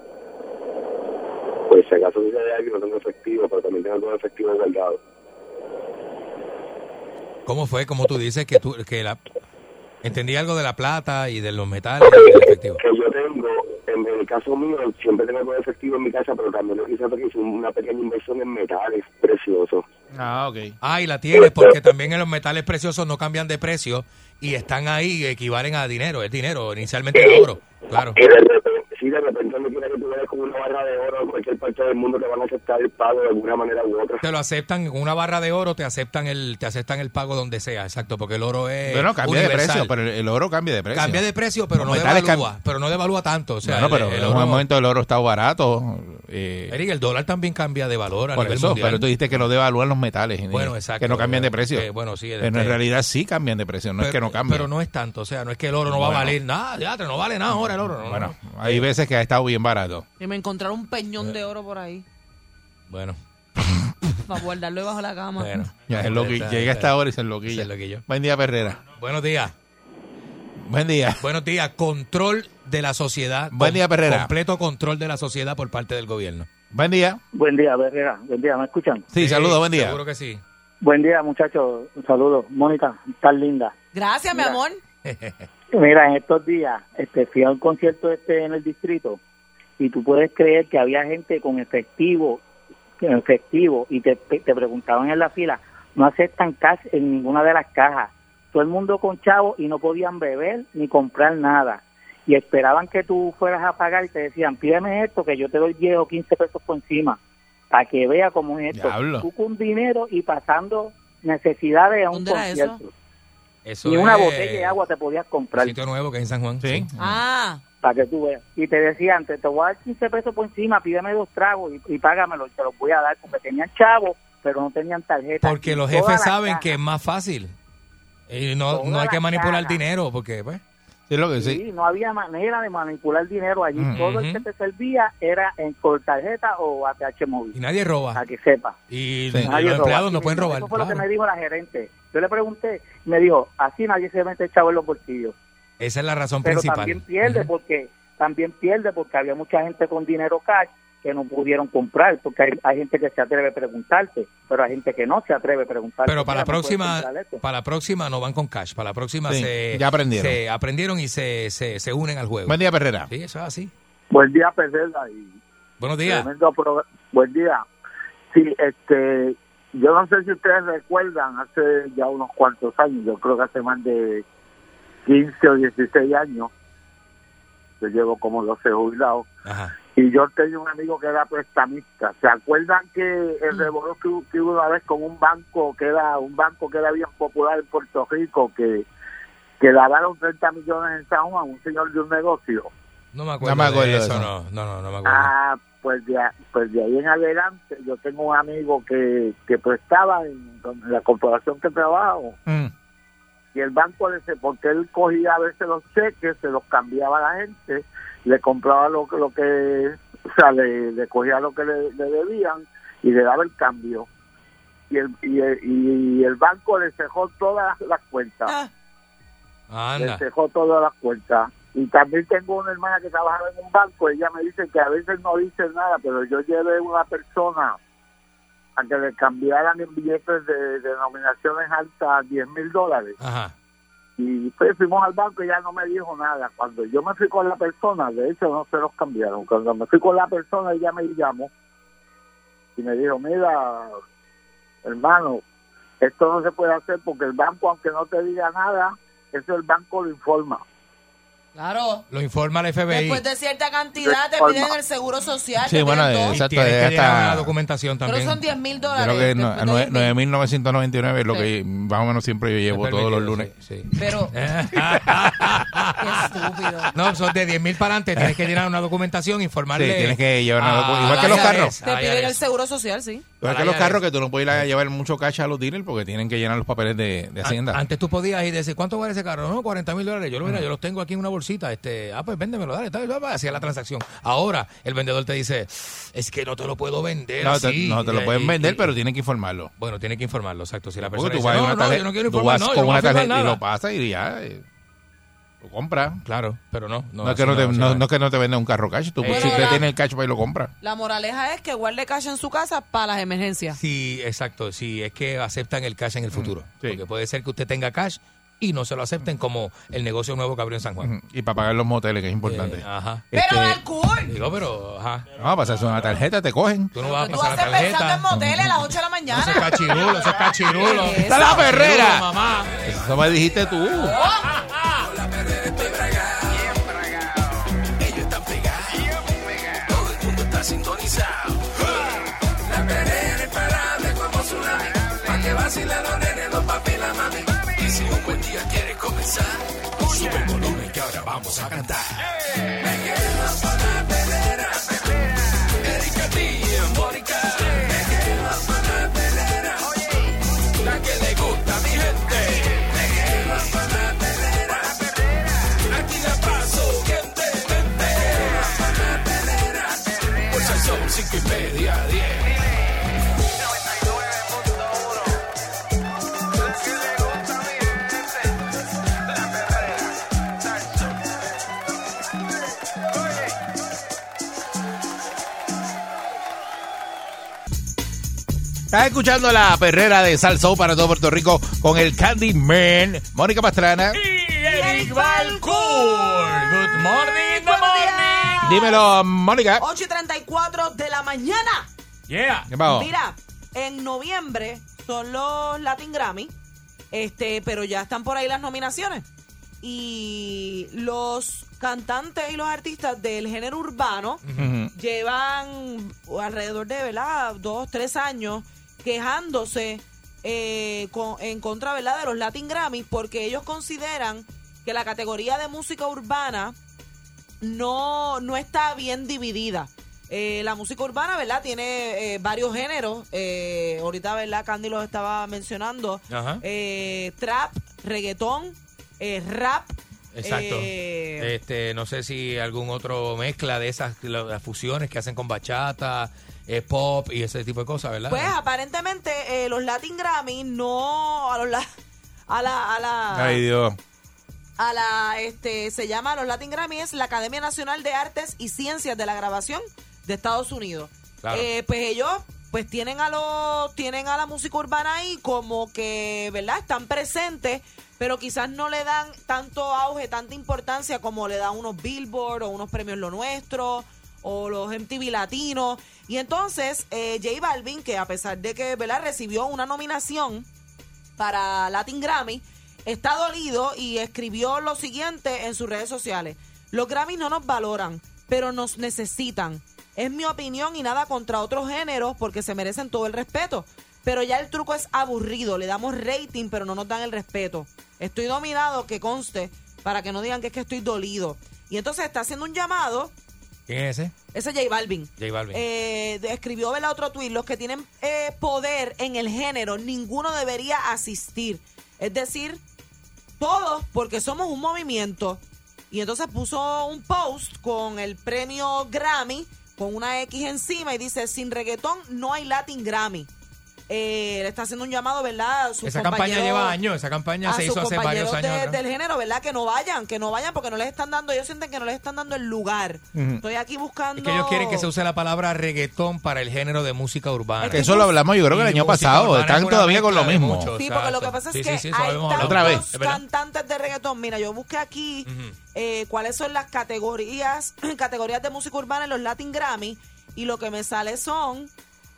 Speaker 16: pues si acaso sucede algo no tengo efectivo, pero también tengo todo efectivo guardado.
Speaker 5: ¿Cómo fue? Como tú dices que tú que la entendí algo de la plata y de los metales y del efectivo.
Speaker 16: Que yo tengo, en el caso mío, siempre tengo todo efectivo en mi casa, pero también lo que hice fue que hice una pequeña inversión en metales preciosos.
Speaker 4: Ah, ok.
Speaker 5: Ah, y la tienes porque también en los metales preciosos no cambian de precio y están ahí, equivalen a dinero, es dinero, inicialmente era oro, claro.
Speaker 16: Y de repente, si de repente no quiera que tú veas como una barra de oro en cualquier parte del mundo, te van a aceptar el pago de alguna manera u otra.
Speaker 5: Te lo aceptan en una barra de oro, te aceptan el te aceptan el pago donde sea, exacto, porque el oro es
Speaker 4: Bueno, cambia de
Speaker 5: universal.
Speaker 4: precio, pero el- el oro cambia de precio.
Speaker 5: Cambia de precio, pero
Speaker 4: Los
Speaker 5: no
Speaker 4: metales
Speaker 5: devalúa,
Speaker 4: cambian.
Speaker 5: pero no devalúa tanto, o sea,
Speaker 4: Bueno,
Speaker 5: el-
Speaker 4: pero
Speaker 5: el
Speaker 4: en un
Speaker 5: oro-
Speaker 4: momento el oro está barato. eh,
Speaker 5: Eric, el dólar también cambia de valor a
Speaker 4: por
Speaker 5: nivel
Speaker 4: eso,
Speaker 5: mundial.
Speaker 4: pero tú dijiste que lo devalúan los metales. eh,
Speaker 5: Bueno, exacto.
Speaker 4: Que no cambian de precio.
Speaker 5: Eh, bueno, sí,
Speaker 4: Pero
Speaker 5: este-
Speaker 4: en realidad sí cambian de precio, no es que no cambien.
Speaker 5: Pero no es tanto, o sea, no es que el oro no va
Speaker 4: Bueno.
Speaker 5: a valer nada, ya, no vale nada ahora el oro. no,
Speaker 4: bueno,
Speaker 5: no. eh,
Speaker 4: hay veces que ha estado bien barato.
Speaker 6: Y me encontraron un peñón de oro por ahí.
Speaker 5: Bueno.
Speaker 6: Para guardarlo debajo de la cama.
Speaker 5: Bueno.
Speaker 4: Ya, es lo que
Speaker 5: Está-
Speaker 4: llega
Speaker 5: está-
Speaker 4: hasta ahora y se enloquilla.
Speaker 5: Se enloquilló.
Speaker 4: Buen día, Perrera.
Speaker 5: Buenos días.
Speaker 4: Buen día.
Speaker 5: Buenos días. Control de la sociedad.
Speaker 4: Buen día, Perrera.
Speaker 5: Completo control de la sociedad por parte del gobierno.
Speaker 4: Buen día.
Speaker 17: Buen día, Herrera. Buen día, ¿me escuchan?
Speaker 4: Sí, saludos, buen día.
Speaker 5: Eh, Seguro que sí.
Speaker 17: Buen día, muchachos. Un saludo. Mónica, tan linda.
Speaker 6: Gracias, mi amor.
Speaker 17: Mira, en estos días este, fui a un concierto este en el distrito y tú puedes creer que había gente con efectivo, en efectivo, y te, te preguntaban en la fila, no aceptan cash en ninguna de las cajas. Todo el mundo con chavo y no podían beber ni comprar nada. Y esperaban que tú fueras a pagar y te decían, pídeme esto que yo te doy 10 o 15 pesos por encima, para que vea cómo es esto.
Speaker 5: Diablo.
Speaker 17: Tú con dinero y pasando necesidades a un
Speaker 6: ¿Dónde era
Speaker 17: concierto.
Speaker 6: eso?
Speaker 5: Eso
Speaker 17: Ni una
Speaker 5: es
Speaker 17: botella de agua te podías comprar.
Speaker 5: Sitio nuevo que es en San Juan. Sí.
Speaker 6: Ah,
Speaker 17: para que tú veas. Y te decían, te, te voy a dar 15 pesos por encima, pídeme dos tragos y, y págamelo, y te los voy a dar, porque tenían chavo, pero no tenían tarjeta.
Speaker 5: Porque
Speaker 17: Y
Speaker 5: los
Speaker 17: todas
Speaker 5: jefes
Speaker 17: las
Speaker 5: saben
Speaker 17: cajas,
Speaker 5: que es más fácil. Y no,
Speaker 17: Todas
Speaker 5: no hay que
Speaker 17: las
Speaker 5: manipular
Speaker 17: cajas.
Speaker 5: dinero porque, pues.
Speaker 4: Es lo que
Speaker 17: Sí, no había manera de manipular dinero allí.
Speaker 5: Mm, Ujú.
Speaker 17: Todo el que te servía era en, por tarjeta o ATH móvil.
Speaker 5: Y nadie roba.
Speaker 17: Para que sepa.
Speaker 5: Y
Speaker 17: Sí.
Speaker 5: los
Speaker 17: Nadie roba.
Speaker 5: empleados no pueden robar.
Speaker 17: Eso fue lo que
Speaker 5: claro.
Speaker 17: me dijo la gerente. Yo le pregunté, y me dijo, así nadie se mete el chavo en los bolsillos.
Speaker 5: Esa es la razón
Speaker 17: pero
Speaker 5: principal.
Speaker 17: también pierde porque también pierde porque había mucha gente con dinero cash que no pudieron comprar porque hay, hay gente que se atreve a preguntarte pero hay gente que no se atreve a preguntarte
Speaker 5: Pero para la
Speaker 17: Mira, ¿me puedes
Speaker 5: próxima,
Speaker 17: comprar esto?
Speaker 5: para la próxima no van con cash. Para la próxima
Speaker 4: Sí,
Speaker 5: se,
Speaker 4: ya aprendieron.
Speaker 5: se aprendieron y se, se, se unen al juego.
Speaker 4: Buen día, Perrera.
Speaker 5: Sí, eso es así.
Speaker 9: Buen día, Pesela. Y
Speaker 5: Buenos días.
Speaker 9: tremendo pro- Buen día. Sí, este, yo no sé si ustedes recuerdan, hace ya unos cuantos años, yo creo que hace más de 15 o 16 años, yo llevo como 12 jubilados,
Speaker 5: Ajá.
Speaker 9: y yo tenía un amigo que era prestamista. ¿Se acuerdan que el revolú que, hu- que hubo una vez con un banco que era un banco que era bien popular en Puerto Rico que que lavaron 30 millones en San Juan a un señor de un negocio?
Speaker 5: No me acuerdo,
Speaker 4: No me acuerdo
Speaker 5: de
Speaker 4: de
Speaker 5: eso.
Speaker 4: eso.
Speaker 5: No, no, no, no me acuerdo.
Speaker 9: Ah, pues de, a- pues de ahí en adelante yo tengo un amigo que, que prestaba en, con la corporación que trabajo
Speaker 5: Mm.
Speaker 9: y el banco le se- porque él cogía a veces los cheques, se los cambiaba a la gente, le compraba lo, que- lo que, o sea, le, le cogía lo que le, le debían y le daba el cambio. Y el, y el, y el banco le cejó todas las cuentas.
Speaker 17: Ah,
Speaker 5: Anda.
Speaker 17: este.
Speaker 9: Le dejó todas las cuentas. Y también tengo una hermana que trabajaba en un banco. Ella me dice que a veces no dice nada, pero yo llevé una persona a que le cambiaran en billetes de denominaciones altas 10 mil dólares.
Speaker 5: Ajá.
Speaker 9: Y pues fuimos al banco y ya no me dijo nada. Cuando yo me fui con la persona, de hecho no se los cambiaron. Cuando me fui con la persona, ella me llamó y me dijo, mira, hermano, esto no se puede hacer porque el banco, aunque no te diga nada, eso el banco lo informa.
Speaker 6: claro.
Speaker 5: Lo informa el FBI.
Speaker 6: Después de cierta cantidad te
Speaker 9: Reforma.
Speaker 6: piden el seguro social.
Speaker 4: Sí,
Speaker 6: te
Speaker 4: bueno,
Speaker 6: piden todo.
Speaker 4: eh, exacto.
Speaker 5: Tienes que
Speaker 4: ya
Speaker 5: llenar
Speaker 4: está-
Speaker 5: una documentación
Speaker 6: Pero
Speaker 5: también.
Speaker 6: son 10 mil
Speaker 4: Creo
Speaker 6: dólares.
Speaker 4: que no-
Speaker 6: después de
Speaker 4: nue-
Speaker 6: 20.
Speaker 4: 9.999 es lo
Speaker 6: Sí.
Speaker 4: que más o menos siempre yo llevo
Speaker 5: Es
Speaker 4: todos los
Speaker 5: permitido,
Speaker 4: lunes.
Speaker 6: Pero qué estúpido.
Speaker 5: No, son de 10 mil para adelante. Tienes que llenar una documentación, informarle. Ah,
Speaker 4: Sí, tienes que llevar una docu-
Speaker 5: a- a
Speaker 4: igual
Speaker 5: la
Speaker 4: que los
Speaker 5: IRS,
Speaker 4: carros.
Speaker 5: a
Speaker 6: Te
Speaker 5: la
Speaker 6: piden el
Speaker 5: IRS.
Speaker 6: seguro social, sí.
Speaker 4: Igual
Speaker 5: Para
Speaker 4: que los
Speaker 5: allá
Speaker 4: carros que tú no puedes ir a llevar mucho cash a los dealers porque tienen que llenar los papeles de, de Hacienda.
Speaker 5: Antes tú podías ir y decir, ¿cuánto vale ese carro? No, 40 mil dólares. Yo, lo- mira, yo los tengo aquí en una bolsita. Este, ah, pues véndemelo, dale, tal, tal, tal, hacía la transacción. Ahora el vendedor te dice, es que no te lo puedo vender.
Speaker 4: no, te,
Speaker 5: así".
Speaker 4: no, te lo
Speaker 5: Y-
Speaker 4: pueden
Speaker 5: y-
Speaker 4: vender,
Speaker 5: y-
Speaker 4: pero tienen que informarlo.
Speaker 5: Bueno, tiene que informarlo, exacto. Si la
Speaker 4: Porque
Speaker 5: persona
Speaker 4: tú
Speaker 5: dice,
Speaker 4: vas, en
Speaker 5: no,
Speaker 4: una
Speaker 5: no,
Speaker 4: tarjeta,
Speaker 5: yo no quiero
Speaker 4: tú vas
Speaker 5: informar, no, yo
Speaker 4: con
Speaker 5: no voy
Speaker 4: una
Speaker 5: a firmar
Speaker 4: tarjeta y
Speaker 5: nada".
Speaker 4: lo pasas y ya. eh, Lo compra.
Speaker 5: Claro, pero no.
Speaker 4: No,
Speaker 5: No,
Speaker 4: es que
Speaker 5: así
Speaker 4: no, te,
Speaker 5: no, así
Speaker 4: no-
Speaker 5: no.
Speaker 4: no es que no te venda un carro cash. Tú,
Speaker 6: Bueno,
Speaker 4: si usted
Speaker 6: la-
Speaker 4: tiene el cash para y lo compra.
Speaker 6: La moraleja es que guarde cash en su casa para las emergencias.
Speaker 5: Sí, exacto. Sí, es que aceptan el cash en
Speaker 4: Mm,
Speaker 5: el futuro. Porque puede ser que usted tenga cash y no se lo acepten como el negocio nuevo que abrió en San Juan. Eh,
Speaker 4: Y para pagar los moteles, que es importante.
Speaker 5: Ajá.
Speaker 4: Este,
Speaker 5: Digo, pero, ajá.
Speaker 4: no, pasas una tarjeta, te cogen.
Speaker 5: Tú no vas a
Speaker 6: Tú
Speaker 5: pasar
Speaker 6: haces
Speaker 5: la
Speaker 6: pensando en
Speaker 5: tarjeta.
Speaker 6: moteles a las 8 de la mañana.
Speaker 5: Eso es cachirulo, eso es cachirulo.
Speaker 6: ¿Qué es
Speaker 4: ¡Está la
Speaker 5: Cachirulo,
Speaker 4: perrera!
Speaker 5: mamá.
Speaker 4: Eso me dijiste tú.
Speaker 3: Todo el mundo está sintonizado. La perrera imparable como tsunami. Pa' que vacilen los nenes, los papi y la mami. Y si un buen día quieres comenzar, sube el volumen que ahora vamos a cantar. Me quedo con la perrera. Erika T y Mónica. Me quedo con la perrera. La que le gusta a mi gente. Me quedo con la perrera. Aquí la paso bien de mente. Por si son cinco y media, diez.
Speaker 4: Estás escuchando la perrera de Salso para todo Puerto Rico con el Candy Man, Mónica Pastrana.
Speaker 5: Eric Balcour. Good morning, good morning.
Speaker 4: Dímelo, Mónica.
Speaker 6: 8 y 34 de la mañana.
Speaker 5: Yeah.
Speaker 4: ¿Qué pasó?
Speaker 6: Mira, en noviembre son los Latin Grammy, este, pero ya están por ahí las nominaciones. Y los cantantes y los artistas del género urbano
Speaker 3: Ujú.
Speaker 6: llevan alrededor de, ¿verdad?, dos, tres años quejándose eh, con- en contra, ¿verdad?, de los Latin Grammys porque ellos consideran que la categoría de música urbana no, no está bien dividida. Eh, la música urbana, ¿verdad? Tiene eh, varios géneros. Eh, ahorita, ¿verdad? Candy los estaba mencionando.
Speaker 5: Ajá.
Speaker 6: Eh, trap, reggaetón, eh, rap.
Speaker 5: Exacto.
Speaker 6: eh,
Speaker 5: Este, no sé si algún otro mezcla de esas la- las fusiones que hacen con bachata, eh, pop y ese tipo de cosas, ¿verdad?
Speaker 6: Pues aparentemente eh, los Latin Grammy no a los la- a la a la
Speaker 4: Ay, Dios.
Speaker 6: a la este se llama los Latin Grammy es la Academia Nacional de Artes y Ciencias de la Grabación de Estados Unidos.
Speaker 3: Claro.
Speaker 6: Eh, pues ellos pues tienen a los tienen a la música urbana ahí como que, ¿verdad? Están presentes, pero quizás no le dan tanto auge, tanta importancia como le dan unos Billboard o unos premios Lo Nuestro o los MTV Latinos. Y entonces eh, J Balvin, que a pesar de que, ¿verdad? Recibió una nominación para Latin Grammy, está dolido y escribió lo siguiente en sus redes sociales. Los Grammys no nos valoran, pero nos necesitan. Es mi opinión y nada contra otros géneros porque se merecen todo el respeto. Pero ya el truco es aburrido, le damos rating pero no nos dan el respeto. Estoy dominado, que conste, para que no digan que es que estoy dolido. Y entonces está haciendo un llamado,
Speaker 5: ¿Quién es ese?
Speaker 6: ese J Balvin,
Speaker 5: J Balvin.
Speaker 6: eh, de- escribió el otro tuit, los que tienen eh, poder en el género, ninguno debería asistir. Es decir, todos, porque somos un movimiento. Y entonces puso un post con el premio Grammy, con una X encima, y dice, sin reggaetón no hay Latin Grammy. Eh, le está haciendo un llamado, ¿verdad? a sus
Speaker 5: esa campaña
Speaker 6: compañeros-
Speaker 5: lleva años, esa campaña
Speaker 6: a
Speaker 5: se
Speaker 6: sus
Speaker 5: hizo hace varios
Speaker 6: compañeros
Speaker 5: años.
Speaker 6: de-
Speaker 5: atrás.
Speaker 6: del género, ¿verdad? Que no vayan, que no vayan porque no les están dando, ellos sienten que no les están dando el lugar.
Speaker 5: Ujú.
Speaker 6: Estoy aquí buscando...
Speaker 5: Es que ellos quieren que se use la palabra reggaetón para el género de música urbana.
Speaker 4: Eso lo hablamos yo creo Ah, que el
Speaker 5: Y
Speaker 4: año
Speaker 5: música
Speaker 4: pasado.
Speaker 5: urbana es
Speaker 4: Están
Speaker 5: una
Speaker 4: todavía con lo
Speaker 5: mezcla de
Speaker 4: mismo.
Speaker 5: muchos,
Speaker 6: Sí, porque lo que
Speaker 5: exacto.
Speaker 6: pasa es
Speaker 5: Sí,
Speaker 6: que
Speaker 5: sí, sí, eso lo
Speaker 6: hay
Speaker 5: habíamos hablado.
Speaker 6: tantos
Speaker 4: Otra vez.
Speaker 5: Es verdad.
Speaker 6: cantantes de reggaetón. Mira, yo busqué aquí eh, cuáles son las categorías categorías de música urbana en los Latin Grammy y lo que me sale son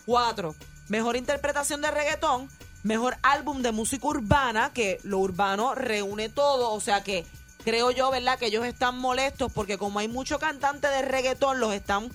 Speaker 6: cuatro. Mejor interpretación de reggaetón, mejor álbum de música urbana, que lo urbano reúne todo, o sea que creo yo, ¿verdad? Que ellos están molestos porque como hay muchos cantantes de reggaetón, los están...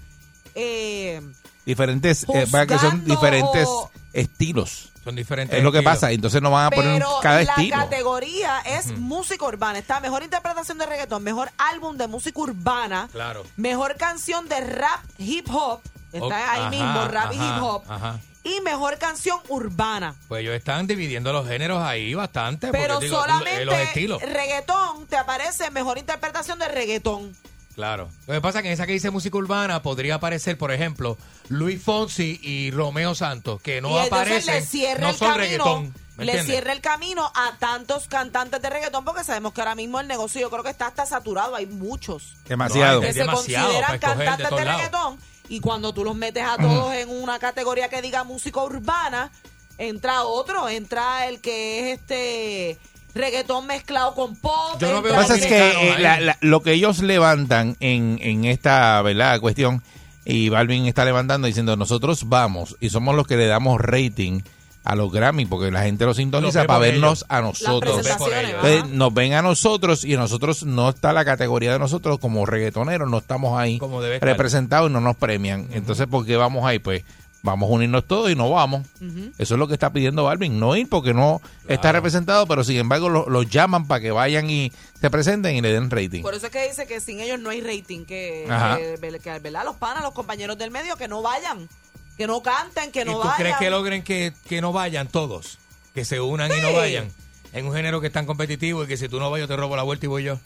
Speaker 6: eh,
Speaker 4: Diferentes, eh, va, que son
Speaker 6: Juzgando
Speaker 4: diferentes
Speaker 6: o-
Speaker 4: estilos.
Speaker 5: Son diferentes
Speaker 4: Es lo que
Speaker 5: estilos.
Speaker 4: pasa. Entonces no van a poner
Speaker 6: pero
Speaker 4: Ah, cada
Speaker 6: la
Speaker 4: estilo.
Speaker 6: categoría es
Speaker 4: Ujú.
Speaker 6: música urbana. Está mejor interpretación de reggaetón, mejor álbum de música urbana,
Speaker 5: Claro.
Speaker 6: mejor canción de rap hip hop. Está
Speaker 5: Ok,
Speaker 6: ahí
Speaker 5: ajá,
Speaker 6: mismo, rap y
Speaker 5: ajá,
Speaker 6: hip hop.
Speaker 5: ajá.
Speaker 6: Y mejor canción urbana.
Speaker 5: Pues ellos están dividiendo los géneros ahí bastante. porque,
Speaker 6: Pero
Speaker 5: digo,
Speaker 6: solamente
Speaker 5: Los estilos.
Speaker 6: reggaetón te aparece mejor interpretación de reggaetón.
Speaker 5: Claro. Lo que pasa es que en esa que dice música urbana podría aparecer, por ejemplo, Luis Fonsi y Romeo Santos, que no
Speaker 6: y entonces
Speaker 5: aparecen.
Speaker 6: le cierra
Speaker 5: no
Speaker 6: el
Speaker 5: son
Speaker 6: camino
Speaker 5: reggaetón. ¿Me
Speaker 6: le
Speaker 5: entiendes?
Speaker 6: cierra el camino a tantos cantantes de reggaetón porque sabemos que ahora mismo el negocio yo creo que está hasta saturado, hay muchos
Speaker 4: Demasiado.
Speaker 6: que se
Speaker 4: Demasiado
Speaker 6: consideran
Speaker 4: para escoger de
Speaker 6: cantantes de,
Speaker 4: todos lados.
Speaker 6: reggaetón y cuando tú los metes a todos en una categoría que diga música urbana, entra otro, entra el que es este reggaetón mezclado con pop.
Speaker 5: Yo no
Speaker 4: Lo
Speaker 5: veo
Speaker 4: que pasa es que eh,
Speaker 5: ahí.
Speaker 4: la- la- lo que ellos levantan en, en esta ¿verdad? cuestión, y Balvin está levantando diciendo, nosotros vamos y somos los que le damos rating a los Grammy, porque la gente los sintoniza
Speaker 5: Los ve
Speaker 4: para
Speaker 5: por
Speaker 4: vernos
Speaker 5: ellos.
Speaker 4: a
Speaker 5: Las
Speaker 4: nosotros.
Speaker 5: Los ve por ellos.
Speaker 4: Entonces, nos ven a nosotros y a nosotros no está la categoría de nosotros como reggaetoneros, no estamos ahí
Speaker 5: Como debe estar.
Speaker 4: representados y no nos premian. Entonces, ¿por qué vamos ahí? Pues vamos a unirnos todos y no vamos. Eso es lo que está pidiendo Balvin, no ir porque no está representado, pero sin embargo lo- los llaman para que vayan y se presenten y le den rating.
Speaker 6: Por eso es que dice que sin ellos no hay rating, que,
Speaker 4: Ajá.
Speaker 6: que- que, ¿verdad? los panas, los compañeros del medio, que no vayan, que no canten, que
Speaker 5: ¿Y
Speaker 6: no
Speaker 5: tú
Speaker 6: vayan.
Speaker 5: crees que logren que, que no vayan todos? Que se unan y no
Speaker 6: Sí.
Speaker 5: vayan. En un género que es tan competitivo y que si tú no vas yo te robo la vuelta y voy yo.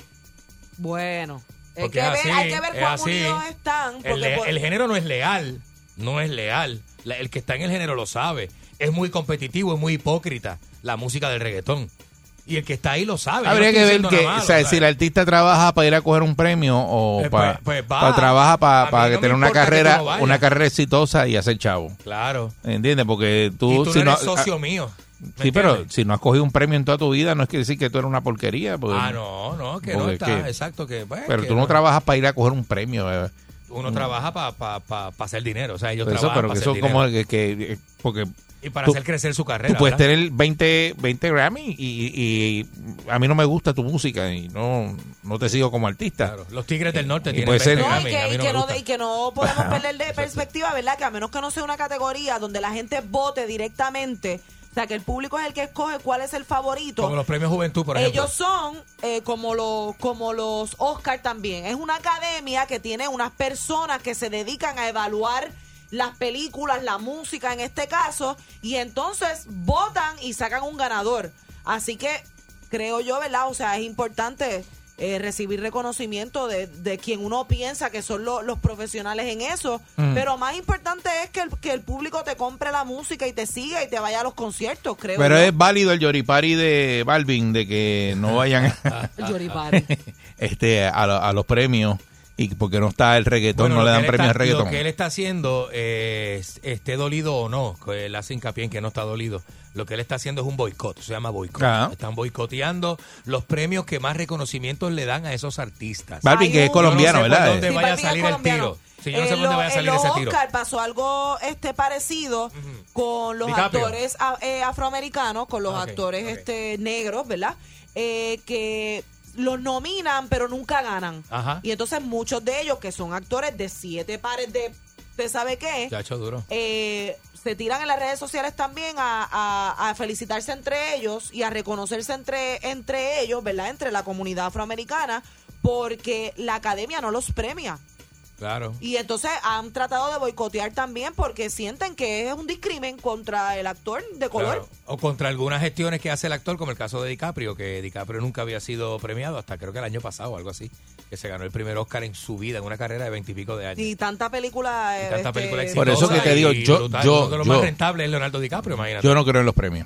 Speaker 6: Bueno, hay
Speaker 5: Porque
Speaker 6: que,
Speaker 5: es
Speaker 6: ver,
Speaker 5: así,
Speaker 6: hay que ver
Speaker 5: es
Speaker 6: cuán
Speaker 5: así.
Speaker 6: unidos están. porque
Speaker 5: El, le-
Speaker 6: por-
Speaker 5: el género no es leal, no es leal. La- el que está en el género lo sabe. Es muy competitivo, es muy hipócrita la música del reggaetón. Y el que está ahí lo sabe. Yo no
Speaker 4: Habría
Speaker 5: estoy
Speaker 4: que ver
Speaker 5: diciendo
Speaker 4: que,
Speaker 5: nada malo,
Speaker 4: o sea,
Speaker 5: o sea,
Speaker 4: si el artista trabaja para ir a coger un premio o
Speaker 5: Pues,
Speaker 4: para,
Speaker 5: pues, pues, va.
Speaker 4: para trabaja
Speaker 5: A
Speaker 4: para,
Speaker 5: mí
Speaker 4: para que
Speaker 5: no me
Speaker 4: tener una
Speaker 5: importa que tú
Speaker 4: carrera,
Speaker 5: no vayas.
Speaker 4: una carrera exitosa y hacer chavo.
Speaker 5: Claro.
Speaker 4: ¿Entiendes? Porque
Speaker 5: Y
Speaker 4: tú,
Speaker 5: tú
Speaker 4: si
Speaker 5: no eres
Speaker 4: no-
Speaker 5: socio
Speaker 4: ah,
Speaker 5: mío. ¿me
Speaker 4: Sí, pero
Speaker 5: entiendes?
Speaker 4: si no has cogido un premio en toda tu vida, no es que decir que tú eres una porquería. pues,
Speaker 5: Ah, no, no, que no
Speaker 4: porque
Speaker 5: está.
Speaker 4: es que-
Speaker 5: exacto, que. pues,
Speaker 4: Pero
Speaker 5: que
Speaker 4: tú no, trabajas para ir a coger un premio. eh.
Speaker 5: Uno
Speaker 4: Mm.
Speaker 5: trabaja para hacer dinero. O sea, ellos
Speaker 4: Por eso,
Speaker 5: trabajan
Speaker 4: pero
Speaker 5: para
Speaker 4: que
Speaker 5: hacer
Speaker 4: eso
Speaker 5: dinero.
Speaker 4: como que, que- eh, porque
Speaker 5: Y para hacer crecer su carrera,
Speaker 4: Tú puedes
Speaker 5: ¿verdad?
Speaker 4: tener 20, 20 Grammy y, y- y a mí no me gusta tu música y no, no te sigo como artista.
Speaker 5: Los Tigres del Norte
Speaker 4: Eh, Y
Speaker 5: tienen
Speaker 4: puede ser-
Speaker 5: 20
Speaker 4: No,
Speaker 6: y
Speaker 5: Grammy, a
Speaker 6: que,
Speaker 5: mí
Speaker 6: y
Speaker 5: no
Speaker 6: que
Speaker 5: me
Speaker 6: no,
Speaker 5: gusta.
Speaker 6: y que no podemos perder de perspectiva, ¿verdad? Que a menos que no sea una categoría donde la gente vote directamente, o sea, que el público es el que escoge cuál es el favorito.
Speaker 5: Como los premios Juventud, por ejemplo.
Speaker 6: Ellos son eh, como los como los Oscar también. Es una academia que tiene unas personas que se dedican a evaluar las películas, la música en este caso, y entonces votan y sacan un ganador. Así que creo yo, ¿verdad? O sea, es importante eh, recibir reconocimiento de, de quien uno piensa que son lo- los profesionales en eso,
Speaker 18: Mm.
Speaker 6: pero más importante es que el, que el público te compre la música y te siga y te vaya a los conciertos, creo
Speaker 4: Pero
Speaker 6: yo.
Speaker 4: es válido el yoripari de Balvin de que no vayan
Speaker 6: El Yoripari.
Speaker 4: este, a, lo- a los premios y porque no está el reggaetón,
Speaker 5: Bueno,
Speaker 4: no
Speaker 5: lo
Speaker 4: le
Speaker 5: que
Speaker 4: dan
Speaker 5: él
Speaker 4: premios al
Speaker 5: está-
Speaker 4: reggaetón.
Speaker 5: Lo que él está haciendo, eh, es- esté dolido o no, que él hace hincapié en que no está dolido. Lo que él está haciendo es un boicot, se llama boicot.
Speaker 4: Ajá.
Speaker 5: Están boicoteando los premios que más reconocimientos le dan a esos artistas.
Speaker 4: Balvin, que es
Speaker 5: Yo
Speaker 4: colombiano,
Speaker 5: no sé
Speaker 4: ¿verdad?
Speaker 5: Por dónde
Speaker 4: Sí,
Speaker 5: vaya a
Speaker 6: Balvin es
Speaker 5: salir el
Speaker 6: colombiano.
Speaker 5: tiro. Sí, yo no sé
Speaker 6: En
Speaker 5: por dónde
Speaker 6: lo-
Speaker 5: vaya a
Speaker 6: en
Speaker 5: salir
Speaker 6: los
Speaker 5: ese tiro.
Speaker 6: Oscar pasó algo este parecido con los
Speaker 5: DiCaprio.
Speaker 6: actores a- eh, afroamericanos, con los
Speaker 5: Ah, ok,
Speaker 6: actores este negros, ¿verdad? Eh, que los nominan pero nunca ganan.
Speaker 5: Ajá.
Speaker 6: Y entonces muchos de ellos que son actores de siete pares de ¿te sabe qué?
Speaker 5: Ya ha hecho duro.
Speaker 6: eh, se tiran en las redes sociales también a, a- a felicitarse entre ellos y a reconocerse entre, entre ellos, ¿verdad? Entre la comunidad afroamericana, porque la academia no los premia.
Speaker 5: Claro.
Speaker 6: Y entonces han tratado de boicotear también porque sienten que es un discrimen contra el actor de color.
Speaker 5: Claro. O contra algunas gestiones que hace el actor, como el caso de DiCaprio, que DiCaprio nunca había sido premiado hasta creo que el año pasado o algo así, que se ganó el primer Oscar en su vida, en una carrera de veintipico de años.
Speaker 6: Y tanta película. eh,
Speaker 5: Tanta
Speaker 6: este,
Speaker 5: película
Speaker 4: Por eso
Speaker 5: exitosa
Speaker 4: que te digo,
Speaker 5: y
Speaker 4: yo-
Speaker 5: brutal.
Speaker 4: yo-
Speaker 5: Uno de los
Speaker 4: yo-
Speaker 5: más rentables es Leonardo DiCaprio, imagínate.
Speaker 4: Yo no creo en los premios.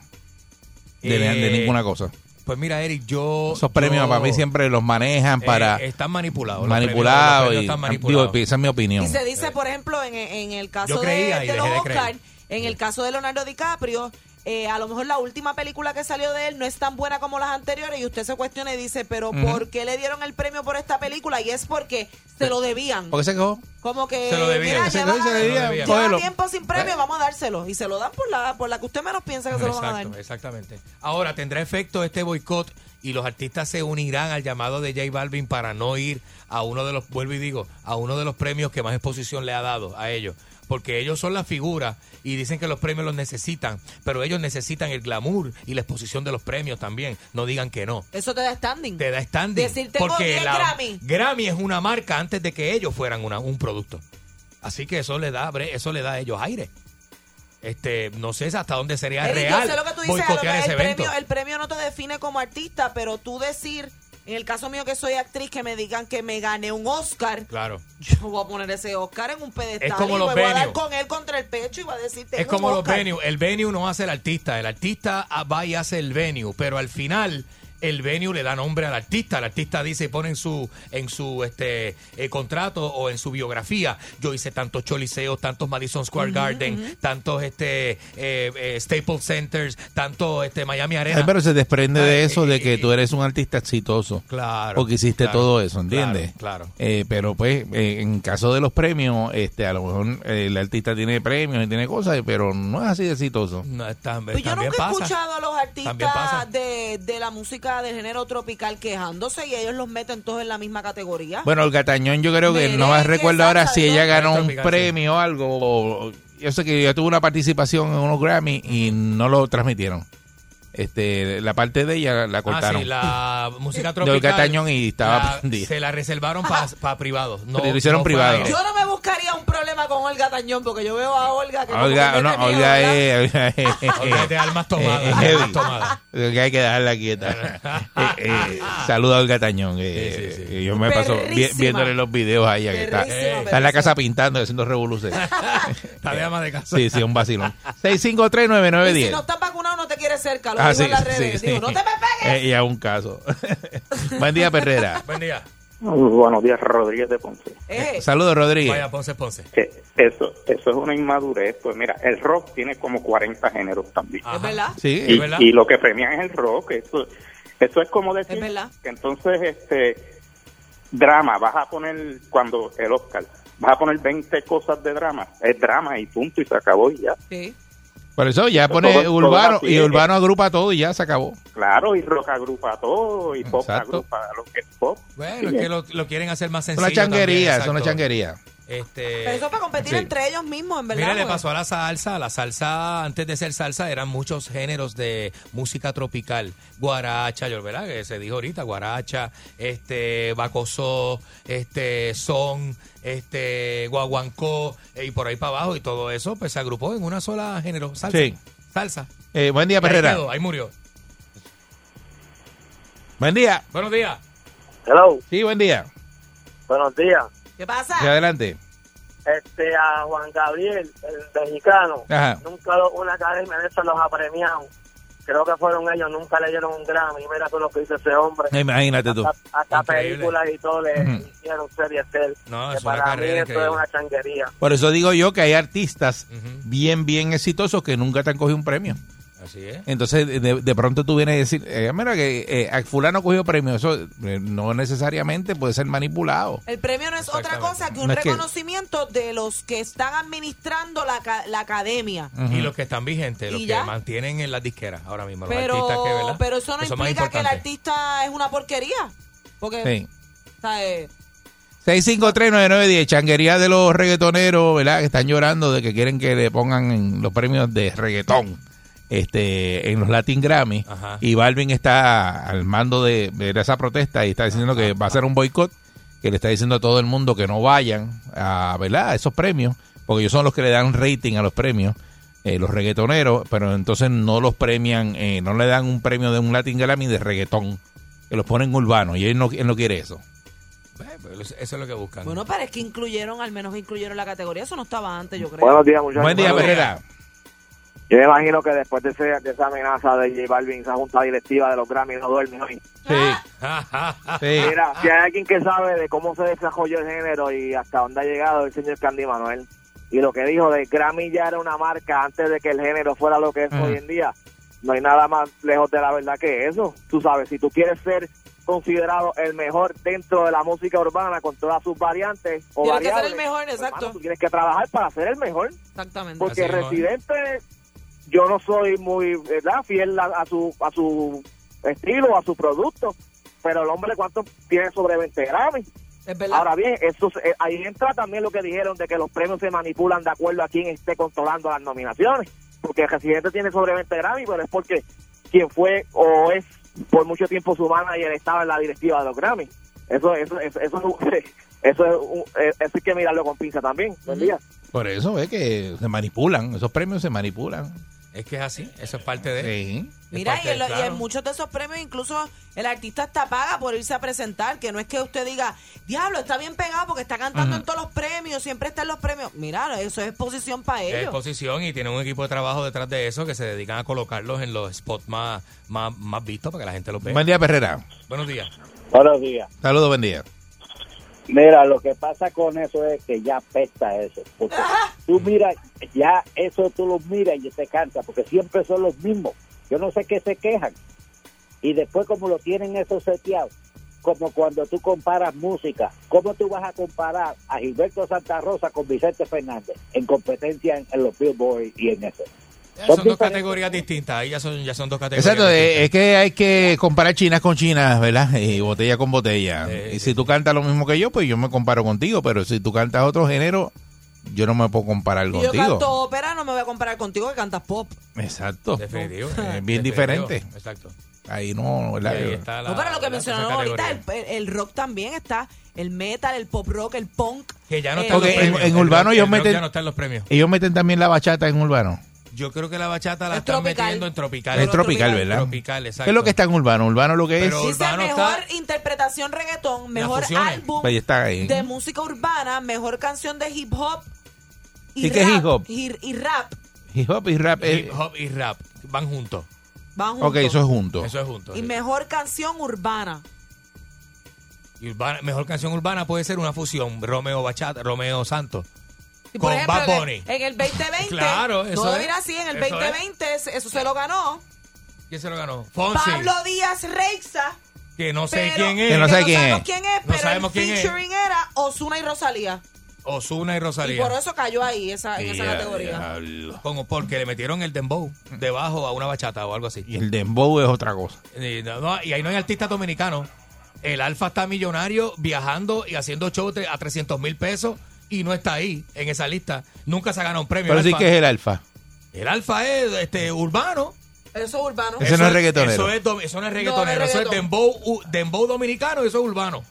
Speaker 4: De, de
Speaker 5: Eh,
Speaker 4: ninguna cosa.
Speaker 5: Pues mira, Eric, yo.
Speaker 4: Esos premios
Speaker 5: yo-
Speaker 4: para mí siempre los manejan
Speaker 5: eh,
Speaker 4: para
Speaker 5: están manipulados. los
Speaker 4: manipulados.
Speaker 5: premios- los premios
Speaker 4: y-
Speaker 5: están manipulados.
Speaker 4: digo, esa es mi opinión. Eh,
Speaker 6: Y se dice, por ejemplo, en, en el caso
Speaker 5: Yo creía
Speaker 6: de,
Speaker 5: y
Speaker 6: de los
Speaker 5: dejé de
Speaker 6: Oscar,
Speaker 5: creer.
Speaker 6: en el caso de Leonardo DiCaprio, eh, a lo mejor la última película que salió de él no es tan buena como las anteriores y usted se cuestiona y dice, pero
Speaker 4: Ujú.
Speaker 6: ¿por qué le dieron el premio por esta película? Y es porque se lo debían.
Speaker 4: ¿Por qué se quejó?
Speaker 6: Como que
Speaker 4: Se lo debían.
Speaker 6: mira,
Speaker 4: Se
Speaker 6: lleva,
Speaker 4: lo- se debían. Eh.
Speaker 6: lleva
Speaker 4: Se lo debían.
Speaker 6: tiempo sin premio, vamos a dárselo. Y se lo dan por la, por la que usted menos piensa que se lo van a
Speaker 5: Exacto,
Speaker 6: dar.
Speaker 5: exactamente. Ahora tendrá efecto este boicot y los artistas se unirán al llamado de J Balvin para no ir a uno de los, vuelvo y digo, a uno de los premios que más exposición le ha dado a ellos. Porque ellos son la figura y dicen que los premios los necesitan, pero ellos necesitan el glamour y la exposición de los premios también. No digan que no.
Speaker 6: Eso te da standing.
Speaker 5: Te da standing.
Speaker 6: Decir, tengo 10 "Oh, Grammy.
Speaker 5: Grammy es una marca antes de que ellos fueran una- un producto. Así que eso le da bre- eso le da a ellos aire. Este, no sé hasta dónde sería
Speaker 6: Eric,
Speaker 5: real
Speaker 6: yo sé lo que tú dices, a lo
Speaker 5: boicotear
Speaker 6: mejor
Speaker 5: ese
Speaker 6: el
Speaker 5: evento.
Speaker 6: premio, el premio no te define como artista, pero tú decir, En el caso mío que soy actriz, que me digan que me gané un Oscar,
Speaker 5: Claro.
Speaker 6: yo voy a poner ese Oscar en un pedestal
Speaker 5: Es como
Speaker 6: y
Speaker 5: los
Speaker 6: me voy a dar
Speaker 5: venues.
Speaker 6: con él contra el pecho y voy a decir,
Speaker 5: Es
Speaker 6: "Tengo
Speaker 5: como
Speaker 6: un
Speaker 5: los
Speaker 6: Oscar".
Speaker 5: venues. El venue no hace el artista. El artista ah, va y hace el venue. Pero al final, el venue le da nombre al artista. El artista dice y pone en su, en su este eh, contrato o en su biografía. Yo hice tantos choliseos, tantos Madison Square Garden, tantos este eh, eh, Staples Centers, tantos este Miami Arena.
Speaker 4: Ay, pero se desprende de eso, de que tú eres un artista exitoso.
Speaker 5: Claro,
Speaker 4: Porque hiciste
Speaker 5: claro,
Speaker 4: todo eso, ¿entiendes?
Speaker 5: claro, claro.
Speaker 4: Eh, pero pues, eh, en caso de los premios, este, a lo mejor eh, el artista tiene premios y tiene cosas, pero no es así de exitoso.
Speaker 5: No, está-
Speaker 6: Pues yo
Speaker 5: también
Speaker 6: nunca he
Speaker 5: pasa.
Speaker 6: escuchado a los
Speaker 5: También pasa.
Speaker 6: artistas de, de la música del género tropical quejándose y ellos los meten todos en la misma categoría.
Speaker 4: Bueno, el Gatañón yo creo que no más
Speaker 6: Merengue,
Speaker 4: recuerdo ahora si ella ganó un
Speaker 5: Tropical, sí.
Speaker 4: premio o algo. o- o- yo sé que ella tuvo una participación en unos Grammy y no lo transmitieron. Este, la parte de ella la cortaron.
Speaker 5: Ah, sí, la música
Speaker 4: De
Speaker 5: tropical.
Speaker 4: Olga Tañón y estaba
Speaker 5: la-
Speaker 4: prendida.
Speaker 5: Se la reservaron para privados. No,
Speaker 4: Lo hicieron
Speaker 5: no fue
Speaker 4: privado.
Speaker 5: al aire.
Speaker 6: yo no me buscaría un problema con Olga Tañón porque yo veo a Olga que como
Speaker 4: Olga,
Speaker 6: que
Speaker 4: no,
Speaker 6: mete miedo,
Speaker 4: Olga
Speaker 6: ¿verdad?
Speaker 4: es. Olga es-
Speaker 5: Olga es de almas tomadas,
Speaker 4: Eh, es
Speaker 5: de almas
Speaker 4: heavy.
Speaker 5: tomadas.
Speaker 4: Olga hay que dejarla quieta. Eh, eh, saluda a Olga Tañón. eh, eh, yo me paso vi-
Speaker 5: Perrísima.
Speaker 4: viéndole los videos a ella que está,
Speaker 5: Perrísima,
Speaker 4: está en la casa pintando y haciendo revoluciones.
Speaker 5: Está de
Speaker 4: Eh.
Speaker 5: ama de casa.
Speaker 4: Sí, sí, un vacilón.
Speaker 6: Y si
Speaker 4: 6539910.
Speaker 6: no estás vacunado no te quieres cerca, lo
Speaker 4: Ah,
Speaker 6: digo
Speaker 4: sí,
Speaker 6: en las
Speaker 4: sí,
Speaker 6: redes.
Speaker 4: sí.
Speaker 6: Digo, no te me pegues.
Speaker 4: Eh, y a un caso. Buen día, Perrera.
Speaker 5: Buen día.
Speaker 18: Buenos días, Rodríguez de Ponce.
Speaker 6: Eh,
Speaker 4: Saludos, Rodríguez.
Speaker 5: Vaya, Ponce, Ponce.
Speaker 18: Eso, eso es una inmadurez. Pues mira, el rock tiene como 40 géneros también.
Speaker 5: Es
Speaker 6: verdad.
Speaker 4: Ah, Sí,
Speaker 18: y, y lo que premian es el rock. Eso, eso es como decir que entonces, este, drama, vas a poner, cuando el Oscar, vas a poner 20 cosas de drama. Es drama y punto, y se acabó y ya.
Speaker 5: Eh,
Speaker 4: Por eso ya
Speaker 18: Todo-
Speaker 4: pone
Speaker 18: todo
Speaker 4: Urbano
Speaker 18: así
Speaker 4: y
Speaker 18: es.
Speaker 4: Urbano agrupa todo y ya se acabó.
Speaker 18: Claro, y rock agrupa todo, y pop
Speaker 4: Exacto.
Speaker 18: agrupa lo que es pop.
Speaker 5: Bueno, es que lo, lo quieren hacer más
Speaker 4: Es
Speaker 5: sencillo.
Speaker 4: una changuería,
Speaker 5: también,
Speaker 4: es una
Speaker 5: exacto.
Speaker 4: changuería.
Speaker 5: Este,
Speaker 6: Pero eso es para competir
Speaker 5: sí.
Speaker 6: entre ellos mismos, en verdad.
Speaker 5: Mira, le
Speaker 6: porque-
Speaker 5: pasó a la salsa. La salsa, antes de ser salsa, eran muchos géneros de música tropical. Guaracha, yo, ¿verdad? Que se dijo ahorita, guaracha, este, bacosó, este, son, este, guaguancó, eh, y por ahí para abajo, y todo eso, pues se agrupó en una sola género, salsa.
Speaker 4: Sí.
Speaker 5: Salsa.
Speaker 4: Eh, buen día,
Speaker 5: Y ahí
Speaker 4: Perrera.
Speaker 5: quedó, ahí murió.
Speaker 4: Buen día.
Speaker 5: Buenos días.
Speaker 18: Hello.
Speaker 4: Sí, buen día.
Speaker 18: Buenos días.
Speaker 6: ¿Qué pasa?
Speaker 4: Sí, adelante.
Speaker 18: Este, a Juan Gabriel, el mexicano,
Speaker 4: Ajá.
Speaker 18: nunca lo- una academia de esos los ha premiado. Creo que fueron ellos, nunca le dieron un Grammy. Mira todo lo que hizo ese hombre.
Speaker 4: Imagínate tú.
Speaker 18: Hasta, hasta
Speaker 4: Increíble.
Speaker 18: películas y todo le
Speaker 4: Ujú.
Speaker 18: hicieron series de él.
Speaker 5: No,
Speaker 18: Que
Speaker 5: es una
Speaker 18: para mí
Speaker 5: carrera
Speaker 18: esto es
Speaker 5: increíble.
Speaker 18: una changuería.
Speaker 4: Por eso digo yo que hay artistas bien, bien exitosos que nunca te han cogido un premio.
Speaker 5: Así es.
Speaker 4: Entonces, de, de pronto tú vienes a decir, eh, mira que eh, a fulano cogió premio. Eso eh, no necesariamente puede ser manipulado.
Speaker 6: El premio no es otra cosa que un
Speaker 4: No es que-
Speaker 6: reconocimiento de los que están administrando la, ca- la academia.
Speaker 5: Y los que están vigentes, los
Speaker 6: ¿Y
Speaker 5: que
Speaker 6: ya?
Speaker 5: mantienen en las disqueras ahora mismo, los
Speaker 6: Pero,
Speaker 5: artistas que, ¿verdad?
Speaker 6: pero eso no
Speaker 5: Que son más
Speaker 6: implica que el
Speaker 5: importantes.
Speaker 6: artista es una porquería. Porque,
Speaker 4: Sí.
Speaker 6: o sea, eh,
Speaker 4: 6539910, changuería de los reggaetoneros, ¿verdad? Que están llorando de que quieren que le pongan en los premios de reggaetón este, en los Latin Grammy.
Speaker 5: Ajá.
Speaker 4: Y Balvin está al mando de, de esa protesta y está diciendo que va a hacer un boicot, que le está diciendo a todo el mundo que no vayan a, ¿verdad? a esos premios, porque ellos son los que le dan rating a los premios. eh, los reggaetoneros, pero entonces no los premian, eh, no le dan un premio de un Latin Grammy de reggaetón, que los ponen urbanos, y él no, él no quiere eso.
Speaker 5: Eh, pero Eso es lo que buscan.
Speaker 6: bueno, pero es que incluyeron, al menos incluyeron la categoría. Eso no estaba antes, yo creo.
Speaker 19: Buenos días, muchachos.
Speaker 4: Buen día,
Speaker 19: Buenos días.
Speaker 4: Herrera.
Speaker 19: Yo me imagino que después de, ese- de esa amenaza de J Balvin, esa junta directiva de los Grammy no duerme hoy.
Speaker 6: Ah.
Speaker 19: Mira, si hay alguien que sabe de cómo se desarrolló el género y hasta dónde ha llegado el señor Candy Manuel, y lo que dijo de Grammy ya era una marca antes de que el género fuera lo que es
Speaker 6: Ah.
Speaker 19: hoy en día, no hay nada más lejos de la verdad que eso. Tú sabes, si tú quieres ser considerado el mejor dentro de la música urbana con todas sus variantes o
Speaker 6: Tiene que ser
Speaker 19: variables, pues,
Speaker 6: el mejor,
Speaker 7: Pues,
Speaker 6: exacto.
Speaker 19: tú tienes que trabajar para ser el mejor.
Speaker 6: Exactamente.
Speaker 19: Porque Residente, yo no soy muy ¿verdad? fiel a, a su a su estilo, a su producto, pero el hombre cuánto tiene sobre 20 Grammy. Ahora bien, eso, se- eh, ahí entra también lo que dijeron de que los premios se manipulan de acuerdo a quien esté controlando las nominaciones, porque Residente tiene sobre 20 Grammy, pero es porque quien fue o es por mucho tiempo su manager estaba en la directiva de los Grammy. Eso eso eso, eso, es un- eso es un- eh, eso hay que mirarlo con pinza también. Buen día.
Speaker 4: Por eso es que se manipulan, esos premios se manipulan.
Speaker 5: Es que es así, eso es parte de. Es
Speaker 6: Mira,
Speaker 5: parte
Speaker 6: y en,
Speaker 5: de-
Speaker 6: lo- y en
Speaker 5: claro.
Speaker 6: muchos de esos premios incluso el artista hasta paga por irse a presentar, que no es que usted diga, diablo, está bien pegado porque está cantando
Speaker 5: Ujú.
Speaker 6: en todos los premios, siempre está en los premios. Mira, eso es exposición para
Speaker 5: Es
Speaker 6: ellos.
Speaker 5: exposición y tiene un equipo de trabajo detrás de eso que se dedican a colocarlos en los spots más, más, más vistos para que la gente los vea.
Speaker 4: Buen día, Perrera.
Speaker 5: Buenos días.
Speaker 17: Buenos días.
Speaker 4: Saludos, buen día.
Speaker 17: Mira, lo que pasa con eso es que ya pesta eso. Porque tú miras, ya eso tú los miras y te cansa, porque siempre son los mismos. Yo no sé qué se quejan. Y después, como lo tienen eso seteado, como cuando tú comparas música, ¿cómo tú vas a comparar a Gilberto Santa Rosa con Vicente Fernández en competencia en, en los Billboard y en eso?
Speaker 5: Ya son dos categorías distintas. Ahí ya son, ya son dos categorías.
Speaker 4: Exacto, eh, es que hay que comparar chinas con chinas, ¿verdad? Y botella con botella. y si tú cantas lo mismo que yo, pues yo me comparo contigo, pero si tú cantas otro género, yo no me puedo comparar
Speaker 6: Y yo
Speaker 4: contigo.
Speaker 6: canto ópera, no me voy a comparar contigo que cantas pop.
Speaker 4: Exacto.
Speaker 5: Definitivo.
Speaker 4: Es
Speaker 5: eh,
Speaker 4: bien
Speaker 5: definitivo.
Speaker 4: diferente.
Speaker 5: Exacto.
Speaker 4: Ahí no, ¿verdad?
Speaker 5: Y ahí está la-
Speaker 6: no, pero lo que
Speaker 5: ¿verdad? Esas
Speaker 6: mencionaron ahorita, el,
Speaker 5: categorías.
Speaker 6: el- el rock también está, el metal, el pop rock, el punk. Eh,
Speaker 5: Que ya no
Speaker 6: el-
Speaker 5: está en los
Speaker 4: Ok, en-
Speaker 5: premios.
Speaker 4: en
Speaker 5: El
Speaker 4: urbano
Speaker 5: rock-
Speaker 4: ellos
Speaker 5: el rock
Speaker 4: meten-
Speaker 5: Ya no está en los premios.
Speaker 4: Ellos meten también la bachata en urbano.
Speaker 5: Yo creo que la bachata la están metiendo en Ah, tropical.
Speaker 4: es tropical, ¿verdad?
Speaker 5: Tropical, exacto.
Speaker 4: ¿Qué es lo que está en urbano? Urbano lo que es.
Speaker 5: Pero
Speaker 6: Dice
Speaker 5: urbano
Speaker 6: mejor
Speaker 5: está-
Speaker 6: interpretación reggaetón, mejor
Speaker 4: fusiones.
Speaker 6: álbum
Speaker 4: Ahí está, eh. ahí.
Speaker 6: de música urbana, mejor canción de hip hop
Speaker 4: ¿Y qué es hip hop?
Speaker 6: Y, y rap
Speaker 4: Hip hop y rap. eh,
Speaker 5: Hip hop y rap van juntos.
Speaker 6: van juntos.
Speaker 4: ok, eso es junto.
Speaker 5: Eso es juntos.
Speaker 6: Y
Speaker 5: sí.
Speaker 6: mejor canción urbana.
Speaker 5: Y urbana- mejor canción urbana puede ser una fusión. Romeo Bachata, Romeo Santos.
Speaker 6: Y
Speaker 5: con Bad
Speaker 6: en el-
Speaker 5: Bunny.
Speaker 6: En el 2020.
Speaker 5: Claro, eso
Speaker 6: No
Speaker 5: es.
Speaker 6: era así, en el
Speaker 5: Eso es.
Speaker 6: 2020 se- eso se lo ganó
Speaker 5: ¿Quién se lo ganó? Fonsi.
Speaker 6: Pablo Díaz Reixa.
Speaker 5: que no sé
Speaker 6: pero-
Speaker 5: quién es.
Speaker 4: Que no sabe quién
Speaker 6: sabemos
Speaker 4: es.
Speaker 6: quién es,
Speaker 5: No
Speaker 6: pero
Speaker 5: sabemos
Speaker 6: el
Speaker 5: quién es.
Speaker 6: featuring era Osuna y Rosalía.
Speaker 5: Osuna y
Speaker 6: Y
Speaker 5: Rosalía.
Speaker 6: por eso cayó ahí esa, en esa
Speaker 5: Ya,
Speaker 6: categoría.
Speaker 5: diablo. Como porque le metieron el dembow debajo a una bachata o algo así.
Speaker 4: Y el dembow es otra cosa.
Speaker 5: Y, no- no, y ahí no hay artistas dominicanos. El Alfa está millonario viajando y haciendo show tre- a 300 mil pesos y no está ahí en esa lista. Nunca se ha ganado un premio.
Speaker 4: Pero sí
Speaker 5: Alfa.
Speaker 4: que es el alfa.
Speaker 5: El Alfa es este, urbano.
Speaker 6: Eso es urbano.
Speaker 5: Eh,
Speaker 4: Ese no es reggaetonero.
Speaker 5: Eso, es dom- eso no es
Speaker 6: No,
Speaker 5: reggaetonero.
Speaker 6: no es
Speaker 5: eso es
Speaker 6: reggaetón.
Speaker 5: dembow, u- dembow dominicano y eso es urbano.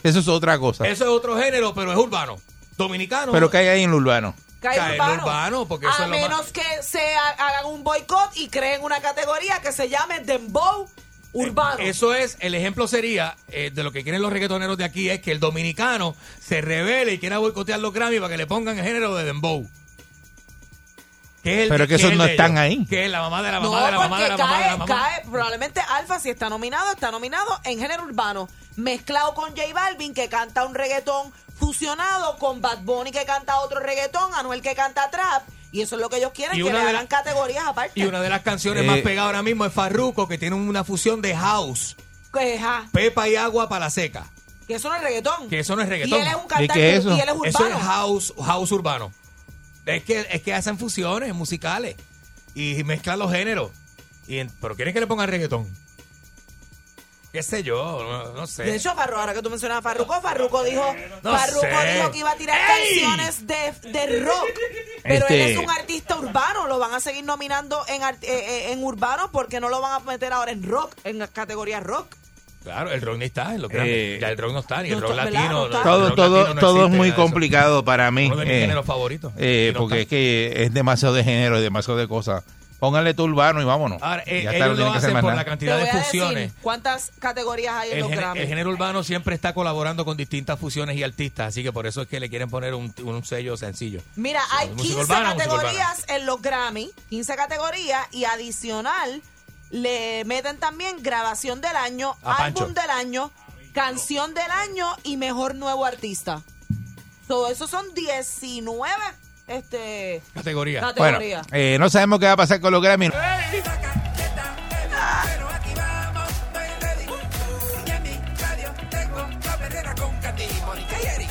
Speaker 4: Eso es otra cosa.
Speaker 5: Eso es otro género, pero es urbano. Dominicano.
Speaker 4: Pero cae ahí en lo urbano.
Speaker 6: Cae
Speaker 5: cae en lo
Speaker 6: urbano.
Speaker 5: urbano, porque
Speaker 6: A
Speaker 5: eso es lo más-
Speaker 6: menos que se ha- hagan un boicot y creen una categoría que se llame Dembow Urbano.
Speaker 5: Eh, Eso es, el ejemplo sería, eh, de lo que quieren los reggaetoneros de aquí, es que el dominicano se revele y quiera boicotear los Grammy para que le pongan el género de dembow. Que el-
Speaker 4: Pero es que esos
Speaker 5: el
Speaker 4: no
Speaker 5: de
Speaker 4: están
Speaker 5: ellos.
Speaker 4: ahí.
Speaker 5: Que es la mamá de la
Speaker 6: no,
Speaker 5: mamá de la mamá
Speaker 6: porque
Speaker 5: de la mamá de
Speaker 6: cae,
Speaker 5: la mamá.
Speaker 6: cae, probablemente Alfa si está nominado, está nominado en género urbano, mezclado con J Balvin que canta un reggaetón fusionado con Bad Bunny que canta otro reggaetón, Anuel que canta trap, y eso es lo que ellos quieren,
Speaker 5: Y
Speaker 6: que le
Speaker 5: una de
Speaker 6: hagan
Speaker 5: la-
Speaker 6: categorías aparte.
Speaker 5: Y una de las canciones
Speaker 4: Eh.
Speaker 5: más pegadas ahora mismo es Farruko, que tiene una fusión de house,
Speaker 6: Que, ajá,
Speaker 5: pepa y agua para la seca.
Speaker 6: que eso no es reggaetón.
Speaker 5: Que eso no es reggaetón.
Speaker 6: Y él es un
Speaker 5: ¿Y
Speaker 6: cantante
Speaker 4: qué es eso?
Speaker 6: y él es urbano.
Speaker 5: Eso es house, house urbano. Es que, es que hacen fusiones musicales y mezclan los géneros. Y en- pero quieren que le pongan reggaetón. ¿Qué sé yo? No, no sé.
Speaker 6: De hecho, Farru, ahora que tú mencionas a Farruko, Farruko dijo,
Speaker 5: Eh. No
Speaker 6: Farruko
Speaker 5: sé.
Speaker 6: dijo que iba a tirar canciones de, de rock. Pero él
Speaker 4: Este-
Speaker 6: es un artista urbano, lo van a seguir nominando en, art- eh, eh, en urbano porque no lo van a meter ahora en rock, en la categoría rock.
Speaker 5: claro, el rock no está en los
Speaker 4: Eh,
Speaker 5: Grammys. Ya el rock no está, ni el
Speaker 6: no
Speaker 5: rock
Speaker 6: está, ¿verdad?
Speaker 5: latino.
Speaker 6: No está.
Speaker 5: el
Speaker 4: Todo,
Speaker 5: rock
Speaker 4: todo,
Speaker 5: latino no
Speaker 4: todo es
Speaker 5: existe,
Speaker 4: muy
Speaker 5: nada de eso.
Speaker 4: complicado para mí.
Speaker 5: Uno de mis
Speaker 4: eh,
Speaker 5: géneros favoritos.
Speaker 4: eh,
Speaker 5: Y no
Speaker 4: porque es
Speaker 5: está.
Speaker 4: que es demasiado de género y demasiado de cosas. Póngale tu urbano y vámonos.
Speaker 5: Ahora, eh,
Speaker 4: Ya está, no
Speaker 5: ellos
Speaker 4: tiene
Speaker 5: lo
Speaker 4: que hacer
Speaker 5: hacen
Speaker 4: más
Speaker 5: por
Speaker 4: nada.
Speaker 5: la cantidad
Speaker 6: Te
Speaker 5: de
Speaker 6: voy a decir
Speaker 5: fusiones.
Speaker 6: ¿Cuántas categorías hay en
Speaker 5: El,
Speaker 6: los
Speaker 5: género-
Speaker 6: Grammys?
Speaker 5: el género urbano siempre está colaborando con distintas fusiones y artistas, así que por eso es que le quieren poner un, un sello sencillo.
Speaker 6: Mira, hay
Speaker 5: música
Speaker 6: 15
Speaker 5: urbana, música
Speaker 6: categorías en los Grammy, 15 categorías y adicional le meten también grabación del año,
Speaker 5: A Pancho.
Speaker 6: álbum del año, canción del año y mejor nuevo artista. So, esos son 19 este
Speaker 5: Categoría.
Speaker 4: Bueno,
Speaker 6: categorías.
Speaker 4: eh, no sabemos qué va a pasar con los Grammy.
Speaker 3: Y en mi radio tengo la perrera con Katy, Mónica y Eric.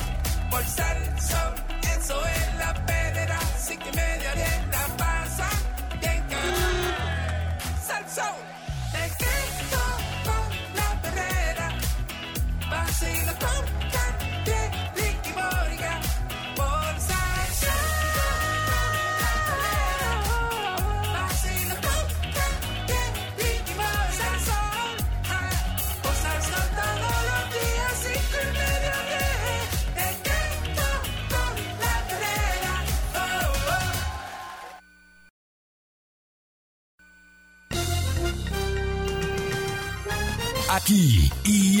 Speaker 3: Por sal, sol, eso es la perrera. Así que media hora la pasa bien cabrón. Sal, sol, me quedo con la perrera. Vacilo con Katy, Ricky, Mónica. Por sal, sol. Vacilo con Katy, Ricky, Mónica. Sal, sol. Ah. Cosas no todos los días, cinco y media, diez. Te canto
Speaker 1: Aquí y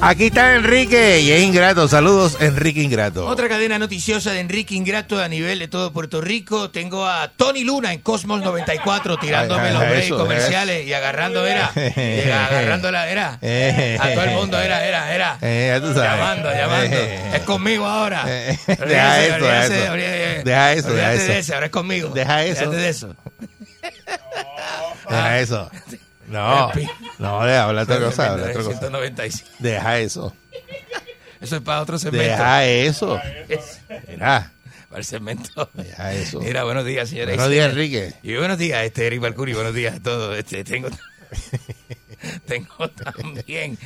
Speaker 4: Aquí está Enrique y es Ingrato. Saludos, Enrique Ingrato.
Speaker 5: Otra cadena noticiosa de Enrique Ingrato a nivel de todo Puerto Rico. Tengo a Tony Luna en Cosmos 94 tirándome
Speaker 4: Ay, ay,
Speaker 5: los
Speaker 4: ay,
Speaker 5: breaks
Speaker 4: eso, ¿eh?
Speaker 5: comerciales y agarrando, era, y agarrando la, era,
Speaker 4: Eh,
Speaker 5: a todo el mundo, era, era, era.
Speaker 4: eh, ya tú sabes. Eh,
Speaker 5: Llamando, llamando. Es conmigo ahora.
Speaker 4: deja
Speaker 5: Olvídese,
Speaker 4: eso, deja
Speaker 5: olvídese,
Speaker 4: eso.
Speaker 5: olvídese.
Speaker 4: Deja eso, deja
Speaker 5: Olvídate
Speaker 4: eso.
Speaker 5: de ese, ahora es conmigo.
Speaker 4: Deja eso.
Speaker 5: Olvídate de eso. Ah.
Speaker 4: Deja eso. No, no, deja hablar otra cosa,
Speaker 5: eh,
Speaker 4: habla otra cosa.
Speaker 5: 195.
Speaker 4: Deja eso.
Speaker 5: Eso es para otro segmento.
Speaker 4: Deja eso. Mira.
Speaker 5: Para el segmento.
Speaker 4: Deja eso.
Speaker 5: Mira, buenos días, señores.
Speaker 4: Buenos días, Enrique.
Speaker 5: Y buenos días, este Eric Balcuri. Buenos días a todos. Este, tengo, tengo también.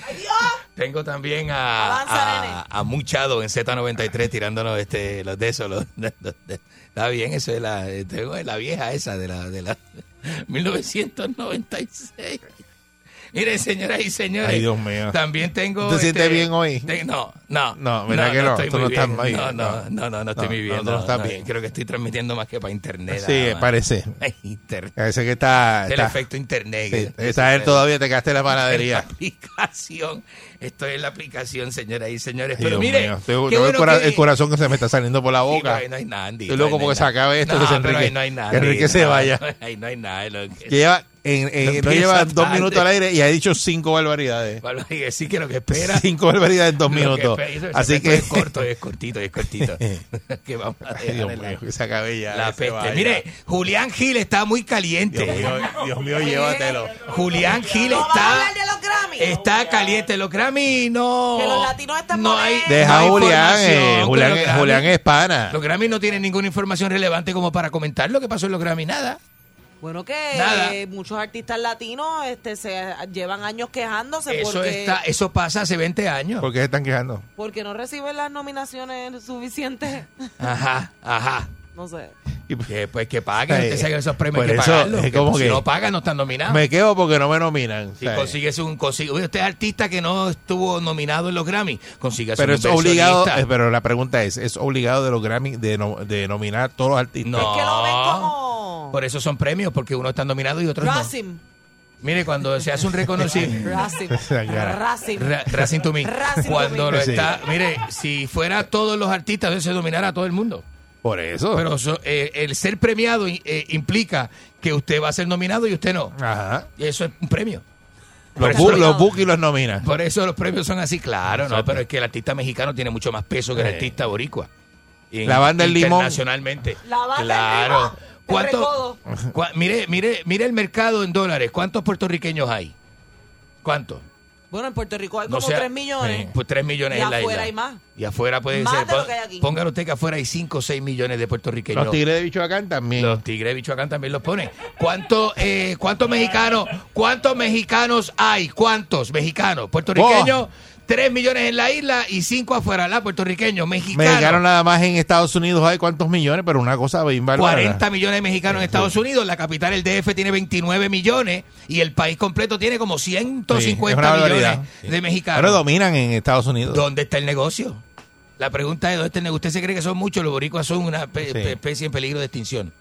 Speaker 5: Tengo también a, a, a Muchado en Z93 tirándonos este, los de esos. los- los- los- de- está bien, eso es la, tengo la vieja esa de la, de la 1996. Mire, señoras y señores.
Speaker 4: Ay, Dios mío.
Speaker 5: También tengo.
Speaker 4: ¿Te sientes
Speaker 5: este,
Speaker 4: bien hoy?
Speaker 5: te- no, no.
Speaker 4: No, ¿verdad que no?
Speaker 5: estoy
Speaker 4: Tú
Speaker 5: muy
Speaker 4: no estás
Speaker 5: bien.
Speaker 4: bien.
Speaker 5: No, no, no, no, no estoy
Speaker 4: No,
Speaker 5: muy bien.
Speaker 4: no, tú no estás bien.
Speaker 5: Creo que estoy transmitiendo más que para internet.
Speaker 4: Sí,
Speaker 5: nada más.
Speaker 4: parece.
Speaker 5: Internet.
Speaker 4: Parece que está.
Speaker 5: El
Speaker 4: está-
Speaker 5: efecto internet.
Speaker 4: Sí,
Speaker 5: El-
Speaker 4: esa él todavía te quedaste en la
Speaker 5: La
Speaker 4: panadería.
Speaker 5: aplicación. Estoy en la aplicación, señoras y señores.
Speaker 4: Dios
Speaker 5: Pero mire,
Speaker 4: mío,
Speaker 5: qué
Speaker 4: tengo- tengo el,
Speaker 5: bueno
Speaker 4: cora-
Speaker 5: que-
Speaker 4: el corazón que se me está saliendo por la
Speaker 5: Sí,
Speaker 4: boca.
Speaker 5: no, ahí no hay nada, Andy,
Speaker 4: Estoy
Speaker 5: no,
Speaker 4: loco
Speaker 5: ahí no
Speaker 4: porque
Speaker 5: hay
Speaker 4: se
Speaker 5: nada.
Speaker 4: acabe esto. que se
Speaker 5: No, pero
Speaker 4: Enrique,
Speaker 5: ahí no hay nada,
Speaker 4: que
Speaker 5: Andy,
Speaker 4: Enrique se
Speaker 5: no,
Speaker 4: vaya.
Speaker 5: Ahí no hay nada. lo que-
Speaker 4: Que lleva en- en- no
Speaker 5: Empieza
Speaker 4: lleva dos
Speaker 5: tarde.
Speaker 4: minutos al aire y ha dicho cinco barbaridades.
Speaker 5: Bueno, y sí que lo que espera.
Speaker 4: Cinco barbaridades en dos
Speaker 5: Lo que
Speaker 4: minutos.
Speaker 5: espera- eso- eso-
Speaker 4: Así
Speaker 5: esto
Speaker 4: que-
Speaker 5: Es corto, es cortito, es cortito. que vamos a
Speaker 4: Ay, Dios
Speaker 5: dejar
Speaker 4: mío,
Speaker 5: la-
Speaker 4: que se acabe ya.
Speaker 5: La
Speaker 4: que se
Speaker 5: peste.
Speaker 4: vaya.
Speaker 5: Mire, Julián Gil está muy caliente.
Speaker 4: Dios mío, Dios mío, llévatelo.
Speaker 5: Julián Gil
Speaker 6: No, vamos a
Speaker 5: está,
Speaker 6: hablar de los Grammy.
Speaker 5: está caliente. Los Grammy no.
Speaker 6: Que los latinos están
Speaker 5: no hay,
Speaker 4: Deja
Speaker 5: no
Speaker 4: a
Speaker 5: hay
Speaker 4: Julián,
Speaker 5: información,
Speaker 4: eh,
Speaker 5: pero
Speaker 4: Julián,
Speaker 5: los
Speaker 4: eh,
Speaker 5: Grammy-
Speaker 4: Julián es pana.
Speaker 5: Los Grammy no tienen ninguna información relevante como para comentar lo que pasó en los Grammy. Nada.
Speaker 6: Bueno, que
Speaker 5: Nada.
Speaker 6: eh, muchos artistas latinos este, se llevan años quejándose
Speaker 5: Eso,
Speaker 6: porque,
Speaker 5: está, eso pasa hace 20 años.
Speaker 4: ¿Por qué se están quejando?
Speaker 6: porque no reciben las nominaciones suficientes.
Speaker 5: Ajá, ajá.
Speaker 6: No sé.
Speaker 5: Que, pues que paguen.
Speaker 4: Ay,
Speaker 5: Usted sabe que esos premios
Speaker 4: por
Speaker 5: hay que
Speaker 4: eso,
Speaker 5: pagarlos,
Speaker 4: es
Speaker 5: que
Speaker 4: como
Speaker 5: si
Speaker 4: que-
Speaker 5: no pagan, no están nominados.
Speaker 4: Me quedo porque no me nominan.
Speaker 5: Si
Speaker 4: ¿sabes?
Speaker 5: consigues un consigue, oye, usted es artista que no estuvo nominado en los Grammy, consigue
Speaker 4: Pero es obligado, eh, pero la pregunta es, ¿es obligado de los Grammy de, no- de nominar a todos los artistas?
Speaker 5: No. Por eso son premios, porque uno está nominado y otro Ah. Pues, no.
Speaker 6: Racing.
Speaker 5: Mire, cuando se hace un reconocimiento.
Speaker 6: Racing.
Speaker 4: Esa cara.
Speaker 6: Racing.
Speaker 5: Ra- Racing to me.
Speaker 6: Racing to
Speaker 5: Cuando
Speaker 6: me.
Speaker 5: lo
Speaker 4: Sí.
Speaker 5: está. Mire, si fuera todos los artistas, entonces se dominara a todo el mundo.
Speaker 4: Por eso.
Speaker 5: Pero so- eh, el ser premiado eh, implica que usted va a ser nominado y usted no.
Speaker 4: Ajá.
Speaker 5: Y eso es un premio.
Speaker 4: Los,
Speaker 5: Por
Speaker 4: bu
Speaker 5: eso-
Speaker 4: los Bookies los nominan.
Speaker 5: Por eso los premios son así, claro, no,
Speaker 4: Exacto.
Speaker 5: pero es que el artista mexicano tiene mucho más peso que el
Speaker 4: Sí.
Speaker 5: artista boricua. Y
Speaker 4: La banda El Limón.
Speaker 5: Internacionalmente.
Speaker 6: La banda El
Speaker 5: claro.
Speaker 6: Limón.
Speaker 5: ¿Cuánto,
Speaker 6: Recodo.
Speaker 5: cua- mire, mire, mire el mercado en dólares. ¿Cuántos puertorriqueños hay? ¿Cuántos?
Speaker 6: Bueno, en Puerto Rico hay
Speaker 5: No
Speaker 6: como
Speaker 5: sea-
Speaker 6: 3 millones.
Speaker 5: Sí, Pues 3 millones
Speaker 6: Y
Speaker 5: en la
Speaker 6: afuera
Speaker 5: isla.
Speaker 6: hay más.
Speaker 5: Y afuera pueden
Speaker 6: Más
Speaker 5: ser.
Speaker 6: de lo que hay aquí.
Speaker 5: Póngalo usted que afuera hay 5 o 6 millones de puertorriqueños.
Speaker 4: Los Tigres de Michoacán también.
Speaker 5: Los tigres de Michoacán también los ponen. ¿Cuántos eh, cuántos mexicanos cuántos mexicanos hay? ¿Cuántos mexicanos? Puertorriqueños, 3 millones en la isla y 5 afuera, la puertorriqueños,
Speaker 4: Me llegaron
Speaker 5: mexicanos.
Speaker 4: nada más en Estados Unidos, hay cuántos millones, pero una cosa bien bárbara.
Speaker 5: 40 millones de mexicanos en Estados Unidos, la capital, el DF, tiene 29 millones y el país completo tiene como
Speaker 4: Sí, es
Speaker 5: 150
Speaker 4: una
Speaker 5: millones
Speaker 4: barbaridad.
Speaker 5: de mexicanos.
Speaker 4: Pero dominan en Estados Unidos.
Speaker 5: ¿Dónde está el negocio? La pregunta es, ¿dónde está el negocio? ¿Usted se cree que son muchos? Los boricuas son una pe-
Speaker 4: Sí.
Speaker 5: pe- especie en peligro de extinción,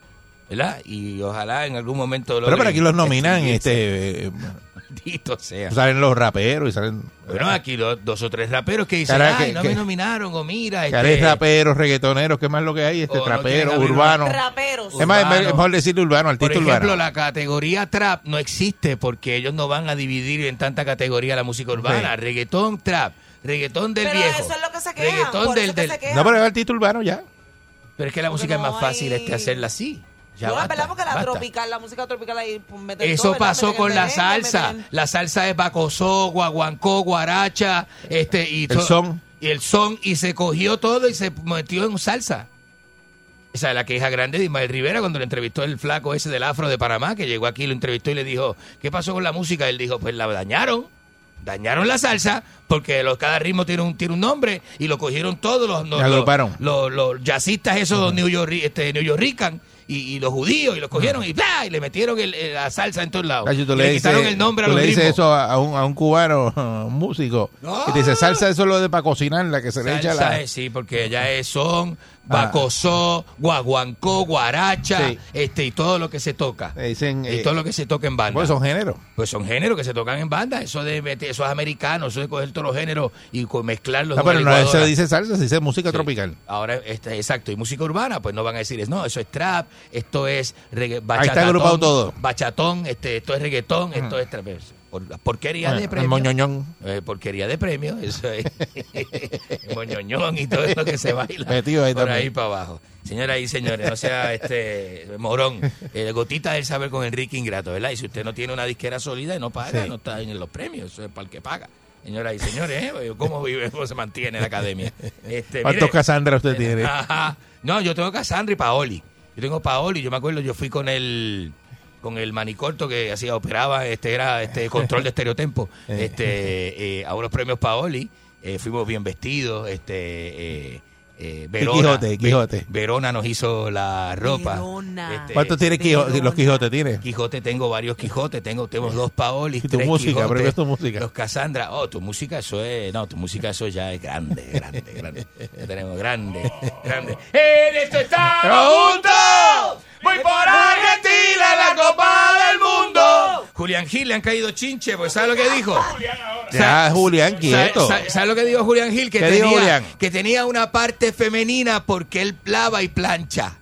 Speaker 5: ¿verdad? Y ojalá en algún momento...
Speaker 4: pero
Speaker 5: logren
Speaker 4: para aquí los nominan,
Speaker 5: extinguirse.
Speaker 4: este, eh,
Speaker 5: Maldito sea.
Speaker 4: salen los raperos y salen...
Speaker 5: Bueno, aquí los dos o tres raperos que dicen,
Speaker 4: Cara,
Speaker 5: ay,
Speaker 4: que-
Speaker 5: no
Speaker 4: que-
Speaker 5: me nominaron, o mira,
Speaker 4: Que hay
Speaker 5: este,
Speaker 4: raperos, reggaetoneros, ¿qué más lo que hay? Este,
Speaker 5: O no
Speaker 4: trapero,
Speaker 5: tiene que
Speaker 4: urbano.
Speaker 5: haber-
Speaker 6: Raperos.
Speaker 4: Es más, es
Speaker 5: Urbano.
Speaker 4: mejor decir urbano,
Speaker 5: por
Speaker 4: artista
Speaker 5: ejemplo,
Speaker 4: urbano.
Speaker 5: la categoría trap no existe porque ellos no van a dividir en tanta categoría la música urbana,
Speaker 4: Sí.
Speaker 5: reggaetón, trap, reggaetón del
Speaker 6: Pero
Speaker 5: viejo,
Speaker 6: eso es lo que se quejan.
Speaker 5: reggaetón
Speaker 6: por eso
Speaker 5: del,
Speaker 6: es que
Speaker 5: del-
Speaker 6: se quejan.
Speaker 4: No, pero es artista urbano ya.
Speaker 5: Pero es que la música es más fácil este hacerla así. Ya
Speaker 6: no, es
Speaker 5: basta,
Speaker 6: verdad, porque la
Speaker 5: basta.
Speaker 6: tropical, la música tropical ahí pues, meten todo,
Speaker 5: Eso
Speaker 6: ¿verdad?
Speaker 5: pasó
Speaker 6: Meten
Speaker 5: con
Speaker 6: el
Speaker 5: la
Speaker 6: merengue,
Speaker 5: salsa.
Speaker 6: meten-
Speaker 5: La salsa es bacosó, guaguancó, guaracha, este y
Speaker 4: El
Speaker 5: to-
Speaker 4: son.
Speaker 5: y el son y se cogió todo y se metió en salsa. Esa es la queja grande de Ismael Rivera cuando le entrevistó el flaco ese del afro de Panamá que llegó aquí, lo entrevistó y le dijo, "¿Qué pasó con la música?" Él dijo, "Pues la dañaron." Dañaron la salsa porque los, cada ritmo tiene un, tiene un nombre y lo cogieron todos los, los,
Speaker 4: La agruparon.
Speaker 5: los, los- los jazzistas esos los New York, este, New Yorkican y, y los judíos y los cogieron y, ¡bla! y le metieron el- el- la salsa en todos lados.
Speaker 4: Cacho, tú
Speaker 5: Y
Speaker 4: le,
Speaker 5: le,
Speaker 4: dices-
Speaker 5: quitaron el nombre a
Speaker 4: tú
Speaker 5: los
Speaker 4: le dices
Speaker 5: ritmos.
Speaker 4: eso a, a un, a un cubano, a un músico. Y te dice, salsa, eso es lo de para cocinar, la que se le echa
Speaker 5: Salsa
Speaker 4: la...
Speaker 5: es, sí, porque allá es son, Bacosó, Guaguancó, Guaracha,
Speaker 4: Ah. Sí.
Speaker 5: este, y todo lo que se toca.
Speaker 4: dicen,
Speaker 5: y
Speaker 4: eh,
Speaker 5: todo lo que se toca en banda.
Speaker 4: Pues son géneros.
Speaker 5: Pues son géneros que se tocan en banda. Eso de meter- eso es americano, eso de coger todos los géneros y co- mezclarlos.
Speaker 4: Ah,
Speaker 5: en una
Speaker 4: pero no se
Speaker 5: licuadora.
Speaker 4: dice salsa, se dice música
Speaker 5: Sí.
Speaker 4: tropical.
Speaker 5: Ahora, este, exacto, y música urbana, pues no van a decir, no, eso es trap, esto es regga-
Speaker 4: Ahí está
Speaker 5: bachatatón,
Speaker 4: agrupado todo.
Speaker 5: Bachatón, este, esto es reggaetón, esto es trap. Es por- la porquería de premio.
Speaker 4: moñoñón.
Speaker 5: Eh, porquería de premio, eso es. moñoñón y todo eso que se baila.
Speaker 4: Metido ahí
Speaker 5: por
Speaker 4: también.
Speaker 5: ahí para abajo. Señoras y señores, no sea este morón. Eh, gotita del saber con Enrique Ingrato, ¿verdad? Y si usted no tiene una disquera sólida y no paga,
Speaker 4: Sí.
Speaker 5: no está en los premios, eso es para el que paga. Señoras y señores, ¿eh? ¿cómo vive, cómo se mantiene la academia? Este,
Speaker 4: ¿Cuántos
Speaker 5: mire,
Speaker 4: Cassandra usted tiene?
Speaker 5: Ajá. No, yo tengo Cassandra y Paoli. Yo tengo Paoli, yo me acuerdo, yo fui con el con el manicorto que hacía, operaba, este era este control de estereotempo, este, eh, a unos premios Paoli, eh, fuimos bien vestidos, este eh, eh, Verona,
Speaker 4: Quijote, Quijote.
Speaker 5: Ve- Verona nos hizo la ropa. Este,
Speaker 4: ¿Cuántos tiene Quijo- los Quijotes? ¿Tiene?
Speaker 5: Quijote, tengo varios Quijotes, tengo, tengo dos Paoli,
Speaker 4: Y tu
Speaker 5: tres
Speaker 4: música,
Speaker 5: Quijotes,
Speaker 4: pero ¿qué es tu música?
Speaker 5: Los Cassandra, oh, tu música eso es, no, tu música eso ya es grande, grande, grande. Ya tenemos grande, grande. En esto estamos juntos. Voy por Argentina en la Copa del Mundo. Julián Gil le han caído chinche, pues ¿sabes lo que dijo?
Speaker 4: Ya, Julián, quieto.
Speaker 5: ¿Sabes lo que dijo Julián Gil? Que
Speaker 4: ¿Qué
Speaker 5: tenía,
Speaker 4: dijo Julián?
Speaker 5: que tenía una parte femenina porque él lava y plancha.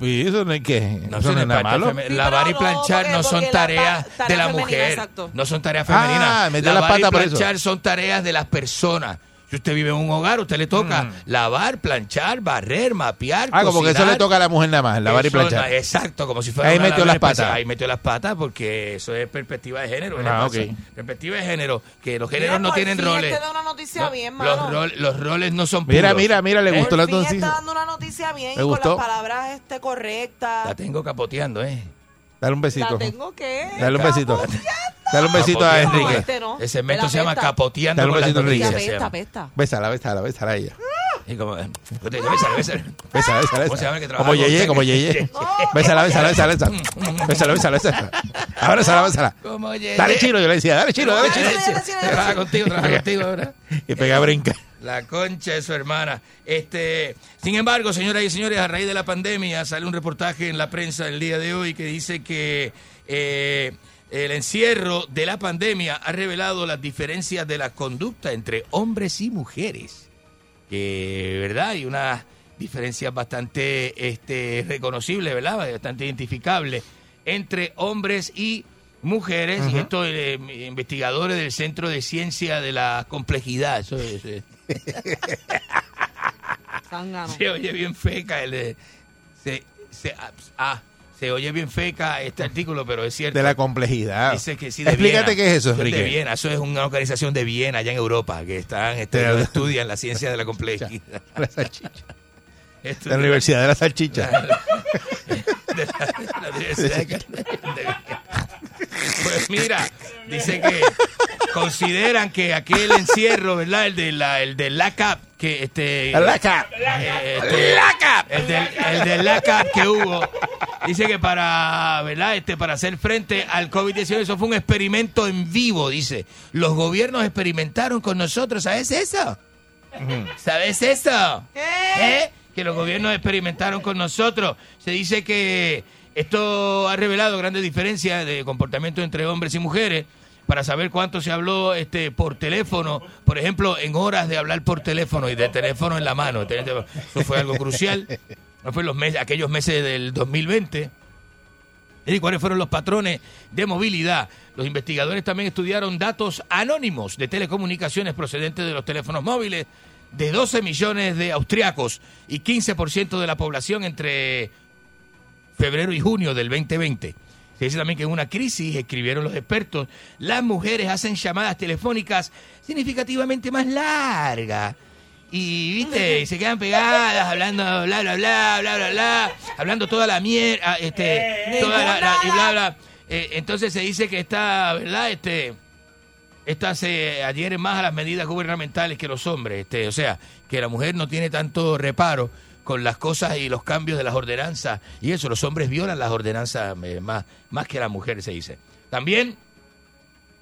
Speaker 4: Y eso no es que. No,
Speaker 5: Eso
Speaker 4: no es
Speaker 5: es
Speaker 4: nada
Speaker 5: parte
Speaker 4: malo.
Speaker 5: feme- lavar y planchar no son tareas
Speaker 6: tarea
Speaker 5: de la
Speaker 6: femenina,
Speaker 5: mujer.
Speaker 6: exacto.
Speaker 5: No son tareas
Speaker 4: Ah,
Speaker 5: femeninas.
Speaker 4: meter la
Speaker 5: lavar
Speaker 4: pata
Speaker 5: y
Speaker 4: por eso.
Speaker 5: planchar son tareas de las personas. Si usted vive en un hogar, usted le toca lavar, planchar, barrer, mapear.
Speaker 4: Mm. Ah, como que eso le
Speaker 5: cocinar.
Speaker 4: toca a la mujer nada más, lavar y
Speaker 5: Eso,
Speaker 4: planchar.
Speaker 5: na- Exacto, como si fuera
Speaker 4: Ahí
Speaker 5: una
Speaker 4: metió
Speaker 5: labia
Speaker 4: las patas.
Speaker 5: especial. Ahí metió las patas porque eso es perspectiva de género. ¿qué le
Speaker 4: Ah,
Speaker 5: pasa?
Speaker 4: ok.
Speaker 5: Perspectiva de género, que los
Speaker 6: Mira,
Speaker 5: géneros no
Speaker 6: por
Speaker 5: tienen
Speaker 6: fin él
Speaker 5: roles.
Speaker 6: te da una noticia bien, mano.
Speaker 5: Los, rol- los roles no son
Speaker 4: Mira,
Speaker 5: puros.
Speaker 4: mira, mira, le
Speaker 5: ¿Eh?
Speaker 4: gustó la
Speaker 6: Por fin está
Speaker 4: toncilla.
Speaker 6: dando una noticia bien y
Speaker 4: Me
Speaker 6: con
Speaker 4: gustó.
Speaker 6: las palabras este, correctas.
Speaker 5: La tengo capoteando, ¿eh?
Speaker 4: Dale un
Speaker 6: La
Speaker 4: besito.
Speaker 6: tengo que...
Speaker 4: Dale un besito. Dale un besito a
Speaker 5: Capoteando.
Speaker 4: Enrique.
Speaker 6: Este no.
Speaker 5: El segmento
Speaker 6: Él
Speaker 5: se llama
Speaker 6: apesta.
Speaker 5: Capoteando.
Speaker 4: Dale un
Speaker 5: con las
Speaker 4: besito a Enrique.
Speaker 5: noticias, se
Speaker 6: Apesta,
Speaker 5: llama.
Speaker 6: apesta.
Speaker 4: Bésala, bésala, bésala a ella.
Speaker 5: Y como, bésala, bésala.
Speaker 4: Bésala, bésala,
Speaker 5: ¿Cómo se llama el
Speaker 4: bésala.
Speaker 5: que trabaja
Speaker 4: Como
Speaker 5: con
Speaker 4: Yeye,
Speaker 5: usted?
Speaker 4: como Yeye. Bésala, bésala, bésala, bésala. Bésala, bésala, bésala. Abrázala, bésala.
Speaker 5: Como Yeye.
Speaker 4: Dale chino, yo le decía, dale chino,
Speaker 5: eh,
Speaker 4: dale chino.
Speaker 5: Trabaja contigo, trabaja contigo ahora.
Speaker 4: Y
Speaker 5: eh,
Speaker 4: pega brinca.
Speaker 5: La concha de su hermana. Este, sin embargo, señoras y señores, a raíz de la pandemia sale un reportaje en la prensa el día de hoy que dice que eh, el encierro de la pandemia ha revelado las diferencias de la conducta entre hombres y mujeres. Que, ¿verdad? Hay unas diferencias bastante este, reconocibles, ¿verdad? Bastante identificables entre hombres y mujeres. Y
Speaker 4: Ujú.
Speaker 5: esto, eh, investigadores del Centro de Ciencia de la Complejidad. Eso es, eh, eso es. Se oye bien feca el eh, se, se- ah, ah, se oye bien feca este artículo, pero es cierto.
Speaker 4: De la complejidad.
Speaker 5: Dice que sí, de
Speaker 4: Explícate
Speaker 5: Viena.
Speaker 4: qué es eso,
Speaker 5: De
Speaker 4: Enrique.
Speaker 5: Viena, eso es una organización de Viena allá en Europa que están este,
Speaker 4: Te-
Speaker 5: estudian la ciencia de la complejidad.
Speaker 4: La salchicha. De la
Speaker 5: Estudian-
Speaker 4: Universidad de la Salchicha.
Speaker 5: de la- la Universidad de Cal- de Viena. Pues mira, dice que consideran que aquel encierro, ¿verdad? El de la el del LACAP que este
Speaker 4: El LACAP.
Speaker 5: eh, este, el del, el del LACAP que hubo dice que para, ¿verdad? Este para hacer frente al COVID-19 eso fue un experimento en vivo, dice. Los gobiernos experimentaron con nosotros, ¿sabes eso? ¿Sabes eso? ¿Eh? Que los gobiernos experimentaron con nosotros. Se dice que esto ha revelado grandes diferencias de comportamiento entre hombres y mujeres. Para saber cuánto se habló este por teléfono, por ejemplo, en horas de hablar por teléfono y de teléfono en la mano. Este, Eso fue algo crucial. No fue los meses, aquellos meses del 2020. ¿Y cuáles fueron los patrones de movilidad? Los investigadores también estudiaron datos anónimos de telecomunicaciones procedentes de los teléfonos móviles de 12 millones de austriacos y 15% de la población entre febrero y junio del 2020. Se dice también que en una crisis, escribieron los expertos, las mujeres hacen llamadas telefónicas significativamente más largas. Y, viste, y se quedan pegadas hablando bla, bla, bla, bla, bla, bla, hablando toda la mierda, este, toda la- la- y bla, bla. Eh, entonces se dice que está, ¿verdad? Este, estas se adhieren más a las medidas gubernamentales que los hombres. Este, o sea, que la mujer no tiene tanto reparo con las cosas y los cambios de las ordenanzas. Y eso, los hombres violan las ordenanzas eh, más, más que la mujer, se dice. También,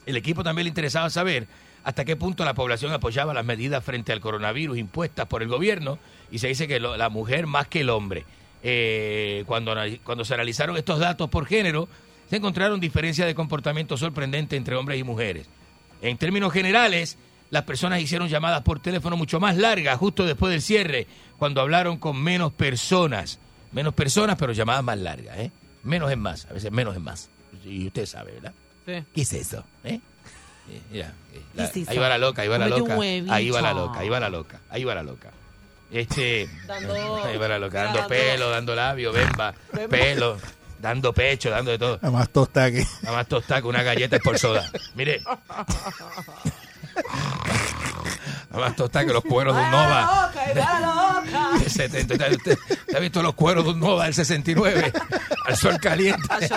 Speaker 5: el equipo también le interesaba saber hasta qué punto la población apoyaba las medidas frente al coronavirus impuestas por el gobierno y se dice que lo- la mujer más que el hombre. Eh, cuando, anali- cuando se analizaron estos datos por género, se encontraron diferencias de comportamiento sorprendente entre hombres y mujeres. En términos generales, las personas hicieron llamadas por teléfono mucho más largas justo después del cierre, cuando hablaron con menos personas. Menos personas, pero llamadas más largas. ¿eh? Menos es más, a veces menos es más. Y usted sabe, ¿verdad?
Speaker 6: Sí.
Speaker 5: ¿Qué es eso? ¿Eh? Eh, mira, eh, la-
Speaker 6: ¿Qué es
Speaker 5: ahí
Speaker 6: eso?
Speaker 5: va la loca, ahí va la
Speaker 6: Cómete un
Speaker 5: loca. Ahí va la
Speaker 6: huevito.
Speaker 5: loca, ahí va la loca, ahí va la loca. Este,
Speaker 6: Dando-
Speaker 5: ahí va la loca, dando
Speaker 6: dando-
Speaker 5: pelo, dando labio, bemba,
Speaker 6: Bemba.
Speaker 5: pelo, dando pecho, dando de todo.
Speaker 20: La más tosta que.
Speaker 5: Nada más tostada con una galleta por soda. Mire. Nada más tostada que los cueros de un
Speaker 6: Ah.
Speaker 5: Nova. del 70. ¿Usted, usted- usted ha visto los cueros de un Nova del 69? Al sol caliente.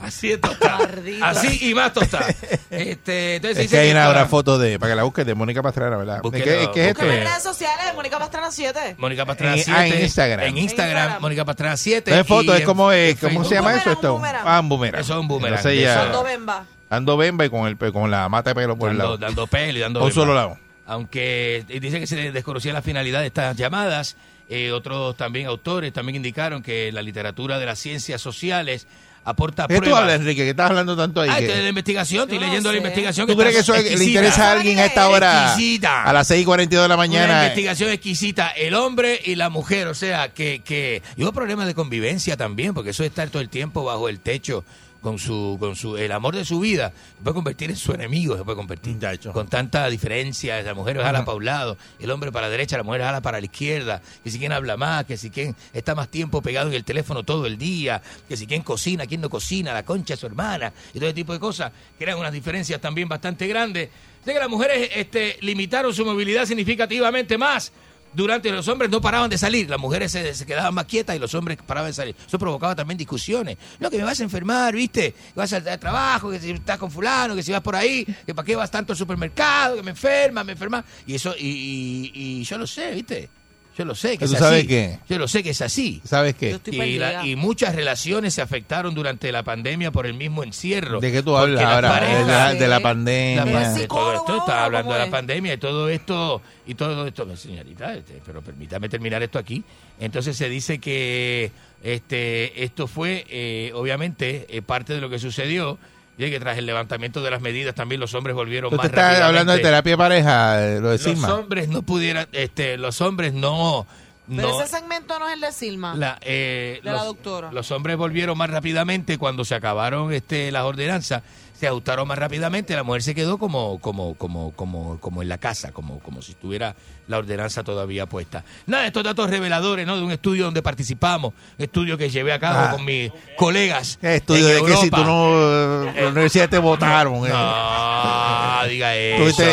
Speaker 5: Así es tostada. Así y más tostada. Este, entonces
Speaker 4: Es
Speaker 5: dice
Speaker 4: que hay
Speaker 5: que
Speaker 4: una,
Speaker 5: para-
Speaker 4: una foto de, para que la busques, de Mónica Pastrana, ¿verdad? ¿Qué
Speaker 5: Búsquelo,
Speaker 4: qué- qué es esto?
Speaker 5: búsquelo.
Speaker 6: En redes sociales, Mónica Pastrana 7.
Speaker 5: Eh. Mónica Pastrana
Speaker 4: En-
Speaker 5: 7.
Speaker 4: ah, en Instagram.
Speaker 5: En Instagram, Mónica Pastrana 7.
Speaker 4: No es foto,
Speaker 5: y
Speaker 4: es
Speaker 5: en-
Speaker 4: como, eh,
Speaker 5: en
Speaker 4: ¿cómo
Speaker 5: Facebook.
Speaker 4: se llama eso? Esto?
Speaker 6: boomerang.
Speaker 4: Ah, un boomerang.
Speaker 5: Eso es un boomerang.
Speaker 4: Entonces
Speaker 5: Eso
Speaker 4: ella-
Speaker 5: es
Speaker 6: Dando bemba.
Speaker 4: Dando bemba y con, el, pe- con la mata de pelo por el
Speaker 5: dando,
Speaker 4: lado.
Speaker 5: dando pelo y dando
Speaker 4: Por un
Speaker 5: demás.
Speaker 4: solo lado.
Speaker 5: Aunque eh, dice que se desconocía la finalidad de estas llamadas, eh, otros también autores también indicaron que la literatura de las ciencias sociales aporta
Speaker 4: ¿Qué tú
Speaker 5: pruebas.
Speaker 4: hablas, Enrique? ¿Qué estás hablando tanto ahí?
Speaker 5: Ah,
Speaker 4: Que-
Speaker 5: esto es de la investigación, estoy leyendo la investigación.
Speaker 4: ¿Tú
Speaker 5: que
Speaker 4: crees que eso
Speaker 5: está
Speaker 4: le
Speaker 5: exquisita.
Speaker 4: interesa a alguien a esta hora?
Speaker 5: Exquisita.
Speaker 4: A las 6 y 42 de la
Speaker 5: Una
Speaker 4: mañana. eh,
Speaker 5: investigación exquisita, el hombre y la mujer, o sea, que, que y hubo problemas de convivencia también, porque eso de estar todo el tiempo bajo el techo con su con su el amor de su vida se puede convertir en su enemigo, se puede convertir con tanta diferencia, la mujer jala para un lado, el hombre para la derecha, la mujer jala para la izquierda, que si quien habla más, que si quien está más tiempo pegado en el teléfono todo el día, que si quien cocina, quien no cocina, la concha de su hermana, y todo ese tipo de cosas, crean unas diferencias también bastante grandes. De que las mujeres este, limitaron su movilidad significativamente más. Durante los hombres no paraban de salir, las mujeres se, se quedaban más quietas y los hombres paraban de salir. Eso provocaba también discusiones. No, que me vas a enfermar, ¿viste? Que vas al al trabajo, que si estás con fulano, que si vas por ahí, que para qué vas tanto al supermercado, que me enferma, me enferma. Y eso, y, y- y yo lo sé, ¿viste? Yo lo sé que
Speaker 4: ¿Tú
Speaker 5: es
Speaker 4: sabes
Speaker 5: así.
Speaker 4: qué?
Speaker 5: Yo lo sé que es así.
Speaker 4: ¿Sabes qué?
Speaker 5: Y, la- y muchas relaciones se afectaron durante la pandemia por el mismo encierro.
Speaker 4: ¿De qué tú
Speaker 5: Porque
Speaker 4: hablas
Speaker 5: las
Speaker 4: ahora?
Speaker 5: parejas-
Speaker 4: De la, de la
Speaker 5: la
Speaker 4: pandemia.
Speaker 5: parte de todo esto está hablando de la pandemia y todo esto y todo esto señorita este, pero permítame terminar esto aquí entonces se dice que este esto fue eh, obviamente eh, parte de lo que sucedió y es que tras el levantamiento de las medidas también los hombres volvieron
Speaker 4: Tú te
Speaker 5: más
Speaker 4: estás
Speaker 5: rápidamente.
Speaker 4: hablando de terapia de pareja, eh, lo de
Speaker 5: los
Speaker 4: Sigma.
Speaker 5: hombres no pudieran este los hombres no
Speaker 6: Pero
Speaker 5: no
Speaker 6: ese segmento no es el de Silma.
Speaker 5: la, eh,
Speaker 6: Ah. de la
Speaker 5: los,
Speaker 6: doctora.
Speaker 5: los hombres volvieron más rápidamente cuando se acabaron este, las ordenanzas, se ajustaron más rápidamente, la mujer se quedó como, como, como, como, como en la casa, como, como si estuviera la ordenanza todavía puesta. Nada, estos datos reveladores, ¿no? De un estudio donde participamos, estudio que llevé a cabo
Speaker 4: Ah.
Speaker 5: con mis colegas.
Speaker 4: Eh, Estudio
Speaker 5: en
Speaker 4: de que si
Speaker 5: Europa.
Speaker 4: tú no. eh, La universidad te votaron. eh.
Speaker 5: Ah, diga eso.
Speaker 4: Tuviste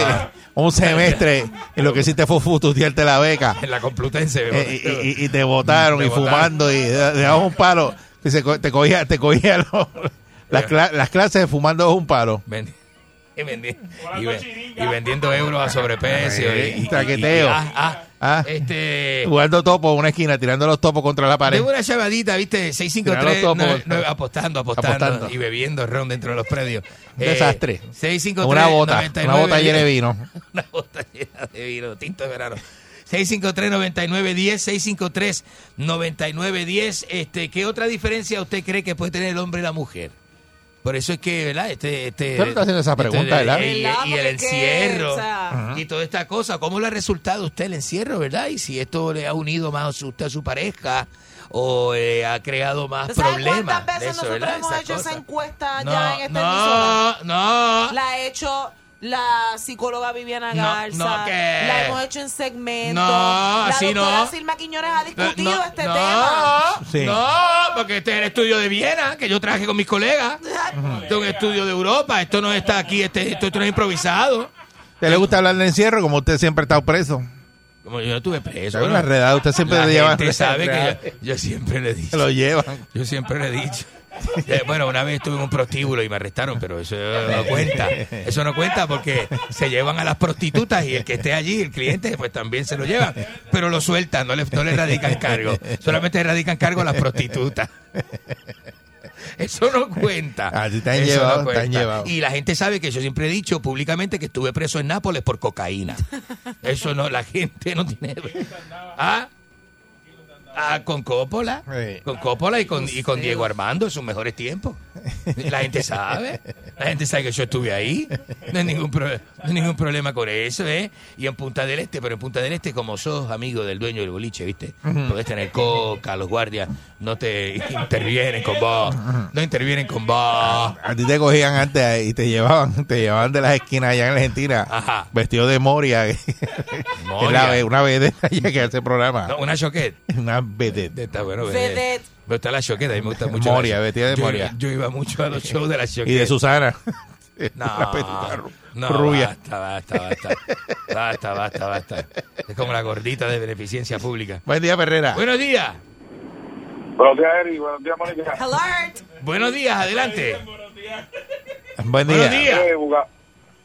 Speaker 4: un semestre y lo que hiciste fue fustudiarte la beca.
Speaker 5: En la Complutense.
Speaker 4: Eh, y, y- y te votaron
Speaker 5: Te
Speaker 4: y
Speaker 5: botaron.
Speaker 4: fumando y de- dejabas un palo. Y se co- te cogía, te cogía lo- las, cla- las clases de fumando un palo.
Speaker 5: Vendi- y, vendi- y ve- y vendiendo euros a sobreprecio. y- y, y-
Speaker 4: Traqueteo.
Speaker 5: y- ah, ah,
Speaker 4: Ah.
Speaker 5: este,
Speaker 4: Jugando topo en una esquina, tirando los topos contra la pared.
Speaker 5: Tengo una llamadita, ¿viste?
Speaker 4: Tirarlo todo
Speaker 5: 653 9,
Speaker 4: por-
Speaker 5: apostando, apostando,
Speaker 4: Apostando.
Speaker 5: y bebiendo ron dentro de los predios. Eh,
Speaker 4: Un desastre.
Speaker 5: 653
Speaker 4: Una bota, una bota llena de vino.
Speaker 5: una bota llena de vino, tinto de verano. 653-9910, 653-9910. Este, ¿Qué otra diferencia usted cree que puede tener el hombre y la mujer? Por eso es que, ¿verdad? Este, este,
Speaker 4: Usted no está haciendo esa pregunta, ¿verdad?
Speaker 5: Y,
Speaker 4: ¿Verdad?
Speaker 5: y el
Speaker 4: Porque es que,
Speaker 5: encierro
Speaker 4: o sea-
Speaker 5: y toda esta cosa. ¿Cómo le ha resultado a usted el encierro, verdad? Y si esto le ha unido más a su- usted a su pareja o eh, ha creado más
Speaker 6: ¿Tú sabes
Speaker 5: problemas.
Speaker 6: cuántas veces
Speaker 5: de eso,
Speaker 6: nosotros
Speaker 5: ¿verdad?
Speaker 6: hemos
Speaker 5: Esas
Speaker 6: hecho
Speaker 5: cosas.
Speaker 6: esa encuesta
Speaker 5: No,
Speaker 6: ya en este esta
Speaker 5: no,
Speaker 6: emisora?
Speaker 5: no.
Speaker 6: La ha hecho la psicóloga Viviana
Speaker 5: No,
Speaker 6: Garza.
Speaker 5: no, ¿qué?
Speaker 6: La hemos hecho en segmentos.
Speaker 5: No,
Speaker 6: la
Speaker 5: así
Speaker 6: doctora
Speaker 5: no.
Speaker 6: Silma Quiñones ha
Speaker 5: No,
Speaker 6: discutido
Speaker 5: no,
Speaker 6: este
Speaker 5: no,
Speaker 6: tema.
Speaker 4: Sí.
Speaker 5: no, porque este es el estudio de Viena que yo traje con mis colegas. Este es un estudio de Europa. Esto no está aquí, este, esto, esto no es improvisado.
Speaker 4: ¿Te le gusta hablar de encierro? Como usted siempre ha estado preso.
Speaker 5: Como yo no tuve preso.
Speaker 4: Está bien
Speaker 5: ¿no?
Speaker 4: enredado, usted siempre
Speaker 5: La
Speaker 4: le lleva
Speaker 5: gente sabe
Speaker 4: enredado.
Speaker 5: que yo, yo siempre le he dicho.
Speaker 4: Lo llevan.
Speaker 5: Yo siempre le he dicho. Eh, Bueno, una vez estuve en un prostíbulo y me arrestaron, pero eso no cuenta. Eso no cuenta porque se llevan a las prostitutas y el que esté allí, el cliente, pues también se lo llevan. Pero lo sueltan, no le, no le radican cargo. Solamente radican cargo a las prostitutas. Eso no cuenta.
Speaker 4: Ah, sí, están
Speaker 5: Eso
Speaker 4: llevados,
Speaker 5: no cuenta.
Speaker 4: están llevados.
Speaker 5: Y la gente sabe que yo siempre he dicho públicamente que estuve preso en Nápoles por cocaína. Eso no, la gente no tiene. ¿Ah? Ah, con Coppola. Con Coppola y con, y con Diego Armando en sus mejores tiempos. La gente sabe. La gente sabe que yo estuve ahí. No hay ningún, pro- no hay ningún problema con eso, ¿eh? Y en Punta del Este, pero en Punta del Este, como sos amigo del dueño del boliche, ¿viste?
Speaker 4: Ujú.
Speaker 5: Podés tener coca, los guardias no te intervienen con vos. No intervienen con vos.
Speaker 4: A ti te cogían antes y te llevaban, te llevaban de las esquinas allá en Argentina,
Speaker 5: Ajá.
Speaker 4: vestido de Moria. que
Speaker 5: Moria.
Speaker 4: es la ve- una vez de allá que hace programa.
Speaker 5: No, una choquet.
Speaker 4: Una vedette.
Speaker 5: De esta, bueno,
Speaker 4: Vedette.
Speaker 5: vedette. Me gusta la choqueta, a mí me gusta mucho.
Speaker 4: Moria,
Speaker 5: la-
Speaker 4: vestida de
Speaker 5: Yo-
Speaker 4: Moria.
Speaker 5: Yo iba mucho a los shows de la choqueta.
Speaker 4: Y de Susana. Una petita
Speaker 5: No,
Speaker 4: ru-
Speaker 5: no,
Speaker 4: rubia.
Speaker 5: basta, basta, basta. Basta, basta, basta. Es como la gordita de beneficencia pública.
Speaker 4: Buen día, Perrera.
Speaker 5: Buenos días.
Speaker 13: Buenos días, Eric. Buenos días, Mónica.
Speaker 5: Buenos días, adelante.
Speaker 4: Buen día.
Speaker 5: Buenos días.
Speaker 13: Eres, buga-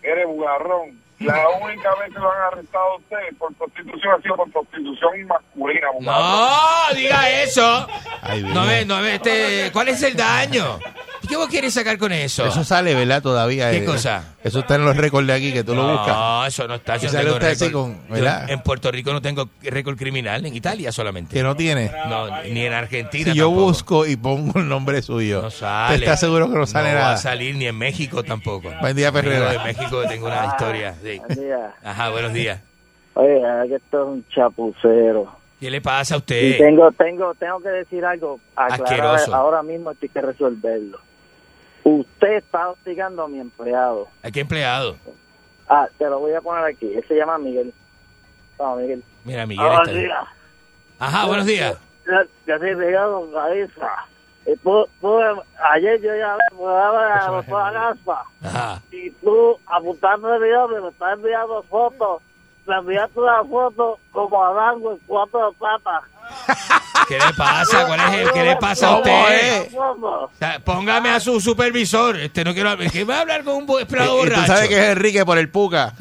Speaker 13: eres bugarrón. La única vez que lo han arrestado a usted por prostitución ha sido por prostitución masculina.
Speaker 5: No, diga eso. No
Speaker 4: Dios.
Speaker 5: ve, no ve, este, ¿cuál es el daño? ¿Qué vos quieres sacar con eso?
Speaker 4: Eso sale, ¿verdad? Todavía.
Speaker 5: ¿Qué
Speaker 4: eh,
Speaker 5: cosa?
Speaker 4: Eso está en los récords de aquí, que tú lo buscas.
Speaker 5: No, eso no está.
Speaker 4: Y
Speaker 5: Yo no
Speaker 4: sale
Speaker 5: tengo
Speaker 4: usted así
Speaker 5: récord.
Speaker 4: con- ¿verdad?
Speaker 5: Yo en Puerto Rico no tengo récord criminal, en Italia solamente.
Speaker 4: Que no tiene.
Speaker 5: No, ni en Argentina.
Speaker 4: Si yo
Speaker 5: tampoco.
Speaker 4: busco y pongo el nombre suyo,
Speaker 5: sale.
Speaker 4: ¿te estás seguro que no sale
Speaker 5: No va a
Speaker 4: nada?
Speaker 5: salir ni en México tampoco.
Speaker 4: Buen día, Perrera.
Speaker 5: En México tengo una historia. sí. Ajá, buenos días.
Speaker 17: Oye, ahora que esto es un chapucero.
Speaker 5: ¿Qué le pasa a
Speaker 17: Y
Speaker 5: usted?
Speaker 17: tengo, tengo, tengo que decir algo. Aclarar
Speaker 5: Asqueroso.
Speaker 17: ahora mismo hay que resolverlo. Usted está hostigando a mi empleado.
Speaker 5: ¿A qué empleado?
Speaker 17: Ah, te lo voy a poner aquí. Él se llama Miguel. Vamos, Miguel.
Speaker 5: Mira, Miguel.
Speaker 7: Ah,
Speaker 17: Buenos
Speaker 5: está-
Speaker 17: días.
Speaker 5: Ajá, buenos días.
Speaker 17: Ya, ya se pegaron cabeza. Eh, pu- pude- ayer yo ya jugaba a los Gaspa
Speaker 5: Ajá.
Speaker 17: y tú apuntando el video me estás enviando fotos. Me enviaste una foto como a Dango en cuatro patas.
Speaker 5: ¿Qué le pasa? ¿Cuál es el? ¿Qué le pasa a usted? O sea, Póngame a su supervisor. Este no quiero hablar. ¿Qué va a hablar con un bu-
Speaker 4: Y,
Speaker 5: empleado
Speaker 4: Eh, y tú
Speaker 5: borracho?
Speaker 4: sabes que es Enrique por el Puca.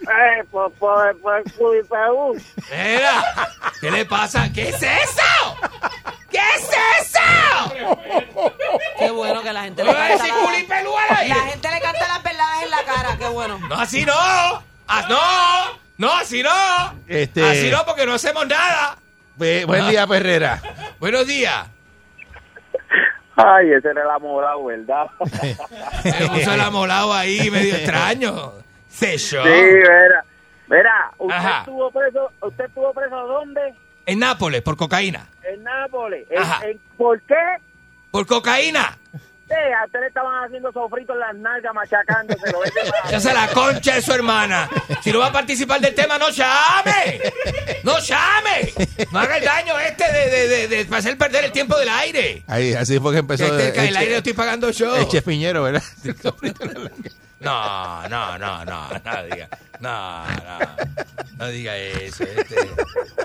Speaker 17: Eh, por, por, por el Cubiperú.
Speaker 5: Mira, ¿qué le pasa? ¿Qué es eso? ¿Qué es eso?
Speaker 6: Qué bueno que la gente
Speaker 5: ¿Me
Speaker 6: le
Speaker 5: va a
Speaker 6: canta
Speaker 5: decir
Speaker 6: la-
Speaker 5: culipelú al aire?
Speaker 6: La gente le canta las verdades en la cara, qué bueno.
Speaker 5: No, así no. Ah, no. No, así no.
Speaker 4: Este-
Speaker 5: Así no, porque no hacemos nada.
Speaker 4: Be- Buen
Speaker 5: Ah.
Speaker 4: día, Perrera.
Speaker 5: Buenos días.
Speaker 12: Ay, ese era el amorado, ¿verdad?
Speaker 5: Se puso el Eh, amolado ahí, medio extraño. Se yo.
Speaker 12: Sí, verá. Verá,
Speaker 5: usted Ajá.
Speaker 12: estuvo preso, usted estuvo preso ¿dónde?
Speaker 5: En Nápoles, por cocaína.
Speaker 12: En Nápoles.
Speaker 5: Ajá.
Speaker 12: ¿Por qué?
Speaker 5: Por cocaína.
Speaker 12: Sí, a usted le estaban haciendo sofritos en las nalgas, machacándoselo.
Speaker 5: Ya se la concha de su hermana. Si no va a participar del tema, no llame. No llame. No haga el daño este de, de, de, de hacer perder el tiempo del aire.
Speaker 4: Ahí, así fue que empezó.
Speaker 5: Este, el,
Speaker 4: el
Speaker 5: aire lo estoy pagando yo.
Speaker 4: el Chef Piñero, ¿verdad?
Speaker 5: No, no, no, no, no diga. No, no. No diga eso. Este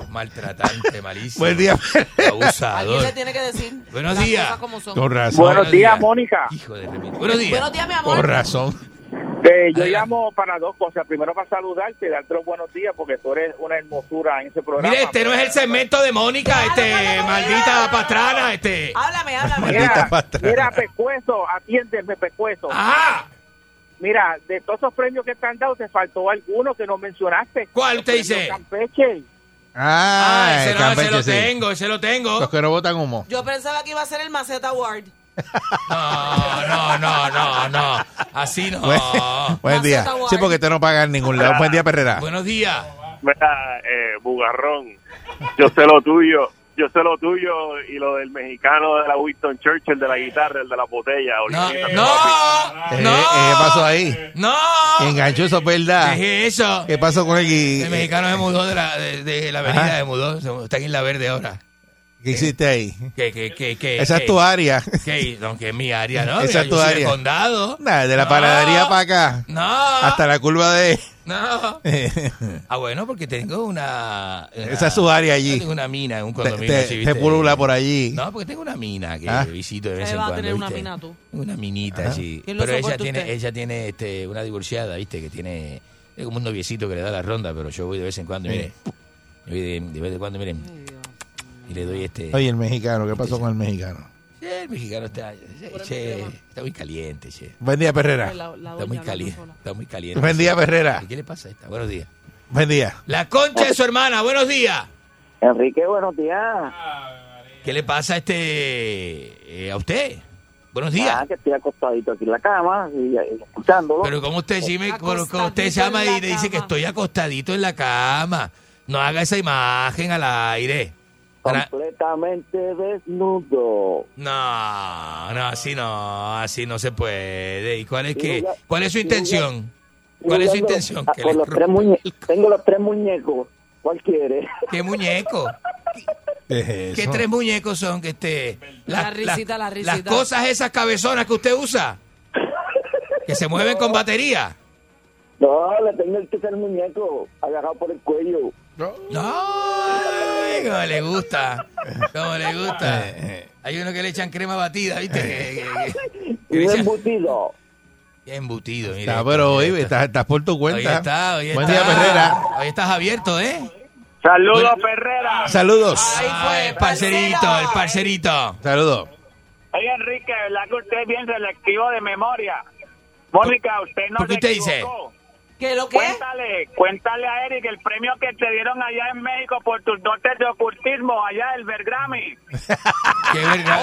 Speaker 5: maltratante, malísimo.
Speaker 4: Buen día,
Speaker 6: Alguien le
Speaker 5: Abusador.
Speaker 6: tiene que decir.
Speaker 5: Buenos
Speaker 6: las
Speaker 5: días.
Speaker 6: cosas como son.
Speaker 4: Con razón.
Speaker 5: Buenos días,
Speaker 12: Mónica.
Speaker 5: Hijo de remil- Buenos días.
Speaker 6: Buenos días, mi amor.
Speaker 4: Con razón.
Speaker 12: Eh, yo llamo para dos cosas. Primero para saludarte y darte los buenos días porque tú eres una hermosura en ese programa.
Speaker 5: Mire, este no es el segmento de Mónica, este, maldita patrana, este.
Speaker 6: Háblame, háblame.
Speaker 12: Mira, mira, pescuezo, atiéndeme, pescuezo.
Speaker 5: Ah. Ajá.
Speaker 12: Mira, de todos esos premios que te han dado, te faltó alguno que no mencionaste.
Speaker 5: ¿Cuál usted
Speaker 12: El
Speaker 5: dice?
Speaker 12: premio Campeche.
Speaker 4: Ah,
Speaker 5: Ah, ese,
Speaker 4: el
Speaker 5: no, ese
Speaker 4: Campeche,
Speaker 5: lo
Speaker 4: sí.
Speaker 5: tengo, ese lo tengo.
Speaker 4: Los que no botan humo.
Speaker 6: Yo pensaba que iba a ser el Maceta Award.
Speaker 5: No, no, no, no, no. Así no.
Speaker 4: Buen,
Speaker 5: Ah.
Speaker 4: buen día.
Speaker 6: Maceta Award.
Speaker 4: Sí, porque te no pagan en ningún lado. Buen día, Perrera.
Speaker 5: Buenos días.
Speaker 13: Mira, eh, bugarrón, yo sé lo tuyo, yo sé lo tuyo y lo del mexicano de la Winston Churchill, de la guitarra, el de la botella.
Speaker 5: No,
Speaker 13: Ahorita-
Speaker 5: no,
Speaker 4: Eh,
Speaker 5: no.
Speaker 4: eh, ¿Qué pasó ahí?
Speaker 5: No.
Speaker 4: Enganchó eso, ¿verdad?
Speaker 5: ¿Qué es eso?
Speaker 4: ¿Qué pasó con el gui-
Speaker 5: El mexicano se mudó de la, de, de la avenida,
Speaker 4: Ajá.
Speaker 5: de mudó, se mudó, está en Isla Verde ahora.
Speaker 4: ¿Qué hiciste ahí?
Speaker 5: Que, que, que, que,
Speaker 4: Esa
Speaker 5: que-
Speaker 4: es tu área.
Speaker 5: Que, no, que es mi área, ¿no?
Speaker 4: Esa
Speaker 5: Mira,
Speaker 4: es
Speaker 5: yo
Speaker 4: tu
Speaker 5: soy de
Speaker 4: área.
Speaker 5: condado.
Speaker 4: Nada, de la
Speaker 5: No.
Speaker 4: panadería para acá.
Speaker 5: No,
Speaker 4: Hasta la curva de.
Speaker 5: no. Ah, bueno, porque tengo una... una-
Speaker 4: Esa es su área allí.
Speaker 5: Tengo una mina en un
Speaker 4: te,
Speaker 5: condominio.
Speaker 4: te-
Speaker 5: sí,
Speaker 4: te
Speaker 5: ¿viste?
Speaker 4: pulula por allí.
Speaker 5: No, porque tengo una mina que
Speaker 4: Ah.
Speaker 5: visito de vez
Speaker 6: Ahí
Speaker 5: en
Speaker 6: va a
Speaker 5: cuando.
Speaker 6: tener una
Speaker 5: ¿viste?
Speaker 6: mina tú.
Speaker 5: Una minita,
Speaker 4: Ajá.
Speaker 5: sí.
Speaker 6: ¿Quién lo
Speaker 5: Pero ella
Speaker 6: soporta
Speaker 5: tiene,
Speaker 6: usted?
Speaker 5: ella tiene este, una divorciada, ¿viste? Que tiene. Es como un noviecito que le da la ronda, pero yo voy de vez en cuando, y
Speaker 4: Sí.
Speaker 5: mire. yo voy de, de vez en cuando, miren. Y le doy este.
Speaker 4: Oye, el mexicano, ¿qué pasó con el mexicano?
Speaker 5: Sí, el mexicano está, sí, che, está muy caliente, che.
Speaker 4: Buen día, Perrera.
Speaker 5: La- la Está muy olla, la caliente, consola. está muy caliente.
Speaker 4: Buen día, Perrera.
Speaker 5: ¿Qué le pasa a esta? Buenos días.
Speaker 4: Buen día.
Speaker 5: La concha de su hermana, buenos días.
Speaker 17: Enrique, buenos días.
Speaker 5: ¿Qué le pasa a este eh, a usted? Buenos días.
Speaker 17: Ah, que estoy acostadito aquí en la cama y, y escuchándolo.
Speaker 5: Pero como usted, Jimmy, como como usted se llama y le dice que estoy acostadito en la cama. No haga esa imagen al aire. Ahora-
Speaker 17: Completamente desnudo.
Speaker 5: No, no, así no, así no se puede. ¿Y cuál es
Speaker 17: Sí,
Speaker 5: qué?
Speaker 17: ya-
Speaker 5: ¿Cuál es su
Speaker 17: sí,
Speaker 5: intención?
Speaker 17: Estoy
Speaker 5: ¿Cuál es su
Speaker 17: jugando
Speaker 5: intención?
Speaker 17: a-
Speaker 5: Que
Speaker 17: ah, con
Speaker 5: le
Speaker 17: los
Speaker 5: ro-
Speaker 17: tres muñe- tengo los tres muñecos. ¿Cuál quiere?
Speaker 5: ¿Qué muñeco?
Speaker 4: Eh,
Speaker 5: ¿Qué tres muñecos son que este?
Speaker 6: La
Speaker 5: las-
Speaker 6: risita, la risita.
Speaker 5: Las cosas esas cabezonas que usted usa. Que se mueven con batería.
Speaker 17: No, le tengo el tercer muñeco agarrado por el cuello.
Speaker 5: Ay, cómo le gusta. Cómo le gusta.
Speaker 4: Eh,
Speaker 5: Hay uno que le echan crema batida, ¿viste? Que- que- que- que le echan-
Speaker 17: embutido.
Speaker 5: Qué embutido, mire.
Speaker 4: Está, pero hoy estás, estás por tu cuenta.
Speaker 5: Hoy está, hoy
Speaker 4: Buen
Speaker 5: está.
Speaker 4: día, Perrera.
Speaker 5: Hoy estás abierto, ¿eh?
Speaker 4: Saludos,
Speaker 5: Ferrera.
Speaker 4: Saludos.
Speaker 5: el parcerito, el parcerito.
Speaker 4: Saludos.
Speaker 13: Oye, Enrique, ¿verdad que usted es bien selectivo de memoria? Mónica, usted no
Speaker 5: ¿Por qué
Speaker 13: se
Speaker 5: usted dice?
Speaker 13: equivocó.
Speaker 6: ¿Qué lo que?
Speaker 13: Cuéntale, cuéntale a Eric el premio que te dieron allá en México por tus dotes de ocultismo, allá el Bergrami.
Speaker 5: Qué verga.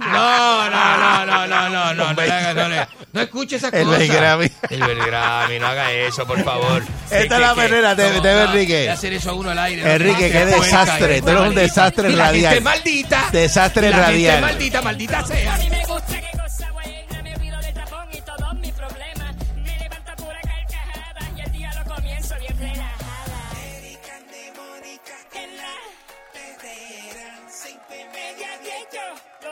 Speaker 5: No, no, no, no, no, no, no, no, no, le haga- no, le- no escuche esas
Speaker 4: El
Speaker 5: cosas.
Speaker 4: Belgrami.
Speaker 5: El Belgrami, no haga eso, por favor.
Speaker 4: Esta es la manera de- de ver, Enrique.
Speaker 5: de hacer eso a uno al aire. no,
Speaker 4: Enrique,
Speaker 5: que
Speaker 4: qué
Speaker 5: se puerca,
Speaker 4: desastre.
Speaker 5: eh.
Speaker 4: Tú eres un desastre
Speaker 5: Y la gente
Speaker 4: radial.
Speaker 5: maldita.
Speaker 4: Desastre
Speaker 5: Y la gente
Speaker 4: radial.
Speaker 5: maldita, maldita sea.
Speaker 2: A mí me gusta qué cosa buena, me olvido del tapón y todos mis problemas. Me levanto pura carcajada y el día lo comienzo bien relajada. En la perrera, cinco y media, diez, yo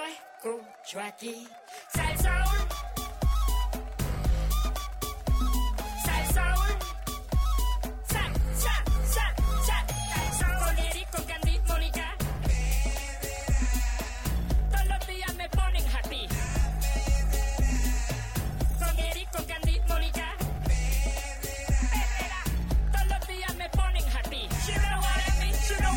Speaker 2: lo escucho aquí. Salsoul. Salsoul. Sal, sal, sal, sal. Salsoul con Eric, con Candy, Mónica. Todos los días me ponen happy. Con Eric, con Candy, Mónica. Perrera. Todos los días me ponen happy. You know what I mean, you know